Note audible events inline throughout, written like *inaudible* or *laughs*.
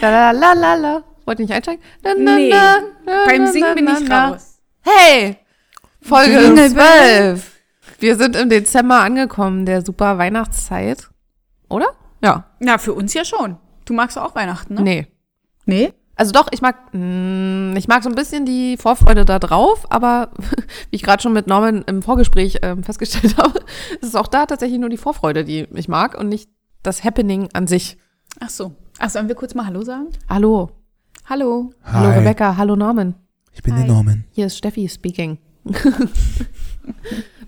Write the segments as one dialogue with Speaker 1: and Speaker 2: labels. Speaker 1: La la la la la. Wollt ihr nicht einsteigen? Na, na,
Speaker 2: Nee.
Speaker 1: na, na,
Speaker 2: Beim
Speaker 1: na,
Speaker 2: Singen
Speaker 1: na,
Speaker 2: bin
Speaker 1: na,
Speaker 2: ich
Speaker 1: na.
Speaker 2: raus.
Speaker 1: Hey! Folge
Speaker 2: Jingle
Speaker 1: 12. Wir sind im Dezember angekommen, der super Weihnachtszeit. Oder? Ja.
Speaker 2: Na, für uns ja schon. Du magst auch Weihnachten, ne?
Speaker 1: Nee.
Speaker 2: Nee?
Speaker 1: Also doch, ich mag, mh, ich mag so ein bisschen die Vorfreude da drauf, aber wie ich gerade schon mit Norman im Vorgespräch ähm, festgestellt habe, ist es auch da tatsächlich nur die Vorfreude, die ich mag und nicht das Happening an sich.
Speaker 2: Ach so. Ach, sollen wir kurz mal Hallo sagen?
Speaker 1: Hallo,
Speaker 2: Hallo.
Speaker 1: hallo Rebecca, hallo Norman.
Speaker 3: Ich bin
Speaker 2: Hi.
Speaker 3: der Norman.
Speaker 1: Hier ist Steffi speaking. *laughs*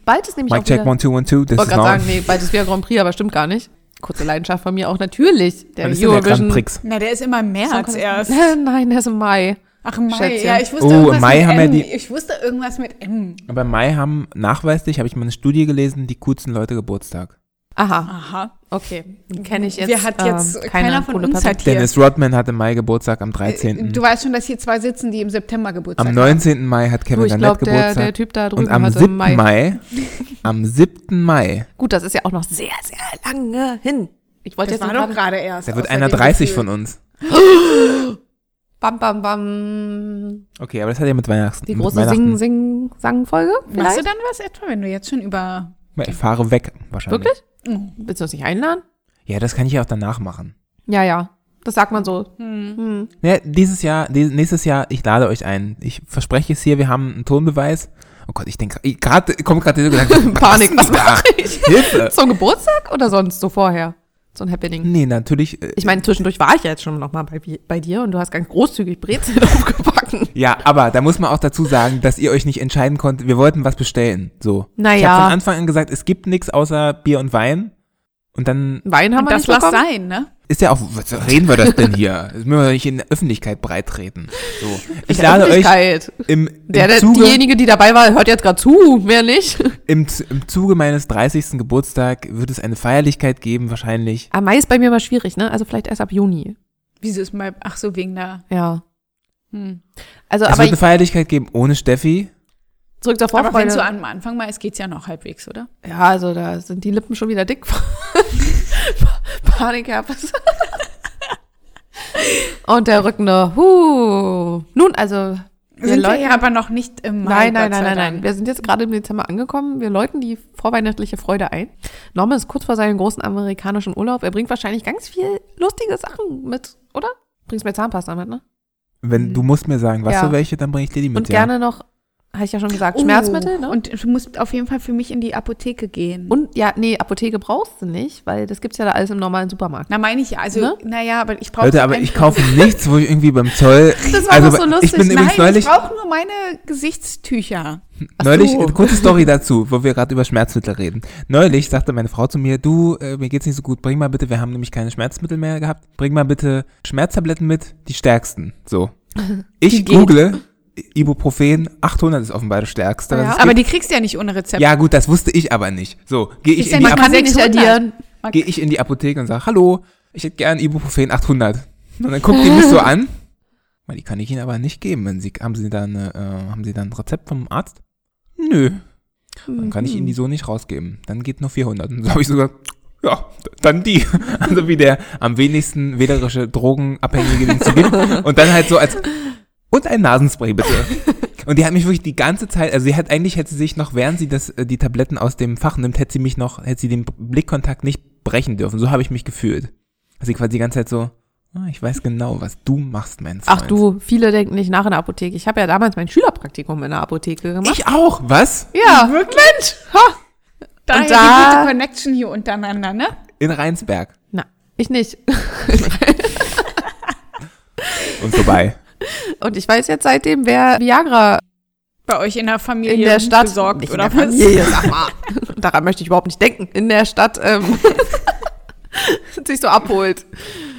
Speaker 1: bald ist nämlich
Speaker 3: Mic
Speaker 1: auch wieder,
Speaker 3: check, one, two, one, two. Das
Speaker 1: wollte
Speaker 3: ist
Speaker 1: gerade
Speaker 3: Norman.
Speaker 1: sagen,
Speaker 3: *laughs*
Speaker 1: nee, bald ist wieder Grand Prix, aber stimmt gar nicht. Kurze Leidenschaft von mir auch natürlich. Der
Speaker 3: Wann ist denn der Grand
Speaker 1: Eurovision
Speaker 3: Prix?
Speaker 2: Na, der ist immer im März erst.
Speaker 1: *laughs* Nein, der ist im Mai.
Speaker 2: *laughs* Ach, im Mai.
Speaker 1: Schätzchen.
Speaker 2: Ja, ich wusste
Speaker 3: Oh, im
Speaker 2: irgendwas
Speaker 3: Mai
Speaker 2: mit
Speaker 3: haben wir
Speaker 2: M.
Speaker 3: die-
Speaker 2: Ich wusste irgendwas mit M.
Speaker 3: Aber im Mai haben nachweislich, habe ich mal eine Studie gelesen, die coolsten Leute Geburtstag.
Speaker 1: Aha,
Speaker 2: Aha.
Speaker 1: okay. Kenne ich jetzt.
Speaker 2: Wer hat jetzt,
Speaker 1: ähm, keine
Speaker 2: keiner von
Speaker 1: coole
Speaker 2: uns
Speaker 1: Person.
Speaker 2: hat hier.
Speaker 3: Dennis Rodman hat im Mai Geburtstag
Speaker 1: Äh,
Speaker 3: am 13.
Speaker 2: Du weißt schon, dass hier zwei sitzen, die im September Geburtstag
Speaker 3: am
Speaker 2: haben.
Speaker 3: 19. Mai hat
Speaker 1: ne? Du,
Speaker 3: Kevin
Speaker 1: ich
Speaker 3: Garnett
Speaker 1: glaube, der,
Speaker 3: Geburtstag.
Speaker 1: der Typ da drüben
Speaker 3: und am
Speaker 1: hatte
Speaker 3: 7.
Speaker 1: im Mai.
Speaker 3: Mai,
Speaker 1: *laughs*
Speaker 3: am 7. Mai,
Speaker 1: Gut, das ist ja auch noch sehr, sehr lange hin. Ich wollte
Speaker 2: Das
Speaker 1: jetzt
Speaker 2: war
Speaker 1: nur
Speaker 2: doch
Speaker 1: gerade-
Speaker 2: gerade erst.
Speaker 3: da wird
Speaker 2: außer
Speaker 3: einer
Speaker 2: dem
Speaker 3: 30
Speaker 2: Gefühl.
Speaker 3: von uns.
Speaker 1: Bam, bam, bam.
Speaker 3: Okay, aber das hat ja mit Weihnachten.
Speaker 1: Die
Speaker 3: mit
Speaker 1: große
Speaker 3: Weihnachten.
Speaker 1: singen singen sang folge
Speaker 2: Machst du
Speaker 1: vielleicht?
Speaker 2: dann was etwa, wenn du jetzt schon über.
Speaker 3: Ich fahre weg wahrscheinlich.
Speaker 1: Wirklich?
Speaker 2: Oh.
Speaker 1: Willst du uns nicht einladen?
Speaker 3: Ja, das kann ich ja auch danach machen.
Speaker 1: Ja, ja. Das sagt man so.
Speaker 3: Ne, dieses Jahr, die- nächstes Jahr, ich lade euch ein. Ich verspreche es hier, wir haben einen Tonbeweis. Oh Gott, ich denke, gerade kommt gerade dieser Gedanke.
Speaker 1: *laughs* Panik, was
Speaker 3: denn da?
Speaker 1: mache ich?
Speaker 3: Hilfe!
Speaker 1: *laughs* Zum Geburtstag oder sonst so vorher? So ein Happening.
Speaker 3: Nee, natürlich. Äh,
Speaker 1: Ich meine, zwischendurch war ich ja jetzt schon nochmal bei, bei dir und du hast ganz großzügig Brezel *laughs* aufgebacken.
Speaker 3: ja, aber da muss man auch dazu sagen, dass ihr euch nicht entscheiden konntet. Wir wollten was bestellen. So. Ich habe
Speaker 1: Naja.
Speaker 3: von Anfang an gesagt, es gibt nichts außer Bier und Wein. Und dann
Speaker 1: Wein haben
Speaker 2: Und
Speaker 1: wir
Speaker 2: das
Speaker 1: nicht
Speaker 2: lass
Speaker 1: bekommen.
Speaker 2: sein, ne?
Speaker 3: ist ja auch, was reden wir das denn hier? Das müssen wir doch nicht in der Öffentlichkeit breitreten. So. Ich
Speaker 1: In der
Speaker 3: lade euch
Speaker 1: Öffentlichkeit.
Speaker 3: im, im,
Speaker 1: Der, der,
Speaker 3: Zuge,
Speaker 1: diejenige, die dabei war, hört jetzt gerade zu, mehr nicht.
Speaker 3: im, Z- im Zuge meines 30. Geburtstag wird es eine Feierlichkeit geben, wahrscheinlich.
Speaker 1: Am Mai ist bei mir mal schwierig, ne? Also vielleicht erst ab Juni.
Speaker 2: Wieso ist mal. Ach so, wegen der.
Speaker 1: Ja.
Speaker 2: Hm.
Speaker 1: Also,
Speaker 3: Es
Speaker 1: aber
Speaker 3: wird eine Feierlichkeit geben ohne Steffi.
Speaker 1: zurück zur
Speaker 2: Aber wenn so
Speaker 1: Vorfreude.
Speaker 2: am Anfang mal ist, geht's ja noch halbwegs, oder?
Speaker 1: Ja, also da sind die Lippen schon wieder dick. *laughs* Panikherpes. Und der Rücken noch. Huh. Nun, also,
Speaker 2: Wir
Speaker 1: wir
Speaker 2: sind wir
Speaker 1: läuten.
Speaker 2: ja aber noch nicht im Mai.
Speaker 1: Nein, nein,
Speaker 2: Gott sei
Speaker 1: nein, nein, nein.
Speaker 2: Dank.
Speaker 1: Wir sind jetzt gerade im Dezember angekommen. Wir läuten die vorweihnachtliche Freude ein. Norman ist kurz vor seinem großen amerikanischen Urlaub. Er bringt wahrscheinlich ganz viel lustige Sachen mit, oder? Bringst mir Zahnpasta mit, ne?
Speaker 3: Wenn
Speaker 2: Mhm.
Speaker 3: du musst mir sagen, was
Speaker 1: Ja.
Speaker 3: für welche, dann bringe ich dir die mit.
Speaker 1: Und
Speaker 3: ja.
Speaker 1: gerne noch, habe ich ja schon gesagt, Schmerzmittel, ne?
Speaker 2: Oh. Und du musst auf jeden Fall für mich in die Apotheke gehen.
Speaker 1: Und ja, nee, Apotheke brauchst du nicht, weil das gibt's ja da alles im normalen Supermarkt.
Speaker 2: Na, meine ich ja. Also,
Speaker 1: Ne?
Speaker 2: naja, aber ich brauche.
Speaker 3: Leute, aber ich kaufe nichts, wo ich irgendwie beim Zoll.
Speaker 2: *laughs* Das war
Speaker 3: also,
Speaker 2: doch so lustig.
Speaker 3: Ich bin
Speaker 2: Nein,
Speaker 3: übrigens
Speaker 2: ich
Speaker 3: neulich,
Speaker 2: brauche nur meine Gesichtstücher.
Speaker 3: neulich
Speaker 1: so.
Speaker 2: *laughs*
Speaker 3: kurze Story dazu, wo wir gerade über Schmerzmittel reden. Neulich sagte meine Frau zu mir, du, äh, mir geht's nicht so gut, bring mal bitte, wir haben nämlich keine Schmerzmittel mehr gehabt, bring mal bitte Schmerztabletten mit, die stärksten.
Speaker 2: *laughs*
Speaker 3: So. Ich
Speaker 2: geht.
Speaker 3: google Ibuprofen, 800 ist offenbar das stärkste. was
Speaker 1: Ja.
Speaker 3: es gibt.
Speaker 2: Aber die kriegst du ja nicht ohne Rezept.
Speaker 3: ja gut, das wusste ich aber nicht. So, gehe ich,
Speaker 2: Ist ja
Speaker 3: in die
Speaker 2: nicht
Speaker 3: Apotheke.
Speaker 2: mal
Speaker 3: gehe ich in die Apotheke und sage, hallo, ich hätte gern Ibuprofen 800. Und dann guckt die
Speaker 2: *laughs*
Speaker 3: mich so an. Weil die kann ich Ihnen aber nicht geben. Wenn Sie, haben, Sie da eine, äh, haben Sie da ein Rezept vom Arzt? Nö. Dann kann ich
Speaker 1: Mhm.
Speaker 3: Ihnen die so nicht rausgeben. Dann geht nur 400. Und so habe ich sogar, ja, dann die. *laughs* Also wie der am wenigsten wählerische Drogenabhängige, den es so gibt. Und dann halt so als, und ein Nasenspray bitte. Und die hat mich wirklich die ganze Zeit, also sie hat eigentlich hätte sie sich noch, während sie das, äh, die Tabletten aus dem Fach nimmt, hätte sie mich noch, hätte sie den Blickkontakt nicht brechen dürfen. So habe ich mich gefühlt. Also sie quasi die ganze Zeit so, ah, ich weiß genau, was du machst, mein Freund.
Speaker 1: Ach du, viele denken nicht nach in der Apotheke. Ich habe ja damals mein Schülerpraktikum in der Apotheke gemacht.
Speaker 3: Ich auch, was?
Speaker 1: ja, Hm, wirklich? Mensch! Ha!
Speaker 2: Daher
Speaker 1: Und da-
Speaker 2: die gute Connection hier untereinander, ne?
Speaker 3: In Rheinsberg.
Speaker 1: Na, ich nicht. *laughs*
Speaker 3: Und vorbei.
Speaker 1: Und ich weiß jetzt seitdem, wer Viagra
Speaker 2: Bei euch in der Familie
Speaker 1: in der Stadt
Speaker 2: besorgt
Speaker 1: nicht
Speaker 2: oder
Speaker 1: in der
Speaker 2: was?
Speaker 1: Familie, sag mal. *laughs* Daran möchte ich überhaupt nicht denken. In der Stadt ähm, *laughs* sich so abholt.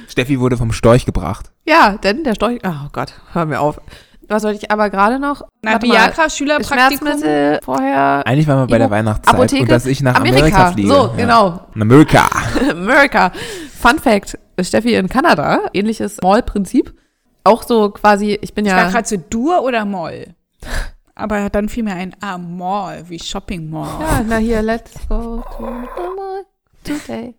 Speaker 3: Steffi wurde vom Storch gebracht.
Speaker 1: Ja, denn der Storch. Oh Gott, hör mir auf. Was wollte ich aber gerade noch?
Speaker 2: Na,
Speaker 1: Warte mal.
Speaker 2: Biakra Schülerpraktikum.
Speaker 1: Schmerzmittel vorher.
Speaker 3: Eigentlich waren wir bei der
Speaker 1: Ibu-
Speaker 3: Weihnachtszeit
Speaker 1: Apotheke,
Speaker 3: und dass ich nach Amerika,
Speaker 1: Amerika,
Speaker 3: fliege.
Speaker 1: so, genau.
Speaker 3: In Amerika.
Speaker 1: *laughs* America. Fun Fact: Steffi in Kanada, ähnliches Mall-Prinzip. Auch so quasi, ich bin
Speaker 2: Ich
Speaker 1: ja.
Speaker 2: war gerade so Dur oder Moll. Aber dann fiel mir ein, ah, Mall, wie Shopping Mall.
Speaker 1: ja, na hier, let's go to the mall. Today.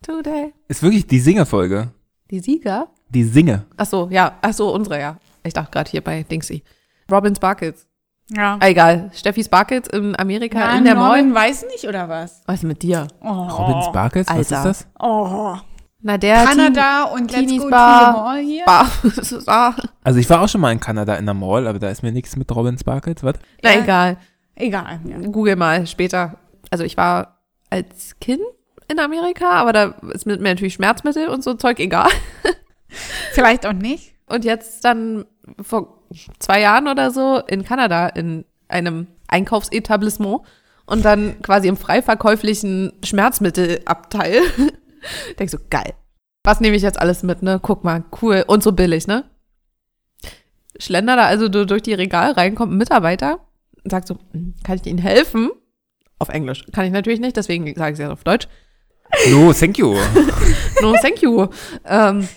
Speaker 1: Today.
Speaker 3: Ist wirklich die Singe-Folge.
Speaker 1: Die Sieger?
Speaker 3: Die Singe.
Speaker 1: Ach so, ja. Ach so, unsere, ja. Ich dachte gerade hier bei Dingsy. Robin Sparkles.
Speaker 2: Ja.
Speaker 1: Ah, egal. Steffi Sparkles in Amerika
Speaker 2: Nein,
Speaker 1: in der
Speaker 2: Norman
Speaker 1: Mall.
Speaker 2: weiß nicht, oder was?
Speaker 1: Was ist mit dir?
Speaker 2: Oh.
Speaker 3: Robin Sparkles, was
Speaker 1: Alter.
Speaker 3: ist das?
Speaker 2: Oh.
Speaker 1: Na, der
Speaker 2: Kanada und Let's
Speaker 1: Teenies
Speaker 2: Go
Speaker 1: Bar.
Speaker 2: to the Mall hier.
Speaker 1: Bar. Das ist- *laughs* ah.
Speaker 3: Also ich war auch schon mal in Kanada in der Mall, aber da ist mir nichts mit Robin Sparkles. Was?
Speaker 1: Na,
Speaker 2: Ja.
Speaker 1: egal.
Speaker 2: Egal. Ja.
Speaker 1: Google mal später. Also ich war als Kind in Amerika, aber da ist mit mir natürlich Schmerzmittel und so Zeug egal.
Speaker 2: Vielleicht auch nicht.
Speaker 1: Und jetzt dann vor zwei Jahren oder so in Kanada in einem Einkaufsetablissement und dann quasi im frei verkäuflichen Schmerzmittelabteil. *laughs* Denk so, geil. Was nehme ich jetzt alles mit, ne? Guck mal, cool. Und so billig, ne? Schlender da also du- durch die Regal rein, kommt ein Mitarbeiter und sagt so, "Hm, kann ich Ihnen helfen? Auf Englisch. Kann ich natürlich nicht, deswegen sage ich es jetzt auf Deutsch
Speaker 3: No,
Speaker 1: *laughs*
Speaker 3: thank you.
Speaker 1: no thank you. Ähm,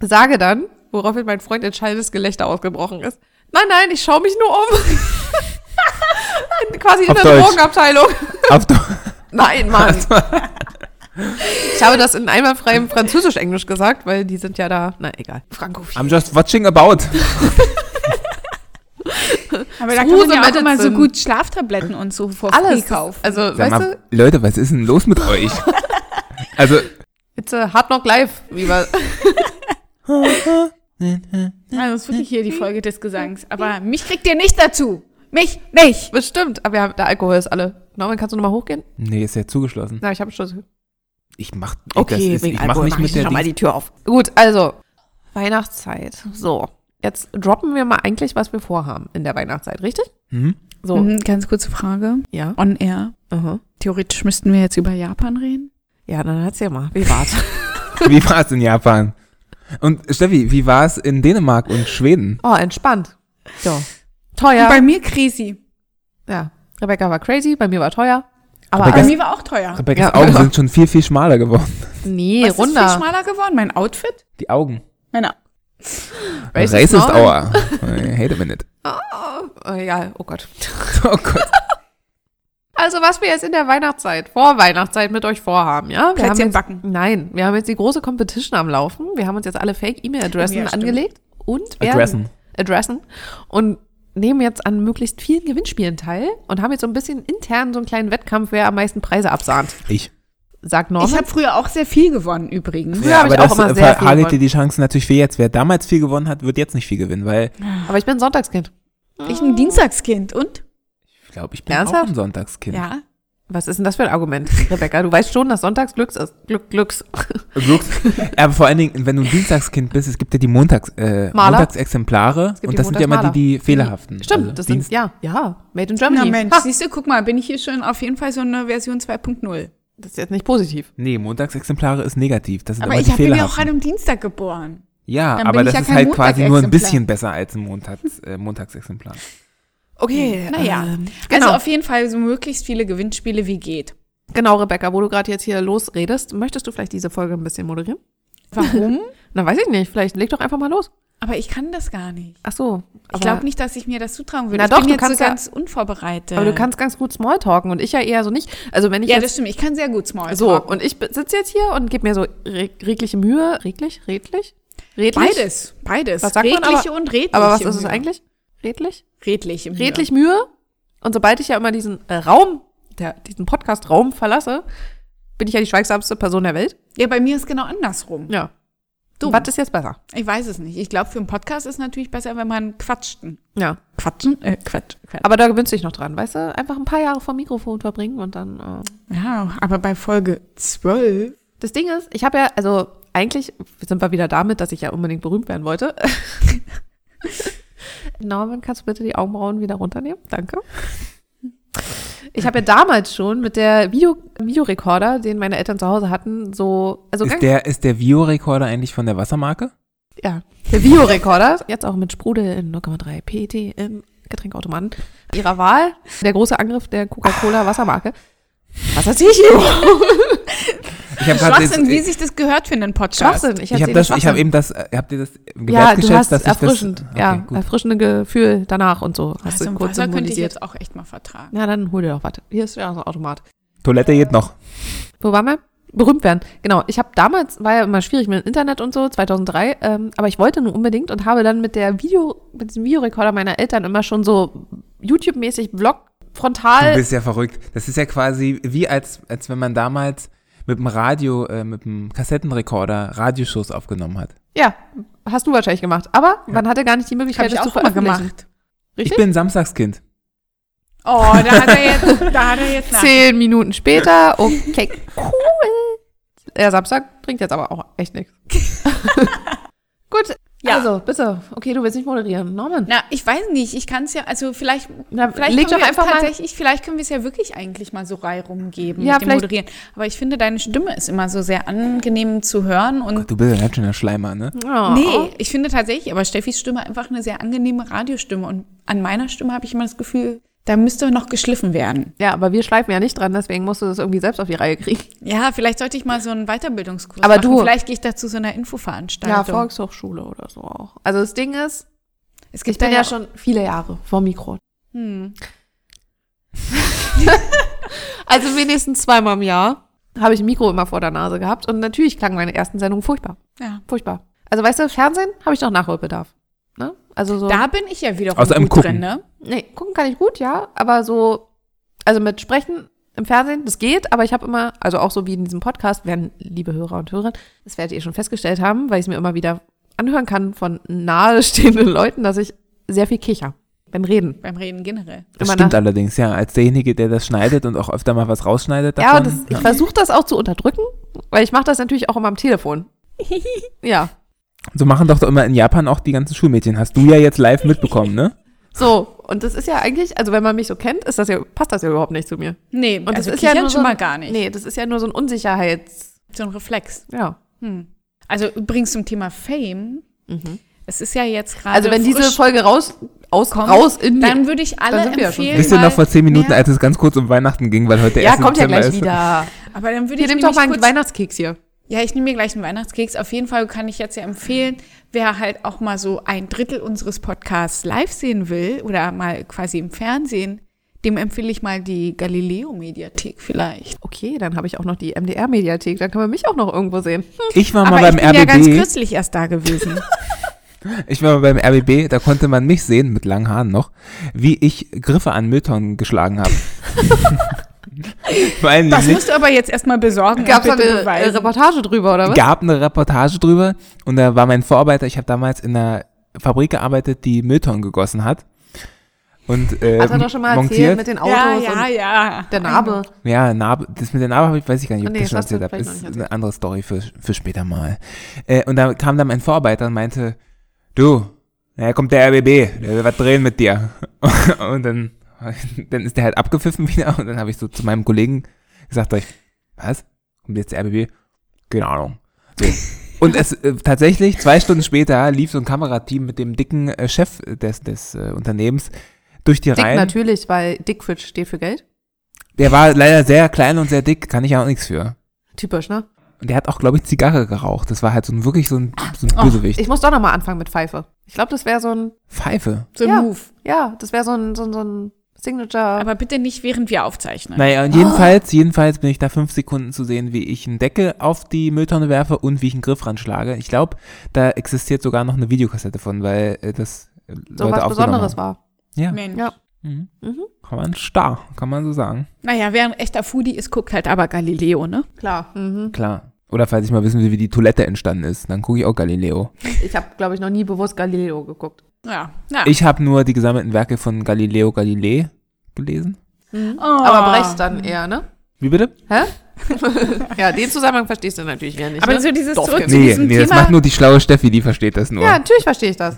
Speaker 1: sage dann, woraufhin mein Freund in schallendes Gelächter ausgebrochen ist. Nein, nein, ich schaue mich nur um. *laughs* In- Quasi in
Speaker 3: Auf
Speaker 1: der
Speaker 3: Deutsch.
Speaker 1: Drogenabteilung.
Speaker 3: Auf Do-
Speaker 1: Nein, Mann. Ich habe das in einwandfreiem Französisch-Englisch gesagt, weil die sind ja da, na egal.
Speaker 3: I'm
Speaker 1: Frankophil.
Speaker 3: just watching about.
Speaker 2: Aber da kann
Speaker 1: Kruse
Speaker 2: man ja auch immer so
Speaker 1: Medicine.
Speaker 2: gut Schlaftabletten und so vor Free
Speaker 1: Alles.
Speaker 2: kaufen.
Speaker 1: Also,
Speaker 3: Sag
Speaker 1: weißt
Speaker 3: mal,
Speaker 1: du,
Speaker 3: Leute, was ist denn los mit
Speaker 1: *laughs*
Speaker 3: euch? Also,
Speaker 1: it's a hard knock life, wie wir *laughs*
Speaker 2: Also das ist wirklich hier die Folge des Gesangs. Aber mich kriegt ihr nicht dazu. Mich nicht.
Speaker 1: bestimmt. Aber wir haben, der Alkohol ist alle. Norman, kannst du nochmal hochgehen?
Speaker 3: nee, ist ja zugeschlossen.
Speaker 1: Na, ich habe Schluss.
Speaker 3: Ich mach, ey,
Speaker 1: Okay,
Speaker 3: das ist,
Speaker 1: wegen
Speaker 3: ich mach
Speaker 1: Alkohol
Speaker 3: nicht
Speaker 1: mach
Speaker 3: mit
Speaker 1: ich
Speaker 3: der
Speaker 1: noch mal
Speaker 3: Dings-
Speaker 1: die Tür auf. Gut, also Weihnachtszeit. So, jetzt droppen wir mal eigentlich, was wir vorhaben in der Weihnachtszeit, richtig?
Speaker 3: Hm?
Speaker 1: So,
Speaker 2: Mhm, ganz kurze Frage.
Speaker 1: ja.
Speaker 2: On air.
Speaker 1: Aha.
Speaker 2: Theoretisch müssten wir jetzt über Japan reden.
Speaker 1: Ja, dann erzähl mal, wie war's?
Speaker 2: *laughs*
Speaker 3: Wie war's in Japan? Und Steffi, wie war's in Dänemark und Schweden?
Speaker 1: oh, entspannt. So. Teuer.
Speaker 2: Bei mir Krisi.
Speaker 1: Ja. Rebecca war crazy, bei mir war teuer. Aber
Speaker 3: Rebecca-
Speaker 2: Bei
Speaker 1: alles,
Speaker 2: mir war auch teuer.
Speaker 3: Rebecca's
Speaker 1: Ja.
Speaker 3: Augen sind schon viel, viel schmaler geworden.
Speaker 1: nee,
Speaker 2: Was ist viel
Speaker 1: runter.
Speaker 2: schmaler geworden? Mein Outfit?
Speaker 3: Die Augen.
Speaker 2: Meine
Speaker 1: Racist
Speaker 3: Racist
Speaker 1: Norman.
Speaker 3: Hour. Hey, a minute.
Speaker 1: Oh, ja, oh Gott.
Speaker 3: Oh Gott.
Speaker 1: Also, was wir jetzt in der Weihnachtszeit, vor Weihnachtszeit mit euch vorhaben, ja? Wir haben
Speaker 2: Plätzchen
Speaker 1: jetzt,
Speaker 2: backen.
Speaker 1: nein, wir haben jetzt die große Competition am Laufen. Wir haben uns jetzt alle Fake-E-Mail-Adressen
Speaker 2: Ja, stimmt.
Speaker 1: angelegt und werden
Speaker 3: Adressen.
Speaker 1: adressen und nehmen jetzt an möglichst vielen Gewinnspielen teil und haben jetzt so ein bisschen intern so einen kleinen Wettkampf, wer am meisten Preise absahnt,
Speaker 3: Ich.
Speaker 1: sagt
Speaker 2: Ich
Speaker 1: Norman.
Speaker 2: habe früher auch sehr viel gewonnen übrigens.
Speaker 1: Früher hab ich auch immer
Speaker 3: äh,
Speaker 1: sehr viel
Speaker 3: verhagelt dir
Speaker 1: gewonnen.
Speaker 3: die Chancen natürlich für jetzt. Wer damals viel gewonnen hat, wird jetzt nicht viel gewinnen, weil
Speaker 1: aber ich bin ein Sonntagskind.
Speaker 2: Ich ein Dienstagskind und?
Speaker 3: ich glaube, ich bin
Speaker 1: Ernsthaft?
Speaker 3: auch ein Sonntagskind.
Speaker 2: Ja.
Speaker 1: Was ist denn das für ein Argument, Rebecca? Du weißt schon, dass Sonntags Glücks ist. Glück, Glücks. Also
Speaker 3: Glücks. *laughs* Aber vor allen Dingen, wenn du ein Dienstagskind bist, es gibt ja die Montags, äh,
Speaker 1: Maler.
Speaker 3: Montagsexemplare
Speaker 1: gibt
Speaker 3: und
Speaker 1: die
Speaker 3: das sind ja immer die,
Speaker 1: Montagsmaler.
Speaker 3: die fehlerhaften.
Speaker 1: Stimmt,
Speaker 3: Also
Speaker 1: das
Speaker 3: Dienst
Speaker 1: sind, ja, ja, made in
Speaker 2: Na
Speaker 1: Germany.
Speaker 2: Mensch,
Speaker 1: ha,
Speaker 2: siehst du, guck mal, bin ich hier schon auf jeden Fall so eine Version 2.0.
Speaker 1: das ist jetzt nicht positiv.
Speaker 3: Nee, Montagsexemplare ist negativ. Das sind
Speaker 2: Aber
Speaker 3: immer
Speaker 2: ich
Speaker 3: die
Speaker 2: hab- bin ja auch
Speaker 3: fehlerhaften.
Speaker 2: an einem Dienstag geboren.
Speaker 3: Ja,
Speaker 2: Dann
Speaker 3: aber
Speaker 2: bin ich
Speaker 3: das
Speaker 2: ja
Speaker 3: ist
Speaker 2: kein
Speaker 3: halt quasi nur ein
Speaker 2: Montagsexemplar.
Speaker 3: bisschen besser als ein Montags, äh, Montagsexemplar.
Speaker 1: Okay,
Speaker 2: Naja.
Speaker 1: ähm,
Speaker 2: Also
Speaker 1: genau.
Speaker 2: auf jeden Fall so möglichst viele Gewinnspiele wie geht.
Speaker 1: genau, Rebecca, wo du gerade jetzt hier losredest, möchtest du vielleicht diese Folge ein bisschen moderieren? *laughs*
Speaker 2: Warum?
Speaker 1: Na, weiß ich nicht, vielleicht leg doch einfach mal los.
Speaker 2: Aber ich kann das gar nicht.
Speaker 1: Ach so.
Speaker 2: Ich glaube nicht, dass ich mir das zutrauen würde.
Speaker 1: Na
Speaker 2: ich
Speaker 1: doch,
Speaker 2: bin
Speaker 1: du
Speaker 2: jetzt
Speaker 1: kannst
Speaker 2: so
Speaker 1: ja-
Speaker 2: ganz unvorbereitet.
Speaker 1: Aber du kannst ganz gut Smalltalken und ich ja eher so nicht. Also wenn ich
Speaker 2: ja,
Speaker 1: jetzt
Speaker 2: das stimmt. Ich kann sehr gut Small.
Speaker 1: So, und ich sitze jetzt hier und gebe mir so re regliche Mühe. Reglich? Redlich? Redlich?
Speaker 2: beides, beides.
Speaker 1: Was sagt man
Speaker 2: redliche und redliche.
Speaker 1: Aber was ist es
Speaker 2: Mühe.
Speaker 1: eigentlich? Redlich?
Speaker 2: Redliche. Mühe.
Speaker 1: Redlich Mühe. Und sobald ich ja immer diesen äh, Raum, der, diesen Podcast-Raum verlasse, bin ich ja die schweigsamste Person der Welt.
Speaker 2: Ja, bei mir ist genau andersrum.
Speaker 1: Ja.
Speaker 2: Du.
Speaker 1: Was ist jetzt besser?
Speaker 2: Ich weiß es nicht. Ich glaube, für einen Podcast ist natürlich besser, wenn man quatscht.
Speaker 1: Ja.
Speaker 2: Quatschen? Äh, Quatsch. Quatsch.
Speaker 1: Aber da gewöhnst du dich noch dran, weißt du? Einfach ein paar Jahre vom Mikrofon verbringen und dann. Äh.
Speaker 2: Ja, aber bei Folge 12.
Speaker 1: Das Ding ist, ich habe ja, also eigentlich sind wir wieder damit, dass ich ja unbedingt berühmt werden wollte. Norman, kannst du bitte die Augenbrauen wieder runternehmen? Danke. Ich habe ja damals schon mit der Video Videorekorder, den meine Eltern zu Hause hatten, so, also
Speaker 3: Ist der, ist der Vio-Rekorder eigentlich von der Wassermarke?
Speaker 1: ja, der Videorekorder, jetzt auch mit Sprudel in 0,3 PT im Getränkeautomaten ihrer Wahl, der große Angriff der Coca-Cola Wassermarke. Was erzähl ich hier?
Speaker 3: Ich habe
Speaker 2: Schwachsinn, wie sich das gehört für einen Podcast.
Speaker 1: äh, Schwachsinn.
Speaker 3: ich hab
Speaker 1: erzähle
Speaker 3: das, ich hab
Speaker 1: Schwachsinn.
Speaker 3: eben das, äh, habt ihr das im
Speaker 1: Ja,
Speaker 3: Wert
Speaker 1: du
Speaker 3: geschätzt,
Speaker 1: hast
Speaker 3: dass ich
Speaker 1: erfrischend,
Speaker 3: das,
Speaker 1: ja,
Speaker 3: gut.
Speaker 1: erfrischende Gefühl danach und so. Hast
Speaker 2: Also
Speaker 1: du
Speaker 2: ein
Speaker 1: kurz
Speaker 2: Wasser könnte ich
Speaker 1: symbolisiert.
Speaker 2: jetzt auch echt mal vertragen.
Speaker 1: Na, dann hol dir doch was. Hier ist ja so ein Automat.
Speaker 3: Toilette geht noch.
Speaker 1: Wo waren wir? berühmt werden. Genau, ich habe damals, war ja immer schwierig mit dem Internet und so, 2003, ähm, aber ich wollte nur unbedingt und habe dann mit der Video, mit diesem Videorekorder meiner Eltern immer schon so YouTube-mäßig Vlog
Speaker 3: Du
Speaker 1: frontal.
Speaker 3: bist ja verrückt. Das ist ja quasi wie als, als wenn man damals mit dem Radio, äh, mit dem Kassettenrekorder Radioshows aufgenommen hat.
Speaker 1: Ja, hast du wahrscheinlich gemacht. Aber man hatte gar nicht die
Speaker 2: Hab
Speaker 1: Möglichkeit,
Speaker 2: ich
Speaker 1: das zu
Speaker 2: auch immer
Speaker 1: veröffentlichen.
Speaker 2: gemacht.
Speaker 1: Richtig?
Speaker 3: Ich bin Samstagskind.
Speaker 2: Oh, da hat er
Speaker 1: *laughs*
Speaker 2: jetzt, da hat er jetzt nach.
Speaker 1: Zehn Minuten später. Okay, cool. Ja, Samstag bringt jetzt aber auch
Speaker 2: *laughs*
Speaker 1: echt nichts. Gut,
Speaker 2: Ja.
Speaker 1: also bitte. Okay, du willst nicht moderieren. Norman,
Speaker 2: Na, ich weiß nicht, ich kann es ja, also vielleicht,
Speaker 1: Na,
Speaker 2: vielleicht
Speaker 1: leg
Speaker 2: können
Speaker 1: doch
Speaker 2: wir es
Speaker 1: einfach mal-
Speaker 2: tatsächlich, vielleicht können wir es ja wirklich eigentlich mal so reihum geben
Speaker 1: Ja,
Speaker 2: mit dem
Speaker 1: vielleicht-
Speaker 2: Moderieren. Aber ich finde, deine Stimme ist immer so sehr angenehm zu hören und
Speaker 3: Du bist ja ganz schön der Schleimer, ne?
Speaker 1: Oh.
Speaker 2: Nee, ich finde tatsächlich, aber Steffis Stimme einfach eine sehr angenehme Radiostimme. Und an meiner Stimme habe ich immer das Gefühl, da müsste noch geschliffen werden.
Speaker 1: Ja, aber wir schleifen ja nicht dran, deswegen musst du das irgendwie selbst auf die Reihe kriegen.
Speaker 2: Ja, vielleicht sollte ich mal so einen Weiterbildungskurs
Speaker 1: Aber
Speaker 2: machen.
Speaker 1: du-
Speaker 2: Vielleicht gehe ich da zu so einer Infoveranstaltung.
Speaker 1: Volkshochschule oder so auch. Also das Ding ist,
Speaker 2: es
Speaker 1: ich
Speaker 2: gibt
Speaker 1: bin
Speaker 2: da
Speaker 1: ja schon viele Jahre vor Mikro.
Speaker 2: Hm.
Speaker 1: *laughs* Also wenigstens zweimal im Jahr habe ich ein Mikro immer vor der Nase gehabt und natürlich klangen meine ersten Sendungen furchtbar.
Speaker 2: Ja.
Speaker 1: Furchtbar. Also weißt du, Fernsehen habe ich noch Nachholbedarf. Ne? Also so.
Speaker 2: Da bin ich ja wiederum
Speaker 3: Außer im
Speaker 2: gut
Speaker 3: Gucken.
Speaker 2: drin, ne?
Speaker 1: Nee, gucken kann ich gut, ja, aber so, also mit Sprechen im Fernsehen, das geht, aber ich habe immer, also auch so wie in diesem Podcast, werden liebe Hörer und Hörer, das werdet ihr schon festgestellt haben, weil ich es mir immer wieder anhören kann von nahestehenden Leuten, dass ich sehr viel kicher beim Reden.
Speaker 2: Beim Reden generell.
Speaker 3: Das
Speaker 1: Immer
Speaker 3: stimmt
Speaker 1: nach-
Speaker 3: allerdings, ja. Als derjenige, der das schneidet und auch öfter mal was rausschneidet davon.
Speaker 1: ja, und das, ich versuche das auch zu unterdrücken, weil ich mache das natürlich auch immer
Speaker 2: *laughs*
Speaker 1: am Telefon. ja,
Speaker 3: So machen doch, doch immer in Japan auch die ganzen Schulmädchen. Hast du ja jetzt live mitbekommen, ne?
Speaker 1: so, und das ist ja eigentlich, also wenn man mich so kennt, ist das ja, passt das ja überhaupt nicht zu mir.
Speaker 2: Nee,
Speaker 1: Und
Speaker 2: also
Speaker 1: das ist ja
Speaker 2: kichern
Speaker 1: nur so
Speaker 2: schon
Speaker 1: ein-
Speaker 2: mal gar nicht.
Speaker 1: Nee, das ist ja nur so ein Unsicherheits,
Speaker 2: So ein Reflex.
Speaker 1: ja.
Speaker 2: Hm. Also übrigens zum Thema Fame.
Speaker 1: Mhm.
Speaker 2: Es ist ja jetzt gerade
Speaker 1: Also wenn diese
Speaker 2: frisch,
Speaker 1: Folge raus, aus,
Speaker 2: Kommt,
Speaker 1: raus in die
Speaker 2: dann würde ich alle
Speaker 1: sind wir ja schon
Speaker 2: empfehlen.
Speaker 3: Wisst ihr
Speaker 2: mal-
Speaker 3: noch vor zehn Minuten,
Speaker 2: Ja,
Speaker 3: als es ganz kurz um Weihnachten ging, weil heute
Speaker 1: Ja,
Speaker 3: erst
Speaker 1: kommt ja
Speaker 3: Dezember
Speaker 1: gleich
Speaker 3: ist.
Speaker 1: wieder.
Speaker 2: aber dann würde
Speaker 1: Hier
Speaker 2: ich
Speaker 1: nehmt doch
Speaker 2: nämlich
Speaker 1: mal einen
Speaker 2: kurz-
Speaker 1: Weihnachtskeks hier.
Speaker 2: Ja, ich nehme mir gleich einen Weihnachtskeks. Auf jeden Fall kann ich jetzt ja empfehlen, wer halt auch mal so ein Drittel unseres Podcasts live sehen will oder mal quasi im Fernsehen, dem empfehle ich mal die Galileo-Mediathek vielleicht.
Speaker 1: Okay, dann habe ich auch noch die MDR-Mediathek, dann kann man mich auch noch
Speaker 2: *laughs*
Speaker 1: irgendwo sehen.
Speaker 3: Ich war mal
Speaker 2: Aber
Speaker 3: beim
Speaker 2: ich bin ja ganz
Speaker 3: RBB.
Speaker 2: kürzlich erst da
Speaker 3: *laughs*
Speaker 2: gewesen.
Speaker 3: Ich war mal beim RBB, da konnte man mich sehen, mit langen Haaren noch, wie ich Griffe an Mülltonnen geschlagen habe. Vor allem
Speaker 2: Das
Speaker 3: nicht,
Speaker 2: musst du aber jetzt erstmal besorgen
Speaker 1: Gab es
Speaker 2: und
Speaker 1: eine
Speaker 2: bitte
Speaker 1: äh,
Speaker 2: beweisen.
Speaker 1: Reportage drüber, oder was?
Speaker 3: gab eine Reportage drüber und da war mein Vorarbeiter, ich habe damals in einer Fabrik gearbeitet, die Mülltonnen gegossen hat. Und, äh,
Speaker 1: Hat er doch schon mal erzählt ne?
Speaker 3: montiert.
Speaker 1: mit den Autos
Speaker 2: ja, ja,
Speaker 1: und
Speaker 2: ja.
Speaker 1: der Narbe.
Speaker 3: Ja, Narbe, das mit der Narbe habe ich, weiß ich gar nicht, ob
Speaker 1: Nee,
Speaker 3: ich das schon
Speaker 1: das hast du
Speaker 3: erzählt habe.
Speaker 1: vielleicht noch
Speaker 3: Ist
Speaker 1: nicht
Speaker 3: eine andere Story für, für später mal. Äh, und da kam dann mein Vorarbeiter und meinte, du, naja, kommt der RBB, der will was drehen mit dir. *laughs* und dann, dann ist der halt abgepfiffen wieder und dann habe ich so zu meinem Kollegen gesagt, sag ich, was? Kommt jetzt der RBB? Keine Ahnung. So. Und es äh, tatsächlich, zwei Stunden später lief so ein Kamerateam mit dem dicken äh, Chef des, des äh, Unternehmens durch die
Speaker 1: Dick
Speaker 3: Reihen.
Speaker 1: natürlich, weil Dickfridge steht für Geld.
Speaker 3: Der war leider sehr klein und sehr dick, kann ich ja auch nichts für.
Speaker 1: Typisch, ne?
Speaker 3: Und der hat auch, glaube ich, Zigarre geraucht. Das war halt so ein, wirklich so ein, so ein
Speaker 2: Ach,
Speaker 3: Bösewicht.
Speaker 1: Ah, oh, Ich muss doch nochmal anfangen mit Pfeife. Ich glaube, das wäre so ein,
Speaker 3: Pfeife.
Speaker 2: So ein
Speaker 1: Ja.
Speaker 2: Move.
Speaker 1: ja, das wäre so ein, so ein, so ein Signature.
Speaker 2: Aber bitte nicht, während wir aufzeichnen.
Speaker 3: Naja,
Speaker 1: Oh.
Speaker 3: und jedenfalls, jedenfalls bin ich da fünf Sekunden zu sehen, wie ich einen Deckel auf die Mülltonne werfe und wie ich einen Griff ranschlage. Ich glaube, da existiert sogar noch eine Videokassette von, weil äh, das äh,
Speaker 1: so was
Speaker 3: Leute
Speaker 1: Besonderes
Speaker 3: aufgenommen haben.
Speaker 1: war.
Speaker 3: Ja,
Speaker 2: Mensch.
Speaker 1: Ja.
Speaker 3: mhm.
Speaker 1: Mhm.
Speaker 3: kann man starr, kann man so sagen.
Speaker 2: Naja, wer ein echter Foodie ist, guckt halt aber Galileo, ne?
Speaker 1: Klar. Mhm.
Speaker 3: Klar. Oder falls ich mal wissen will, wie die Toilette entstanden ist, dann gucke ich auch Galileo.
Speaker 1: Ich habe, glaube ich, noch nie bewusst Galileo geguckt.
Speaker 2: Ja.
Speaker 1: Ah.
Speaker 2: ja.
Speaker 3: Ich habe nur die gesammelten Werke von Galileo Galilei gelesen.
Speaker 2: oh.
Speaker 1: Aber Brecht dann eher, ne?
Speaker 3: Wie bitte?
Speaker 1: Hä? *laughs* ja, den Zusammenhang verstehst du natürlich wieder nicht.
Speaker 2: Aber
Speaker 1: ne?
Speaker 2: so dieses
Speaker 1: Dorfkind.
Speaker 2: zurück zu
Speaker 3: Nee,
Speaker 2: diesem
Speaker 3: nee, das
Speaker 2: Thema.
Speaker 3: macht nur die schlaue Steffi, die versteht das nur.
Speaker 1: Ja, natürlich verstehe ich das.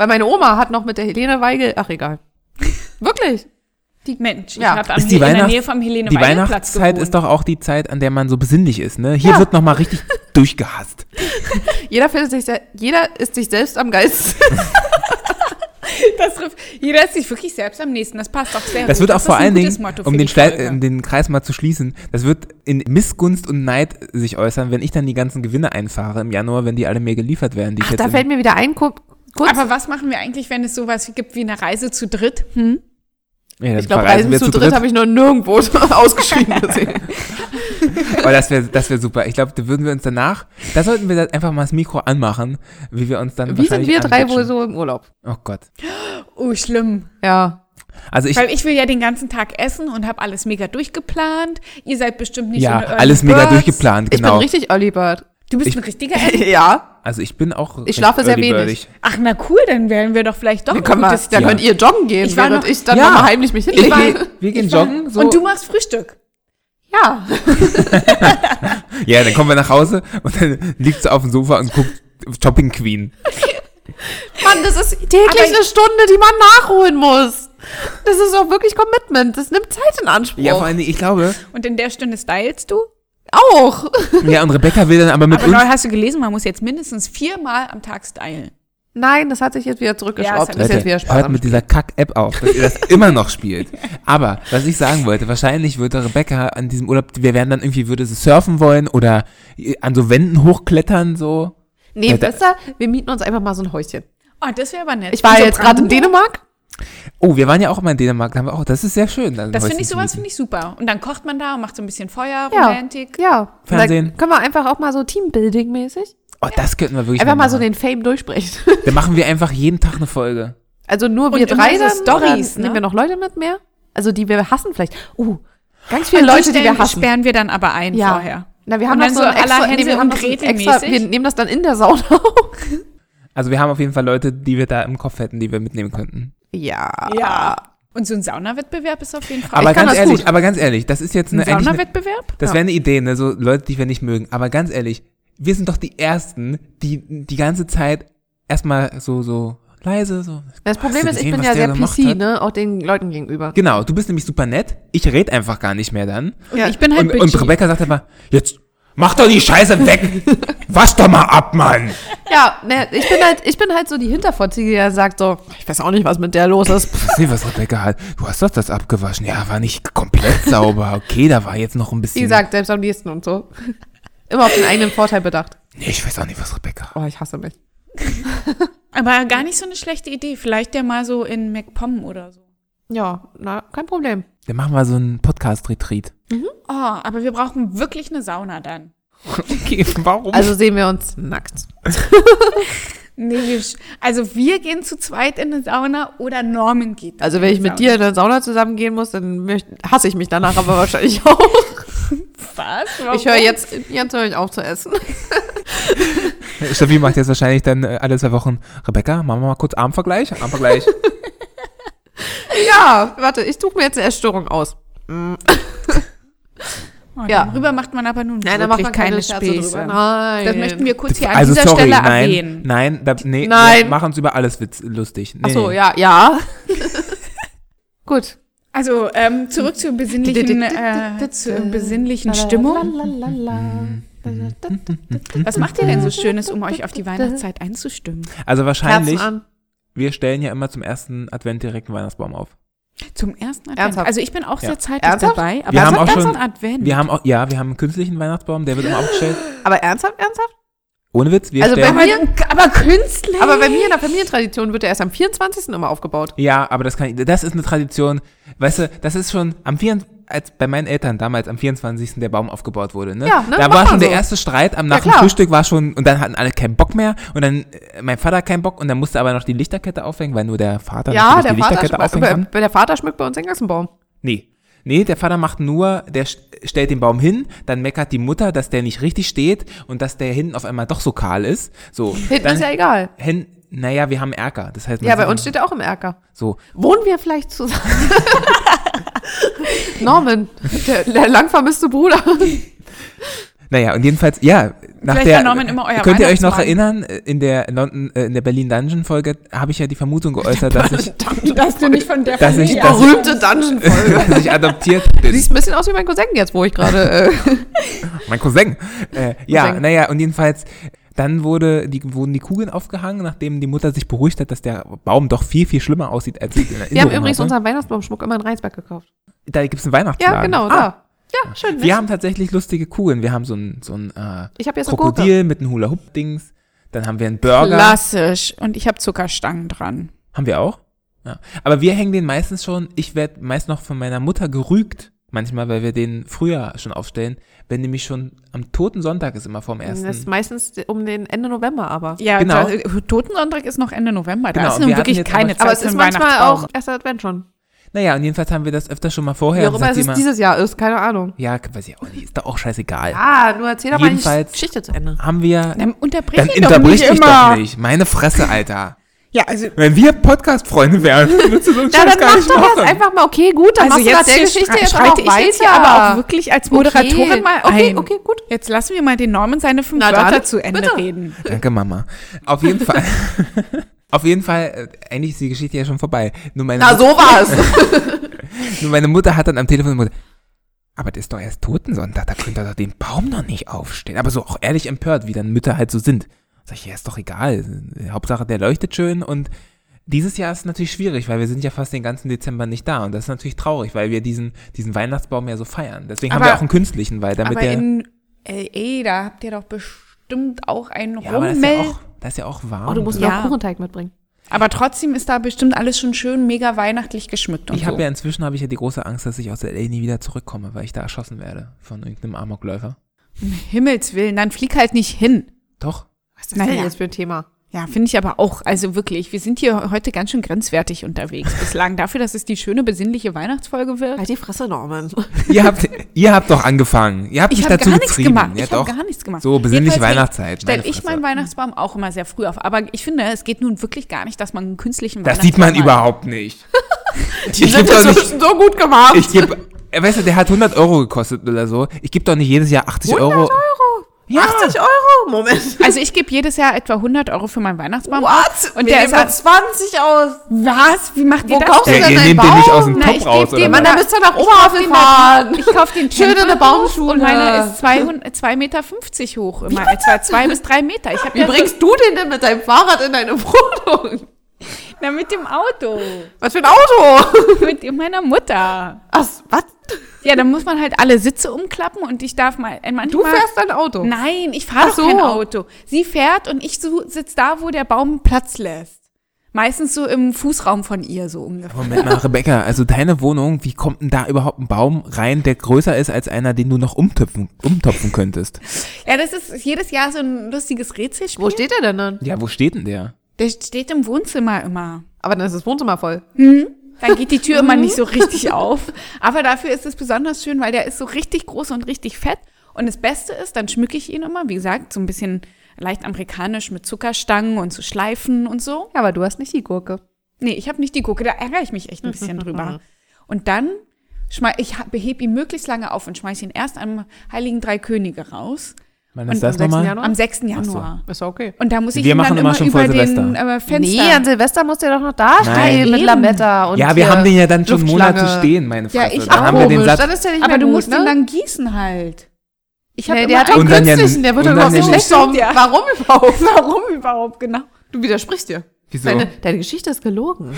Speaker 1: Weil meine Oma hat noch mit der Helene Weigel, ach egal. Wirklich?
Speaker 2: Die Mensch, ich
Speaker 1: Ja.
Speaker 2: hab am
Speaker 3: Ist die
Speaker 2: in der
Speaker 3: Weihnachts-
Speaker 2: Nähe vom Helene
Speaker 3: Die
Speaker 2: Weigel-Platz
Speaker 3: Weihnachtszeit
Speaker 2: gewohnt.
Speaker 3: ist doch auch die Zeit, an der man so besinnlich ist, ne? Hier
Speaker 1: Ja.
Speaker 3: wird
Speaker 1: *laughs*
Speaker 3: nochmal richtig durchgehasst.
Speaker 1: Jeder findet sich, se- jeder ist sich selbst am Geist.
Speaker 2: Das trifft, jeder ist sich wirklich selbst am nächsten. Das passt doch sehr
Speaker 3: Das
Speaker 2: gut.
Speaker 3: wird auch vor
Speaker 2: ist ein
Speaker 3: allen
Speaker 2: gutes
Speaker 3: Dingen,
Speaker 2: Motto für
Speaker 3: um den,
Speaker 2: die
Speaker 3: Schlei-
Speaker 2: Folge.
Speaker 3: äh, um den Kreis mal zu schließen, das wird in Missgunst und Neid sich äußern, wenn ich dann die ganzen Gewinne einfahre im Januar, wenn die alle mir geliefert werden, die ich
Speaker 1: Ach,
Speaker 3: jetzt
Speaker 1: da
Speaker 3: im-
Speaker 1: fällt mir wieder ein, ku- kurz.
Speaker 2: Aber was machen wir eigentlich, wenn es sowas gibt wie eine Reise zu dritt? Hm?
Speaker 3: Ja, dann
Speaker 1: Ich glaube,
Speaker 3: verreisen
Speaker 1: Reisen
Speaker 3: wir
Speaker 1: zu dritt habe ich noch nirgendwo *laughs* ausgeschrieben gesehen.
Speaker 3: Oh, das wäre das wär super. Ich glaube, da würden wir uns danach, da sollten wir dann einfach mal das Mikro anmachen, wie wir uns dann
Speaker 1: Wie sind
Speaker 3: wahrscheinlich
Speaker 1: wir drei wohl
Speaker 3: anquatschen.
Speaker 1: so im Urlaub?
Speaker 3: Oh Gott.
Speaker 2: Oh, schlimm.
Speaker 1: Ja.
Speaker 3: Also ich,
Speaker 2: Weil ich will ja den ganzen Tag essen und habe alles mega durchgeplant. Ihr seid bestimmt nicht
Speaker 3: ja,
Speaker 2: so eine Early
Speaker 3: alles mega
Speaker 2: Birds.
Speaker 3: durchgeplant,
Speaker 1: Ich bin
Speaker 3: genau.
Speaker 1: richtig Early Bird.
Speaker 2: Du bist
Speaker 3: Ich-
Speaker 2: ein richtiger Essen.
Speaker 1: *laughs* ja.
Speaker 3: also ich bin auch recht
Speaker 1: schlafe sehr
Speaker 3: early
Speaker 1: wenig.
Speaker 3: birdig.
Speaker 2: Ach, na cool, dann wären wir doch vielleicht doch
Speaker 1: Dann, können
Speaker 2: ein
Speaker 1: wir,
Speaker 2: gutes
Speaker 1: dann
Speaker 3: Ja.
Speaker 1: könnt ihr joggen gehen,
Speaker 2: Ich war
Speaker 1: während
Speaker 2: noch-
Speaker 1: Oh, ich dann
Speaker 3: Ja.
Speaker 1: nochmal heimlich mich
Speaker 3: Wir,
Speaker 1: hinlege.
Speaker 3: gehen- wir gehen joggen, so.
Speaker 2: Und du machst Frühstück.
Speaker 1: Ja.
Speaker 3: ja, dann kommen wir nach Hause und dann liegt sie auf dem Sofa und guckt Shopping Queen.
Speaker 1: Mann, das ist
Speaker 2: Aber-
Speaker 1: täglich eine Stunde, die man nachholen muss. Das ist auch wirklich Commitment. Das nimmt Zeit in Anspruch.
Speaker 3: Ja, vor allen Dingen, ich glaube.
Speaker 2: Und in der Stunde stylst du?
Speaker 1: auch. *laughs*
Speaker 3: Ja, und Rebecca will dann aber mit
Speaker 2: Aber neu
Speaker 3: uns.
Speaker 2: hast du gelesen, man muss jetzt mindestens viermal am Tag stylen.
Speaker 1: Nein, das hat sich jetzt wieder zurückgeschraubt.
Speaker 2: Ja, das hat-
Speaker 1: das ist jetzt wieder
Speaker 3: Leute, hört
Speaker 1: sparsam.
Speaker 3: mit dieser Kack-App auf, dass ihr das immer noch spielt. Aber, was ich sagen wollte, wahrscheinlich würde Rebecca an diesem Urlaub, wir wären dann irgendwie, würde sie surfen wollen oder an so Wänden hochklettern, so.
Speaker 1: Nee,
Speaker 3: Leute.
Speaker 1: besser, wir mieten uns einfach mal so ein Häuschen.
Speaker 2: Oh, das wäre aber nett.
Speaker 1: Ich war
Speaker 2: Und so
Speaker 1: ja jetzt gerade in
Speaker 2: Brandenburg,
Speaker 1: Dänemark.
Speaker 3: Oh, wir waren ja auch immer in Dänemark, da haben wir auch, das ist sehr schön.
Speaker 2: Das finde ich, sowas finde ich super. Und dann kocht man da und macht so ein bisschen Feuer,
Speaker 1: Ja.
Speaker 2: Romantik.
Speaker 1: Ja.
Speaker 3: Fernsehen.
Speaker 1: Da können wir einfach auch mal so Teambuilding-mäßig.
Speaker 3: Oh, das könnten wir wirklich
Speaker 1: Einfach mal so
Speaker 3: machen.
Speaker 1: den Fame durchsprechen.
Speaker 3: Dann machen wir einfach jeden Tag eine Folge.
Speaker 1: *laughs* Also nur
Speaker 2: Und
Speaker 1: wir
Speaker 2: immer
Speaker 1: drei
Speaker 2: so
Speaker 1: dann,
Speaker 2: Storys,
Speaker 1: oder
Speaker 2: ne?
Speaker 1: Nehmen wir noch Leute mit mehr? Also die wir hassen vielleicht. Uh, ganz viele Leute, die
Speaker 2: stellen-
Speaker 1: wir hassen.
Speaker 2: sperren wir dann aber ein
Speaker 1: Ja.
Speaker 2: vorher.
Speaker 1: Na, wir
Speaker 2: Und
Speaker 1: haben
Speaker 2: dann
Speaker 1: noch so
Speaker 2: so
Speaker 1: ein extra,
Speaker 2: aller
Speaker 1: nee,
Speaker 2: Hänsel
Speaker 1: wir haben
Speaker 2: und
Speaker 1: noch so ein
Speaker 2: Gretel
Speaker 1: extra, wir
Speaker 2: mäßig.
Speaker 1: nehmen das dann in der Sauna auf.
Speaker 3: Also wir haben auf jeden Fall Leute, die wir da im Kopf hätten, die wir mitnehmen könnten.
Speaker 1: Ja.
Speaker 2: Ja. Und so ein Saunawettbewerb ist auf jeden Fall.
Speaker 3: Aber
Speaker 1: kann
Speaker 3: ganz
Speaker 1: das
Speaker 3: ehrlich,
Speaker 1: gut.
Speaker 3: aber ganz ehrlich, das ist jetzt
Speaker 2: ein
Speaker 3: eine, Ne, eigentlich eine
Speaker 2: Saunawettbewerb?
Speaker 3: das wäre eine Idee, ne, so Leute, die wir nicht mögen. Aber ganz ehrlich, wir sind doch die Ersten, die die ganze Zeit erstmal so so leise so.
Speaker 1: Das Problem
Speaker 3: du
Speaker 1: ist, ich
Speaker 3: gesehen,
Speaker 1: bin
Speaker 3: was
Speaker 1: ja
Speaker 3: der
Speaker 1: sehr
Speaker 3: gemacht
Speaker 1: PC,
Speaker 3: hat?
Speaker 1: ne, auch den Leuten gegenüber.
Speaker 3: Genau, du bist nämlich super nett. Ich rede einfach gar nicht mehr
Speaker 1: *laughs*
Speaker 3: dann.
Speaker 2: Und Ich bin halt
Speaker 3: und, und
Speaker 2: bitchy.
Speaker 3: Rebecca sagt einfach, jetzt mach doch die
Speaker 1: *laughs*
Speaker 3: Scheiße weg. Wasch doch mal ab, Mann.
Speaker 1: Ja, ne, ich bin halt, ich bin halt so die Hinterfotzige, die ja sagt so, ich weiß auch nicht, was mit der los
Speaker 3: *laughs*
Speaker 1: ist. Pff,
Speaker 3: Sehen, was Rebecca hat. Du hast doch das abgewaschen. Ja, war nicht komplett *laughs* sauber. Okay, da war jetzt noch ein bisschen.
Speaker 1: Die sagt selbst am nächsten und so. *laughs* Immer auf den eigenen Vorteil bedacht.
Speaker 3: Nee, ich weiß auch nicht, was Rebecca hat.
Speaker 1: Oh, ich hasse mich.
Speaker 2: Aber gar nicht so eine schlechte Idee. Vielleicht ja mal so in MacPom oder so.
Speaker 1: Ja, na, kein Problem.
Speaker 3: Dann machen wir so einen
Speaker 1: *laughs*
Speaker 3: Podcast-Retreat.
Speaker 2: Oh, aber wir brauchen wirklich eine Sauna dann.
Speaker 3: Okay, warum?
Speaker 1: Also sehen wir uns nackt.
Speaker 2: Nee, wir, sch- also wir gehen zu zweit in eine Sauna oder Norman geht.
Speaker 1: Also wenn ich mit dir in der Sauna zusammengehen muss, dann möcht- hasse ich mich danach aber wahrscheinlich auch.
Speaker 3: *laughs*
Speaker 2: Was?
Speaker 1: Ich höre jetzt, jetzt höre ich auf zu essen.
Speaker 3: *laughs* Steffi macht jetzt wahrscheinlich dann äh, alle zwei Wochen, Rebecca, machen wir mal kurz Armvergleich?
Speaker 1: *laughs*
Speaker 3: Armvergleich.
Speaker 1: Ja, *laughs* warte, ich suche mir jetzt eine Essstörung aus.
Speaker 2: Oh,
Speaker 1: Ja.
Speaker 2: Darüber macht man aber nun
Speaker 1: Nein, da macht
Speaker 2: wirklich
Speaker 1: man keine,
Speaker 2: keine
Speaker 1: Scherze drüber.
Speaker 2: Späße.
Speaker 1: Nein.
Speaker 2: Das möchten wir kurz hier an
Speaker 3: also
Speaker 2: dieser
Speaker 3: sorry,
Speaker 2: Stelle
Speaker 3: nein,
Speaker 2: erwähnen.
Speaker 3: nein, da, nee,
Speaker 1: Nein.
Speaker 3: wir machen uns über alles Witz lustig. Nee,
Speaker 1: Ach so,
Speaker 3: nee.
Speaker 1: ja, ja. *laughs* Gut.
Speaker 2: Also ähm, zurück zur besinnlichen, äh, zur besinnlichen Stimmung. Was macht ihr denn so Schönes, um euch auf die Weihnachtszeit einzustimmen?
Speaker 3: Also wahrscheinlich,
Speaker 1: Kerzen an.
Speaker 3: wir stellen ja immer zum ersten Advent direkt einen Weihnachtsbaum auf.
Speaker 2: Zum ersten Advent.
Speaker 1: Ernsthaft?
Speaker 2: Also ich bin auch
Speaker 3: Ja.
Speaker 2: sehr zeitlich
Speaker 1: Ernsthaft?
Speaker 2: dabei. Aber
Speaker 3: Wir haben
Speaker 2: zum
Speaker 3: auch schon-
Speaker 2: ersten Advent.
Speaker 3: Wir haben auch, ja, wir haben einen künstlichen Weihnachtsbaum, der wird immer aufgestellt.
Speaker 1: Aber ernsthaft, ernsthaft?
Speaker 3: Ohne Witz, wir
Speaker 1: Also bei
Speaker 3: stellen.
Speaker 2: aber,
Speaker 1: Hier-
Speaker 2: aber künstlich.
Speaker 1: Aber bei mir in der Familientradition wird er erst am 24. immer aufgebaut.
Speaker 3: Ja, aber das kann ich, das ist eine Tradition. Weißt du, das ist schon am 24. Als bei meinen Eltern damals am 24. der Baum aufgebaut wurde, ne?
Speaker 1: Ja, ne?
Speaker 3: Da
Speaker 1: Macht
Speaker 3: war schon
Speaker 1: man
Speaker 3: der
Speaker 1: so.
Speaker 3: erste Streit am
Speaker 1: Ja,
Speaker 3: nach dem
Speaker 1: klar.
Speaker 3: Frühstück war schon und dann hatten alle keinen Bock mehr und dann äh, mein Vater keinen Bock und dann musste aber noch die Lichterkette aufhängen, weil nur der Vater
Speaker 1: Ja,
Speaker 3: natürlich
Speaker 1: der
Speaker 3: die
Speaker 1: Vater,
Speaker 3: Lichterkette
Speaker 1: schmückt-
Speaker 3: aufhängen
Speaker 1: bei,
Speaker 3: kann.
Speaker 1: bei der Vater schmückt bei uns den ganzen Baum.
Speaker 3: Nee. Nee, der Vater macht nur, der st- stellt den Baum hin, dann meckert die Mutter, dass der nicht richtig steht und dass der hinten auf einmal doch so kahl ist. So,
Speaker 1: Hinten
Speaker 3: dann
Speaker 1: ist ja egal.
Speaker 3: hin, naja, wir haben Erker. Das heißt, man
Speaker 1: Ja,
Speaker 3: sieht
Speaker 1: bei uns
Speaker 3: immer
Speaker 1: steht er auch im Erker.
Speaker 3: so.
Speaker 1: Wohnen wir vielleicht zusammen? *laughs* Norman, der, der lang vermisste Bruder.
Speaker 3: Naja, und jedenfalls, ja, nach
Speaker 2: Vielleicht
Speaker 3: der,
Speaker 2: war Norman immer euer
Speaker 3: könnt ihr euch noch
Speaker 2: Weihnachtsmann.
Speaker 3: erinnern, äh, in der London, äh, in der Berlin Dungeon Folge habe ich ja die Vermutung geäußert, dass
Speaker 1: *laughs*
Speaker 3: ich,
Speaker 2: dass du nicht von der
Speaker 3: Dass ich-
Speaker 2: Familie
Speaker 3: dass
Speaker 1: Berühmte
Speaker 3: *laughs*
Speaker 1: Dungeon-Folge.
Speaker 3: dass ich adoptiert
Speaker 1: Du
Speaker 3: bin.
Speaker 1: siehst ein bisschen aus wie mein Cousin jetzt, wo ich gerade.
Speaker 3: *laughs*
Speaker 1: Äh,
Speaker 3: Mein Cousin. Äh, ja,
Speaker 1: Cousin.
Speaker 3: naja, und jedenfalls, dann wurde, die, wurden die Kugeln aufgehangen, nachdem die Mutter sich beruhigt hat, dass der Baum doch viel, viel schlimmer aussieht, als sie in
Speaker 1: wir
Speaker 3: Erinnerung
Speaker 1: haben übrigens
Speaker 3: hatte.
Speaker 1: unseren Weihnachtsbaumschmuck immer in Rheinsberg gekauft.
Speaker 3: Da gibt's einen Weihnachtsladen.
Speaker 1: Ja, genau,
Speaker 3: Ah,
Speaker 1: da. Ja, schön.
Speaker 3: wir
Speaker 1: ne?
Speaker 3: haben tatsächlich lustige Kugeln. Wir haben so ein, so ein äh,
Speaker 1: ich habe jetzt eine Gurke.
Speaker 3: Krokodil mit einem Hula-Hoop-Dings. Dann haben wir einen Burger.
Speaker 2: Klassisch. Und ich habe Zuckerstangen dran.
Speaker 3: Haben wir auch? Ja. Aber wir hängen den meistens schon, ich werde meist noch von meiner Mutter gerügt, manchmal, weil wir den früher schon aufstellen, wenn nämlich schon am toten Sonntag ist immer vorm
Speaker 1: Das
Speaker 3: ersten.
Speaker 1: ist meistens um den Ende November aber.
Speaker 2: Ja,
Speaker 3: Genau.
Speaker 2: da, Totensonntag ist noch Ende November. Da
Speaker 3: Genau,
Speaker 2: ist
Speaker 3: und
Speaker 2: nun
Speaker 3: wir hatten
Speaker 2: wirklich
Speaker 3: jetzt
Speaker 2: keine
Speaker 3: zum
Speaker 2: Zeit
Speaker 1: aber es
Speaker 2: für
Speaker 1: ist
Speaker 2: einen
Speaker 1: manchmal
Speaker 2: Weihnachtsbaum.
Speaker 1: auch erster Advent schon.
Speaker 3: Naja, und jedenfalls haben wir das öfter schon mal vorher.
Speaker 1: Wie
Speaker 3: und
Speaker 1: auch immer
Speaker 3: sagt
Speaker 1: es ist
Speaker 3: jemand-
Speaker 1: dieses Jahr ist, keine Ahnung.
Speaker 3: ja, weiß ich auch nicht, ist doch auch scheißegal.
Speaker 1: Ah, nur erzähl doch mal die
Speaker 3: Jedenfalls-
Speaker 1: Geschichte zu Ende.
Speaker 3: Haben wir,
Speaker 2: Dann unterbrich
Speaker 3: dann
Speaker 2: ihn doch
Speaker 3: unterbrich
Speaker 2: nicht
Speaker 3: mich
Speaker 2: immer.
Speaker 3: doch nicht. Meine Fresse, Alter.
Speaker 2: Ja, also
Speaker 3: Wenn wir Podcast-Freunde wären, *laughs* würdest du so einen
Speaker 1: Ja,
Speaker 3: Scheiß
Speaker 1: dann
Speaker 3: gar
Speaker 1: mach
Speaker 3: nicht
Speaker 1: doch
Speaker 3: machen.
Speaker 1: jetzt einfach mal, okay, gut, dann
Speaker 2: also
Speaker 1: machst du nach
Speaker 2: jetzt
Speaker 1: der
Speaker 2: hier
Speaker 1: Geschichte
Speaker 2: stre-
Speaker 1: jetzt aber
Speaker 2: schreite
Speaker 1: auch
Speaker 2: ich
Speaker 1: weiter.
Speaker 2: jetzt hier aber auch wirklich als Moderatorin
Speaker 1: okay.
Speaker 2: mal
Speaker 1: Okay,
Speaker 2: ein.
Speaker 1: okay, gut.
Speaker 2: Jetzt lassen wir mal den Norman seine fünf
Speaker 1: Na dann,
Speaker 2: Wörter zu Ende
Speaker 1: bitte.
Speaker 2: reden.
Speaker 3: Danke, Mama. Auf jeden Fall. *laughs* Auf jeden Fall, äh, eigentlich ist die Geschichte ja schon vorbei. Nur meine,
Speaker 1: Na, so war es.
Speaker 3: nur meine Mutter hat dann am Telefon gesagt, aber das ist doch erst Totensonntag, da könnt ihr doch den Baum noch nicht aufstellen. Aber so auch ehrlich empört, wie dann Mütter halt so sind. Sag ich, ja, ist doch egal. Hauptsache, der leuchtet schön und dieses Jahr ist natürlich schwierig, weil wir sind ja fast den ganzen Dezember nicht da und das ist natürlich traurig, weil wir diesen, diesen Weihnachtsbaum ja so feiern. Deswegen haben
Speaker 2: Aber-
Speaker 3: wir auch einen künstlichen, weil damit
Speaker 2: Aber
Speaker 3: der...
Speaker 2: in L.A., da habt ihr doch bestimmt auch einen
Speaker 3: ja, aber das ist ja
Speaker 2: Rummel.
Speaker 3: auch, das ist ja auch
Speaker 1: *laughs*
Speaker 3: warm.
Speaker 1: Oh, du musst
Speaker 2: Ja.
Speaker 1: noch Kuchenteig mitbringen.
Speaker 2: aber trotzdem ist da bestimmt alles schon schön mega weihnachtlich geschmückt und
Speaker 3: Ich
Speaker 2: so.
Speaker 3: habe ja inzwischen habe ich ja die große Angst, dass ich aus LA nie wieder zurückkomme, weil ich da erschossen werde von irgendeinem Amokläufer.
Speaker 2: Um Himmels Willen, dann flieg halt nicht hin.
Speaker 3: Doch.
Speaker 1: Was
Speaker 2: ist denn jetzt
Speaker 1: für ein Thema?
Speaker 2: Ja, finde ich aber auch. Also wirklich, wir sind hier heute ganz schön grenzwertig unterwegs bislang. Dafür, dass es die schöne, besinnliche Weihnachtsfolge wird.
Speaker 1: Halt die Fresse, Norman.
Speaker 3: Ihr habt, ihr habt doch angefangen. Ihr habt
Speaker 2: Ich
Speaker 3: mich
Speaker 2: habe
Speaker 3: dazu
Speaker 2: gar nichts
Speaker 3: getrieben.
Speaker 2: gemacht.
Speaker 3: Ja,
Speaker 2: ich habe
Speaker 3: doch.
Speaker 2: gar nichts gemacht.
Speaker 3: So, besinnliche
Speaker 2: Jedenfalls
Speaker 3: Weihnachtszeit,
Speaker 2: Stelle
Speaker 3: meine
Speaker 2: ich
Speaker 3: Fresse.
Speaker 2: meinen Weihnachtsbaum auch immer sehr früh auf. Aber ich finde, es geht nun wirklich gar nicht, dass man einen künstlichen
Speaker 3: das sieht
Speaker 2: Weihnachtsbaum
Speaker 3: man
Speaker 2: hat. *laughs*
Speaker 3: überhaupt nicht. ich gebe
Speaker 1: sind
Speaker 3: doch nicht.
Speaker 1: inzwischen so gut gemacht.
Speaker 3: Ich gebe. Weißt du, der hat 100 Euro gekostet oder so. Ich gebe doch nicht jedes Jahr 80 Euro. Ja.
Speaker 1: 80 Euro? Moment.
Speaker 2: Also ich gebe jedes Jahr etwa 100 Euro für meinen Weihnachtsbaum.
Speaker 1: What?
Speaker 2: Und der ist
Speaker 1: an
Speaker 2: auch,
Speaker 1: 20 aus.
Speaker 2: was? Wie macht ihr
Speaker 1: Wo
Speaker 2: das
Speaker 1: kaufst du
Speaker 2: denn?
Speaker 1: denn
Speaker 3: Ja, ihr
Speaker 1: deinen
Speaker 3: nehmt den
Speaker 1: Baum?
Speaker 3: nicht aus dem
Speaker 2: Na, ich
Speaker 3: Topf raus
Speaker 2: geb
Speaker 3: oder
Speaker 2: dem
Speaker 1: Mann,
Speaker 3: was?
Speaker 1: da müsst ihr nach
Speaker 2: Ich kauf
Speaker 1: Oberhavel
Speaker 2: den dann-
Speaker 1: fahren.
Speaker 2: Ich kaufe den
Speaker 1: Schön in
Speaker 2: Tempel
Speaker 1: eine Baumschule.
Speaker 2: Und meiner ist 200 2,50 Meter hoch. Immer etwa 2 bis 3 Meter. Ich habe
Speaker 1: Wie
Speaker 2: ja
Speaker 1: bringst du den denn mit deinem Fahrrad in deine Wohnung?
Speaker 2: na, mit dem Auto.
Speaker 1: Was für ein Auto?
Speaker 2: Mit meiner Mutter.
Speaker 1: Ach, was?
Speaker 2: Ja, dann muss man halt alle Sitze umklappen und ich darf mal äh, manchmal
Speaker 1: Du fährst dein Auto.
Speaker 2: Nein, ich fahre doch
Speaker 1: Ach so.
Speaker 2: kein Auto. Sie fährt und ich so, sitze da, wo der Baum Platz lässt. Meistens so im Fußraum von ihr, so ungefähr.
Speaker 3: Moment mal, Rebecca, also deine Wohnung, wie kommt denn da überhaupt ein Baum rein, der größer ist als einer, den du noch umtöpfen, umtopfen könntest?
Speaker 2: Ja, das ist jedes Jahr so ein lustiges Rätselspiel.
Speaker 1: Wo steht der denn dann?
Speaker 3: Ja, wo steht denn der?
Speaker 2: Der steht im Wohnzimmer immer.
Speaker 1: Aber dann ist das Wohnzimmer voll.
Speaker 2: Dann geht die Tür immer
Speaker 1: Mhm.
Speaker 2: nicht so richtig auf. Aber dafür ist es besonders schön, weil der ist so richtig groß und richtig fett. Und das Beste ist, dann schmücke ich ihn immer, wie gesagt, so ein bisschen leicht amerikanisch mit Zuckerstangen und so Schleifen und so.
Speaker 1: Ja, aber du hast nicht die Gurke.
Speaker 2: Nee, ich habe nicht die Gurke, da ärgere ich mich echt ein
Speaker 1: *laughs*
Speaker 2: bisschen drüber. Und dann, schmei ich ha- behebe ihn möglichst lange auf und schmeiße ihn erst am Heiligen Drei Könige raus,
Speaker 3: Wann ist
Speaker 2: Und
Speaker 3: das
Speaker 1: am 6.
Speaker 3: nochmal?
Speaker 1: Januar?
Speaker 2: am 6. Januar.
Speaker 1: Ist ja okay.
Speaker 2: Und da muss ich
Speaker 3: Wir
Speaker 2: ihn
Speaker 3: machen
Speaker 2: dann
Speaker 3: immer
Speaker 2: immer,
Speaker 3: schon vor
Speaker 2: über den
Speaker 3: Silvester.
Speaker 2: äh, Fenster.
Speaker 1: Nee, an Silvester muss der doch noch dastehen
Speaker 3: Nein.
Speaker 1: mit
Speaker 2: Eben.
Speaker 1: Lametta und
Speaker 3: Ja, wir
Speaker 1: hier
Speaker 3: haben den ja dann schon
Speaker 1: Luftschlange.
Speaker 3: Monate stehen, meine
Speaker 2: Ja,
Speaker 3: Fresse.
Speaker 2: ich
Speaker 3: dann
Speaker 2: auch.
Speaker 3: haben wir den
Speaker 1: Komisch,
Speaker 3: Satz.
Speaker 1: dann ist der nicht
Speaker 2: aber
Speaker 1: mehr
Speaker 2: du
Speaker 1: gut,
Speaker 2: musst
Speaker 1: ne?
Speaker 2: ihn dann gießen halt. Ich habe
Speaker 1: Nee, der
Speaker 2: immer
Speaker 1: hat doch einen
Speaker 3: Und dann ja
Speaker 1: künstlichen, der wird doch
Speaker 3: nicht.
Speaker 1: überhaupt
Speaker 3: Und dann
Speaker 1: nicht
Speaker 3: ja
Speaker 1: schlecht.
Speaker 2: nicht. Stimmt, ja.
Speaker 1: Warum
Speaker 2: *laughs*
Speaker 1: überhaupt?
Speaker 2: Warum überhaupt, genau?
Speaker 1: Du widersprichst dir.
Speaker 3: Wieso?
Speaker 1: Deine, deine Geschichte ist gelogen.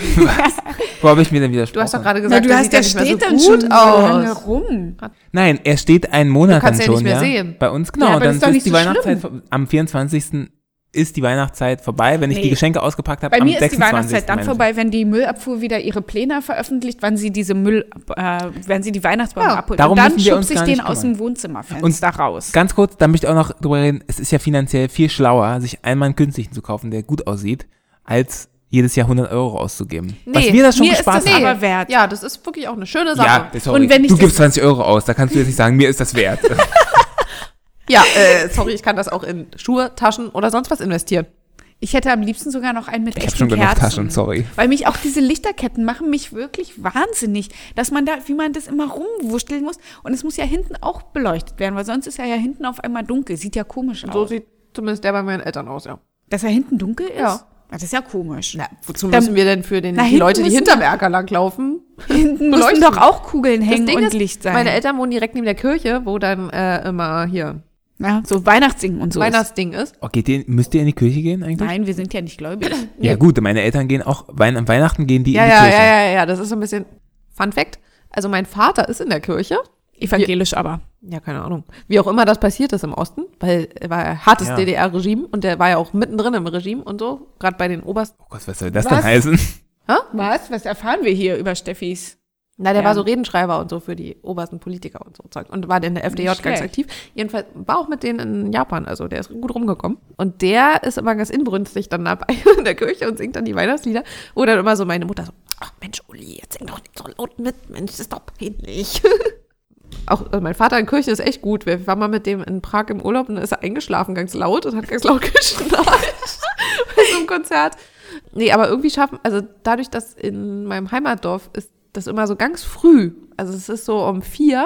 Speaker 3: Wo habe ich mir denn widersprochen?
Speaker 1: Du hast doch gerade
Speaker 2: Na,
Speaker 1: gesagt,
Speaker 2: du hast,
Speaker 1: der
Speaker 2: der
Speaker 1: sieht ja
Speaker 2: steht
Speaker 1: nicht
Speaker 2: dann
Speaker 1: mehr so
Speaker 2: schon so
Speaker 1: gut
Speaker 2: lange
Speaker 1: aus.
Speaker 2: rum.
Speaker 3: Nein, er steht einen Monat
Speaker 1: Du kannst
Speaker 3: dann
Speaker 1: ihn ja
Speaker 3: schon,
Speaker 1: nicht mehr
Speaker 3: ja?
Speaker 1: sehen.
Speaker 3: Bei uns genau.
Speaker 2: Ja, aber
Speaker 3: und dann
Speaker 2: das ist doch nicht
Speaker 3: die
Speaker 2: so
Speaker 3: Weihnachtszeit vor- am 24. ist die Weihnachtszeit vorbei, wenn ich
Speaker 2: Nee.
Speaker 3: die Geschenke ausgepackt habe.
Speaker 2: Bei
Speaker 3: am
Speaker 2: mir ist die
Speaker 3: 26.
Speaker 2: Weihnachtszeit dann
Speaker 3: meine ich.
Speaker 2: vorbei, wenn die Müllabfuhr wieder ihre Pläne veröffentlicht, wann sie diese Müll, äh, wenn sie die Weihnachtsbäume
Speaker 1: Ja,
Speaker 2: abholt.
Speaker 3: darum
Speaker 2: und dann
Speaker 3: müssen wir uns
Speaker 2: schubse ich
Speaker 3: gar
Speaker 2: den
Speaker 3: nicht
Speaker 2: aus dem Wohnzimmerfenster
Speaker 3: Und-
Speaker 2: raus.
Speaker 3: Ganz kurz, da möchte ich auch noch drüber reden. Es ist ja finanziell viel schlauer, sich einmal einen künstlichen zu kaufen, der gut aussieht, als jedes Jahr 100 Euro auszugeben. Was
Speaker 1: Nee,
Speaker 3: wir das schon
Speaker 2: mir ist
Speaker 3: gespart
Speaker 2: das
Speaker 3: haben.
Speaker 2: nee. aber wert.
Speaker 1: Ja, das ist wirklich auch eine schöne
Speaker 3: Ja,
Speaker 1: Sache.
Speaker 3: sorry.
Speaker 2: Und wenn ich
Speaker 3: du
Speaker 2: das-
Speaker 3: gibst 20 Euro aus, da kannst du jetzt nicht sagen, mir ist das
Speaker 2: *laughs*
Speaker 3: wert.
Speaker 1: Ja, äh, sorry, ich kann das auch in Schuhe, Taschen oder sonst was investieren.
Speaker 2: Ich hätte am liebsten sogar noch einen mit
Speaker 3: ich habe
Speaker 2: echten
Speaker 3: schon genug
Speaker 2: Kerzen.
Speaker 3: Taschen, sorry.
Speaker 2: Weil mich auch diese Lichterketten machen mich wirklich wahnsinnig, dass man da, wie man das immer rumwurschteln muss. Und es muss ja hinten auch beleuchtet werden, weil sonst ist er ja hinten auf einmal dunkel. Sieht ja komisch aus.
Speaker 1: So sieht zumindest der bei meinen Eltern aus, ja.
Speaker 2: dass er hinten dunkel ist?
Speaker 1: Ja.
Speaker 2: Das ist ja komisch.
Speaker 1: Na, wozu
Speaker 2: Dann-
Speaker 1: müssen wir denn für den,
Speaker 2: Na,
Speaker 1: die
Speaker 2: hinten
Speaker 1: Leute, die
Speaker 2: müssen-
Speaker 1: hinterm Erker langlaufen?
Speaker 2: hinten müssen
Speaker 1: beleuchten.
Speaker 2: doch auch Kugeln
Speaker 1: Das
Speaker 2: hängen
Speaker 1: Ding
Speaker 2: und
Speaker 1: ist,
Speaker 2: Licht sein.
Speaker 1: meine Eltern wohnen direkt neben der Kirche, wo dann äh, immer hier
Speaker 2: ja, so Weihnachtssingen und so. ist.
Speaker 1: Weihnachtsding ist.
Speaker 3: Okay, den, müsst Oh, ihr in die Kirche gehen eigentlich?
Speaker 2: Nein, wir sind ja nicht gläubig.
Speaker 3: Ja gut, meine Eltern gehen auch, Wein, am Weihnachten gehen die
Speaker 1: Ja,
Speaker 3: in die
Speaker 1: ja,
Speaker 3: Kirche.
Speaker 1: ja, ja, ja, das ist so ein bisschen Fun Fact. Also mein Vater ist in der Kirche.
Speaker 2: *clears throat* Evangelisch aber.
Speaker 1: Ja, keine Ahnung. Wie auch immer das passiert ist im Osten, weil er war ja hartes
Speaker 3: Ja.
Speaker 1: DDR-Regime und der war ja auch mittendrin im Regime und so, gerade bei den Obersten.
Speaker 3: Oh Gott, was soll das
Speaker 2: Was?
Speaker 3: denn heißen?
Speaker 1: Hä?
Speaker 2: Was? Was erfahren wir hier über Steffis?
Speaker 1: Na, der
Speaker 2: Ja.
Speaker 1: war so Redenschreiber und so für die obersten Politiker und so Zeug und war in der FDJ
Speaker 2: Nicht
Speaker 1: ganz
Speaker 2: schlecht.
Speaker 1: aktiv. Jedenfalls war auch mit denen in Japan, also der ist gut rumgekommen. Und der ist immer ganz inbrünstig dann dabei *laughs* in der Kirche und singt dann die Weihnachtslieder. Oder immer so meine Mutter so, ach Mensch, Uli, jetzt sing doch nicht so laut mit, Mensch, das ist doch peinlich. *laughs* Auch also mein Vater in Kirchen ist echt gut. Wir waren mal mit dem in Prag im Urlaub und da ist er eingeschlafen, ganz laut und hat ganz laut *laughs* geschnarcht bei so einem Konzert. Nee, aber irgendwie schaffen, also dadurch, dass in meinem Heimatdorf ist das immer so ganz früh, also es ist so um vier,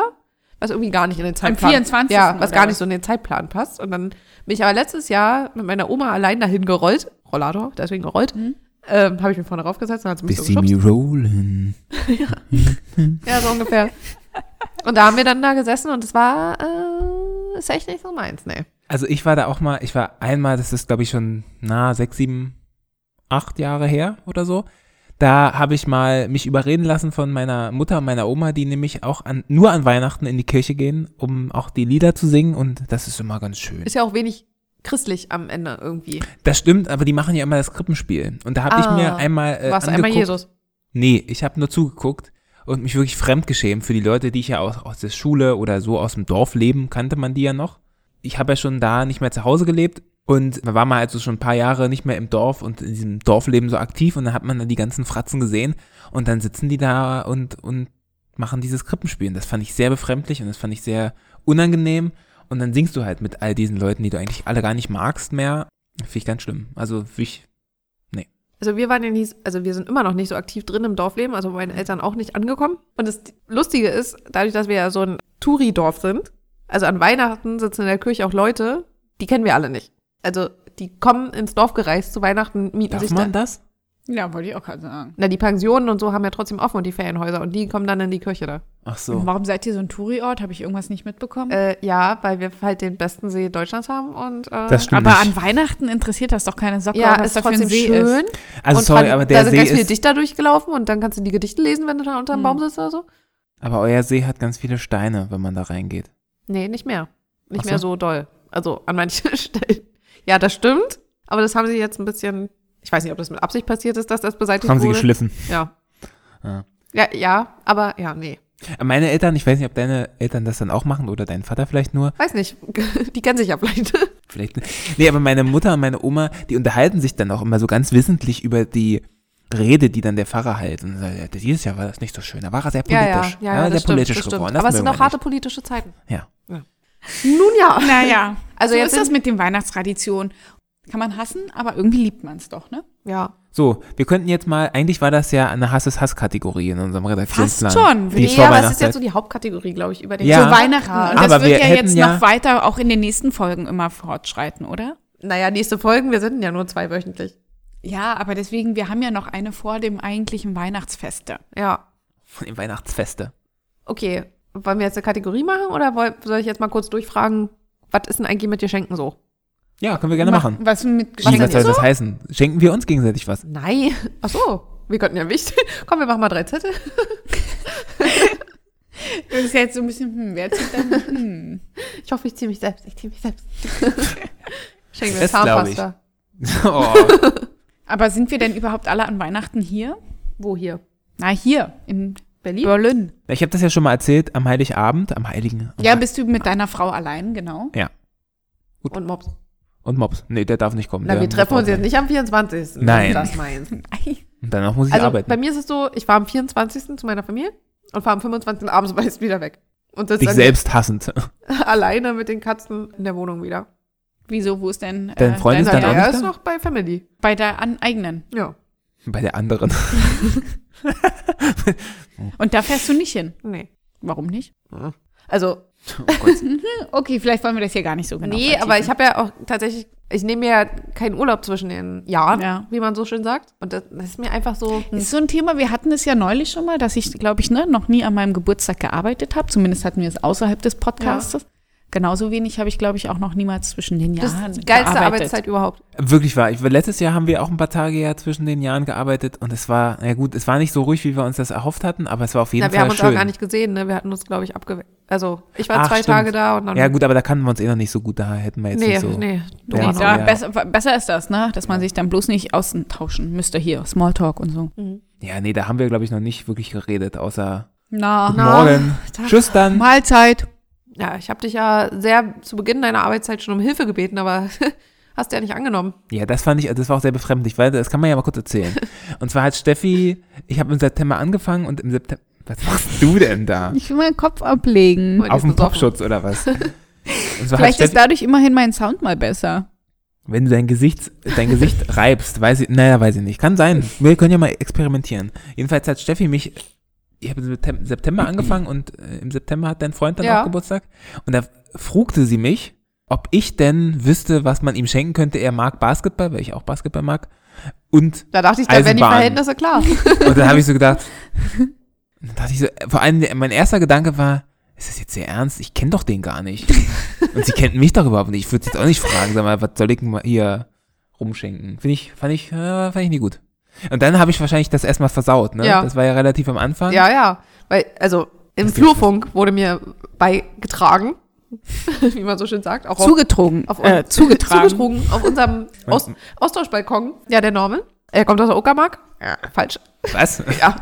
Speaker 1: was irgendwie gar nicht in den Zeitplan
Speaker 2: 24.
Speaker 1: Ja, was
Speaker 2: oder
Speaker 1: gar
Speaker 2: was?
Speaker 1: nicht so in den Zeitplan passt. Und dann bin ich aber letztes Jahr mit meiner Oma allein dahin gerollt, Rollator, deswegen gerollt,
Speaker 2: Hm?
Speaker 1: ähm, habe ich mir vorne raufgesetzt und hat sie mich
Speaker 3: Bis
Speaker 1: so
Speaker 3: sie
Speaker 1: geschubst.
Speaker 3: mir rollen.
Speaker 1: Ja, so ungefähr. Und da haben wir dann da gesessen und es war, äh, ist echt nicht so meins, ne.
Speaker 3: Also ich war da auch mal, ich war einmal, das ist glaube ich schon, na, sechs, sieben, acht Jahre her oder so. Da habe ich mal mich überreden lassen von meiner Mutter und meiner Oma, die nämlich auch an, nur an Weihnachten in die Kirche gehen, um auch die Lieder zu singen und das ist immer ganz schön.
Speaker 1: Ist ja auch wenig christlich am Ende irgendwie.
Speaker 3: Das stimmt, aber die machen ja immer das Krippenspiel und da habe ich
Speaker 1: Ah,
Speaker 3: mir einmal äh,
Speaker 1: Warst du
Speaker 3: angeguckt,
Speaker 1: einmal Jesus?
Speaker 3: Nee, ich habe nur zugeguckt und mich wirklich fremdgeschämt für die Leute, die ich ja aus, aus der Schule oder so aus dem Dorf leben, kannte man die ja noch. Ich habe ja schon da nicht mehr zu Hause gelebt und da war man also schon ein paar Jahre nicht mehr im Dorf und in diesem Dorfleben so aktiv und dann hat man dann die ganzen Fratzen gesehen und dann sitzen die da und, und machen dieses Krippenspiel. Und das fand ich sehr befremdlich und das fand ich sehr unangenehm. Und dann singst du halt mit all diesen Leuten, die du eigentlich alle gar nicht magst mehr. Finde ich ganz schlimm. Also finde ich,
Speaker 1: Also wir waren ja nie, also wir sind immer noch nicht so aktiv drin im Dorfleben, also meine Eltern auch nicht angekommen. Und das Lustige ist, dadurch, dass wir ja so ein Touri-Dorf sind, also an Weihnachten sitzen in der Kirche auch Leute, die kennen wir alle nicht. Also die kommen ins Dorf gereist zu Weihnachten, mieten
Speaker 3: darf
Speaker 1: sich
Speaker 3: man
Speaker 1: Also da.
Speaker 3: das?
Speaker 2: Ja, wollte ich auch gerade sagen.
Speaker 1: Na, die Pensionen und so haben ja trotzdem offen und die Ferienhäuser und die kommen dann in die Kirche da.
Speaker 3: Ach so.
Speaker 2: Warum seid ihr so ein Touri-Ort? Habe ich irgendwas nicht
Speaker 3: Mhm.
Speaker 2: mitbekommen?
Speaker 1: Äh, ja, weil wir halt den besten See Deutschlands haben und äh,
Speaker 3: Das stimmt
Speaker 2: aber
Speaker 3: nicht.
Speaker 2: an Weihnachten interessiert das doch keine Socke,
Speaker 1: ja,
Speaker 2: was
Speaker 1: ist
Speaker 2: da für ein
Speaker 1: trotzdem
Speaker 2: See *laughs* ist.
Speaker 1: schön.
Speaker 3: Also
Speaker 1: und
Speaker 3: sorry,
Speaker 1: trad-
Speaker 3: aber der
Speaker 1: da sind
Speaker 3: See
Speaker 1: ganz viele
Speaker 3: ist,
Speaker 1: Dichter durchgelaufen und dann kannst du die Gedichte lesen, wenn du da unterm
Speaker 2: Hm.
Speaker 1: Baum sitzt oder so.
Speaker 3: aber euer See hat ganz viele Steine, wenn man da reingeht.
Speaker 1: Nee, nicht mehr. Nicht
Speaker 3: Ach so.
Speaker 1: mehr so doll. Also an manchen *laughs* Stellen. Ja, das stimmt. Aber das haben sie jetzt ein bisschen. Ich weiß nicht, ob das mit Absicht passiert ist, dass das beseitigt wurde.
Speaker 3: geschliffen.
Speaker 1: Ja.
Speaker 3: Ja.
Speaker 1: ja. Ja, aber ja, nee.
Speaker 3: Meine Eltern, ich weiß nicht, ob deine Eltern das dann auch machen oder dein Vater vielleicht nur.
Speaker 1: Weiß nicht. *laughs* Die kennen sich ja vielleicht.
Speaker 3: Vielleicht. Nee, aber meine Mutter und meine Oma, die unterhalten sich dann auch immer so ganz wissentlich über die Rede, die dann der Pfarrer hält. Und sagt, ja, dieses Jahr war das nicht so schön. Da war er sehr
Speaker 1: Ja, ja,
Speaker 3: politisch.
Speaker 1: ja, ja,
Speaker 3: sehr
Speaker 1: das stimmt,
Speaker 3: politisch
Speaker 1: das stimmt.
Speaker 3: geworden.
Speaker 1: Aber es sind auch
Speaker 3: mögen wir
Speaker 1: harte politische Zeiten.
Speaker 3: nicht. Ja.
Speaker 1: Nun ja.
Speaker 2: Naja,
Speaker 1: Also
Speaker 2: so
Speaker 1: jetzt
Speaker 2: ist das
Speaker 1: sind-
Speaker 2: mit den Weihnachtstraditionen. Kann man hassen, aber irgendwie liebt man es doch, ne?
Speaker 1: Ja.
Speaker 3: So, wir könnten jetzt mal, eigentlich war das ja eine Hass-ist-Hass-Kategorie in unserem Redaktionsplan.
Speaker 2: schon.
Speaker 3: Die
Speaker 1: Nee, aber es ist
Speaker 3: Vorweihnachtszeit.
Speaker 1: jetzt so die Hauptkategorie, glaube ich, über den
Speaker 3: Ja.
Speaker 2: Zu Weihnachten. Und
Speaker 3: Aber
Speaker 2: das
Speaker 3: wir
Speaker 2: wird ja
Speaker 3: hätten
Speaker 2: jetzt
Speaker 3: ja-
Speaker 2: noch weiter auch in den nächsten Folgen immer fortschreiten, oder?
Speaker 1: Naja, nächste Folgen, wir sind ja nur zwei wöchentlich.
Speaker 2: Ja, aber deswegen, wir haben ja noch eine vor dem eigentlichen Weihnachtsfeste.
Speaker 1: Ja.
Speaker 3: Von den Weihnachtsfeste.
Speaker 1: Okay. Wollen wir jetzt eine Kategorie machen oder woll- soll ich jetzt mal kurz durchfragen, was ist denn eigentlich mit Geschenken so?
Speaker 3: Ja, können wir gerne
Speaker 2: Ma-
Speaker 3: machen.
Speaker 2: Was mit
Speaker 3: Wie,
Speaker 2: Geschenken
Speaker 3: was soll
Speaker 2: so?
Speaker 3: das heißen? Schenken wir uns gegenseitig was?
Speaker 1: Nein. *laughs* Ach so. Wir könnten ja wichtig. *laughs* Komm, wir machen mal drei Zettel.
Speaker 2: Das ist jetzt so ein bisschen, hm, wer zieht dann?
Speaker 3: *laughs*
Speaker 2: Hm.
Speaker 1: Ich hoffe, ich ziehe mich selbst. Ich ziehe mich selbst. *laughs* Schenken wir
Speaker 3: Das glaub
Speaker 1: Zahnpasta.
Speaker 3: *laughs* Oh.
Speaker 2: Aber sind wir denn überhaupt alle an Weihnachten hier?
Speaker 1: Wo hier?
Speaker 2: Na, hier, in
Speaker 1: Berlin?
Speaker 2: Berlin.
Speaker 3: Ich habe das ja schon mal erzählt, am Heiligabend, am Heiligen. am
Speaker 2: Ja,
Speaker 3: He-
Speaker 2: bist du mit deiner Frau allein, genau. *laughs*
Speaker 1: Und Mops.
Speaker 3: Und Mops. Nee, der darf nicht kommen.
Speaker 1: Na,
Speaker 3: der
Speaker 1: wir treffen
Speaker 3: muss
Speaker 1: uns jetzt nicht am 24.
Speaker 3: Nein.
Speaker 1: Das ist meins.
Speaker 3: Und danach muss ich
Speaker 1: Also bei
Speaker 3: arbeiten.
Speaker 1: mir ist es so, ich fahre am 24. zu meiner Familie und fahre am 25. abends *laughs* meist wieder weg. Und sitze
Speaker 3: Dich
Speaker 1: dann
Speaker 3: selbst hassend.
Speaker 1: *laughs*
Speaker 3: *laughs*
Speaker 1: alleine mit den Katzen in der Wohnung wieder.
Speaker 2: Wieso, wo ist denn äh,
Speaker 3: Dein Freund ist
Speaker 2: deiner-
Speaker 3: dann auch
Speaker 1: er
Speaker 3: nicht
Speaker 1: ist
Speaker 3: da?
Speaker 1: noch bei Family.
Speaker 2: bei der an eigenen.
Speaker 1: Ja.
Speaker 3: Bei der anderen. *laughs*
Speaker 2: Und da fährst du nicht hin.
Speaker 1: Nee.
Speaker 2: Warum nicht?
Speaker 1: Also
Speaker 2: Okay, vielleicht wollen wir das hier gar nicht so genau.
Speaker 1: Nee, aber ich habe ja auch tatsächlich, ich nehme ja keinen Urlaub zwischen den Jahren,
Speaker 2: Ja.
Speaker 1: wie man so schön sagt. Und das, das ist mir einfach so.
Speaker 2: Ist so ein Thema, wir hatten es ja neulich schon mal, dass ich, glaube ich, ne, noch nie an meinem Geburtstag gearbeitet habe. Zumindest hatten wir es außerhalb des Podcasts. Genauso wenig habe ich, glaube ich, auch noch niemals zwischen den
Speaker 1: Das
Speaker 2: Jahren
Speaker 1: ist die geilste
Speaker 2: gearbeitet.
Speaker 1: Arbeitszeit überhaupt.
Speaker 3: Wirklich wahr. Ich, letztes Jahr haben wir auch ein paar Tage ja zwischen den Jahren gearbeitet und es war, na gut, es war nicht so ruhig, wie wir uns das erhofft hatten, aber es war auf jeden
Speaker 1: Na, wir
Speaker 3: Fall
Speaker 1: haben uns
Speaker 3: schön.
Speaker 1: auch gar nicht gesehen, ne? Wir hatten uns, glaube ich, abge... Also, ich war
Speaker 3: Ach,
Speaker 1: zwei
Speaker 3: stimmt.
Speaker 1: Tage da und dann...
Speaker 3: ja gut, aber da kannten wir uns eh noch nicht so gut, da hätten wir jetzt
Speaker 1: nee,
Speaker 3: nicht so.
Speaker 1: nee.
Speaker 3: Ja,
Speaker 1: Donau.
Speaker 2: Nee,
Speaker 3: genau.
Speaker 2: da,
Speaker 3: Ja.
Speaker 2: besser, besser ist das, ne? Dass man sich dann bloß nicht austauschen müsste hier, Smalltalk und so.
Speaker 3: Ja, nee, da haben wir, glaube ich, noch nicht wirklich geredet, außer
Speaker 2: Na,
Speaker 3: Guten
Speaker 1: Na,
Speaker 3: Morgen.
Speaker 1: Tag.
Speaker 3: Tschüss dann.
Speaker 2: Mahlzeit.
Speaker 1: Ja, ich habe dich ja sehr zu Beginn deiner Arbeitszeit schon um Hilfe gebeten, aber *laughs* hast du ja nicht angenommen.
Speaker 3: Ja, das fand ich, das war auch sehr befremdlich, weil das kann man ja mal kurz erzählen.
Speaker 2: *laughs*
Speaker 3: Und zwar hat Steffi, ich habe im September angefangen und im September, was machst du denn da?
Speaker 2: Ich will meinen Kopf ablegen.
Speaker 1: Weil die
Speaker 3: Auf
Speaker 1: ist
Speaker 3: dem
Speaker 1: besoffen.
Speaker 3: Popschutz
Speaker 2: *laughs*
Speaker 3: oder was? Und zwar hat
Speaker 2: Vielleicht ist
Speaker 3: Steffi,
Speaker 2: dadurch immerhin mein Sound mal besser.
Speaker 3: wenn du dein Gesicht,
Speaker 2: *laughs*
Speaker 3: dein Gesicht reibst, weiß ich, naja, weiß ich nicht. Kann sein. Wir können ja mal experimentieren. Jedenfalls hat Steffi mich, ich habe im Septem- September angefangen und äh, im September hat dein Freund dann
Speaker 1: Ja.
Speaker 3: auch Geburtstag. Und da frugte sie mich, ob ich denn wüsste, was man ihm schenken könnte. Er mag Basketball, weil ich auch Basketball mag. Und
Speaker 1: Da dachte ich, da wären die
Speaker 3: Eisenbahn.
Speaker 1: Verhältnisse
Speaker 3: *laughs*
Speaker 1: klar.
Speaker 3: Und dann habe ich so gedacht, dann dachte ich so, vor allem der- mein erster Gedanke war, ist das jetzt sehr ernst? Ich kenne doch den gar nicht. Und sie kennt mich doch überhaupt nicht. Ich würde jetzt auch nicht fragen, sag mal, was soll ich denn mal hier rumschenken? Finde ich, fand ich, äh, fand ich nicht gut. Und dann habe ich wahrscheinlich das erstmal versaut, ne?
Speaker 1: Ja.
Speaker 3: Das war ja relativ am Anfang.
Speaker 1: Ja, ja. Weil, also im
Speaker 3: Das ist
Speaker 1: Flurfunk wurde mir beigetragen, *laughs* wie man so schön sagt, auch auf,
Speaker 2: Zugetrogen.
Speaker 1: auf
Speaker 2: *laughs*
Speaker 1: *laughs*
Speaker 2: äh, zugetragen.
Speaker 1: zugetrunken auf unserem Aus Austauschbalkon. Ja, der Norman. Er kommt aus der Uckermark. Ja, falsch.
Speaker 3: Was?
Speaker 1: Ja.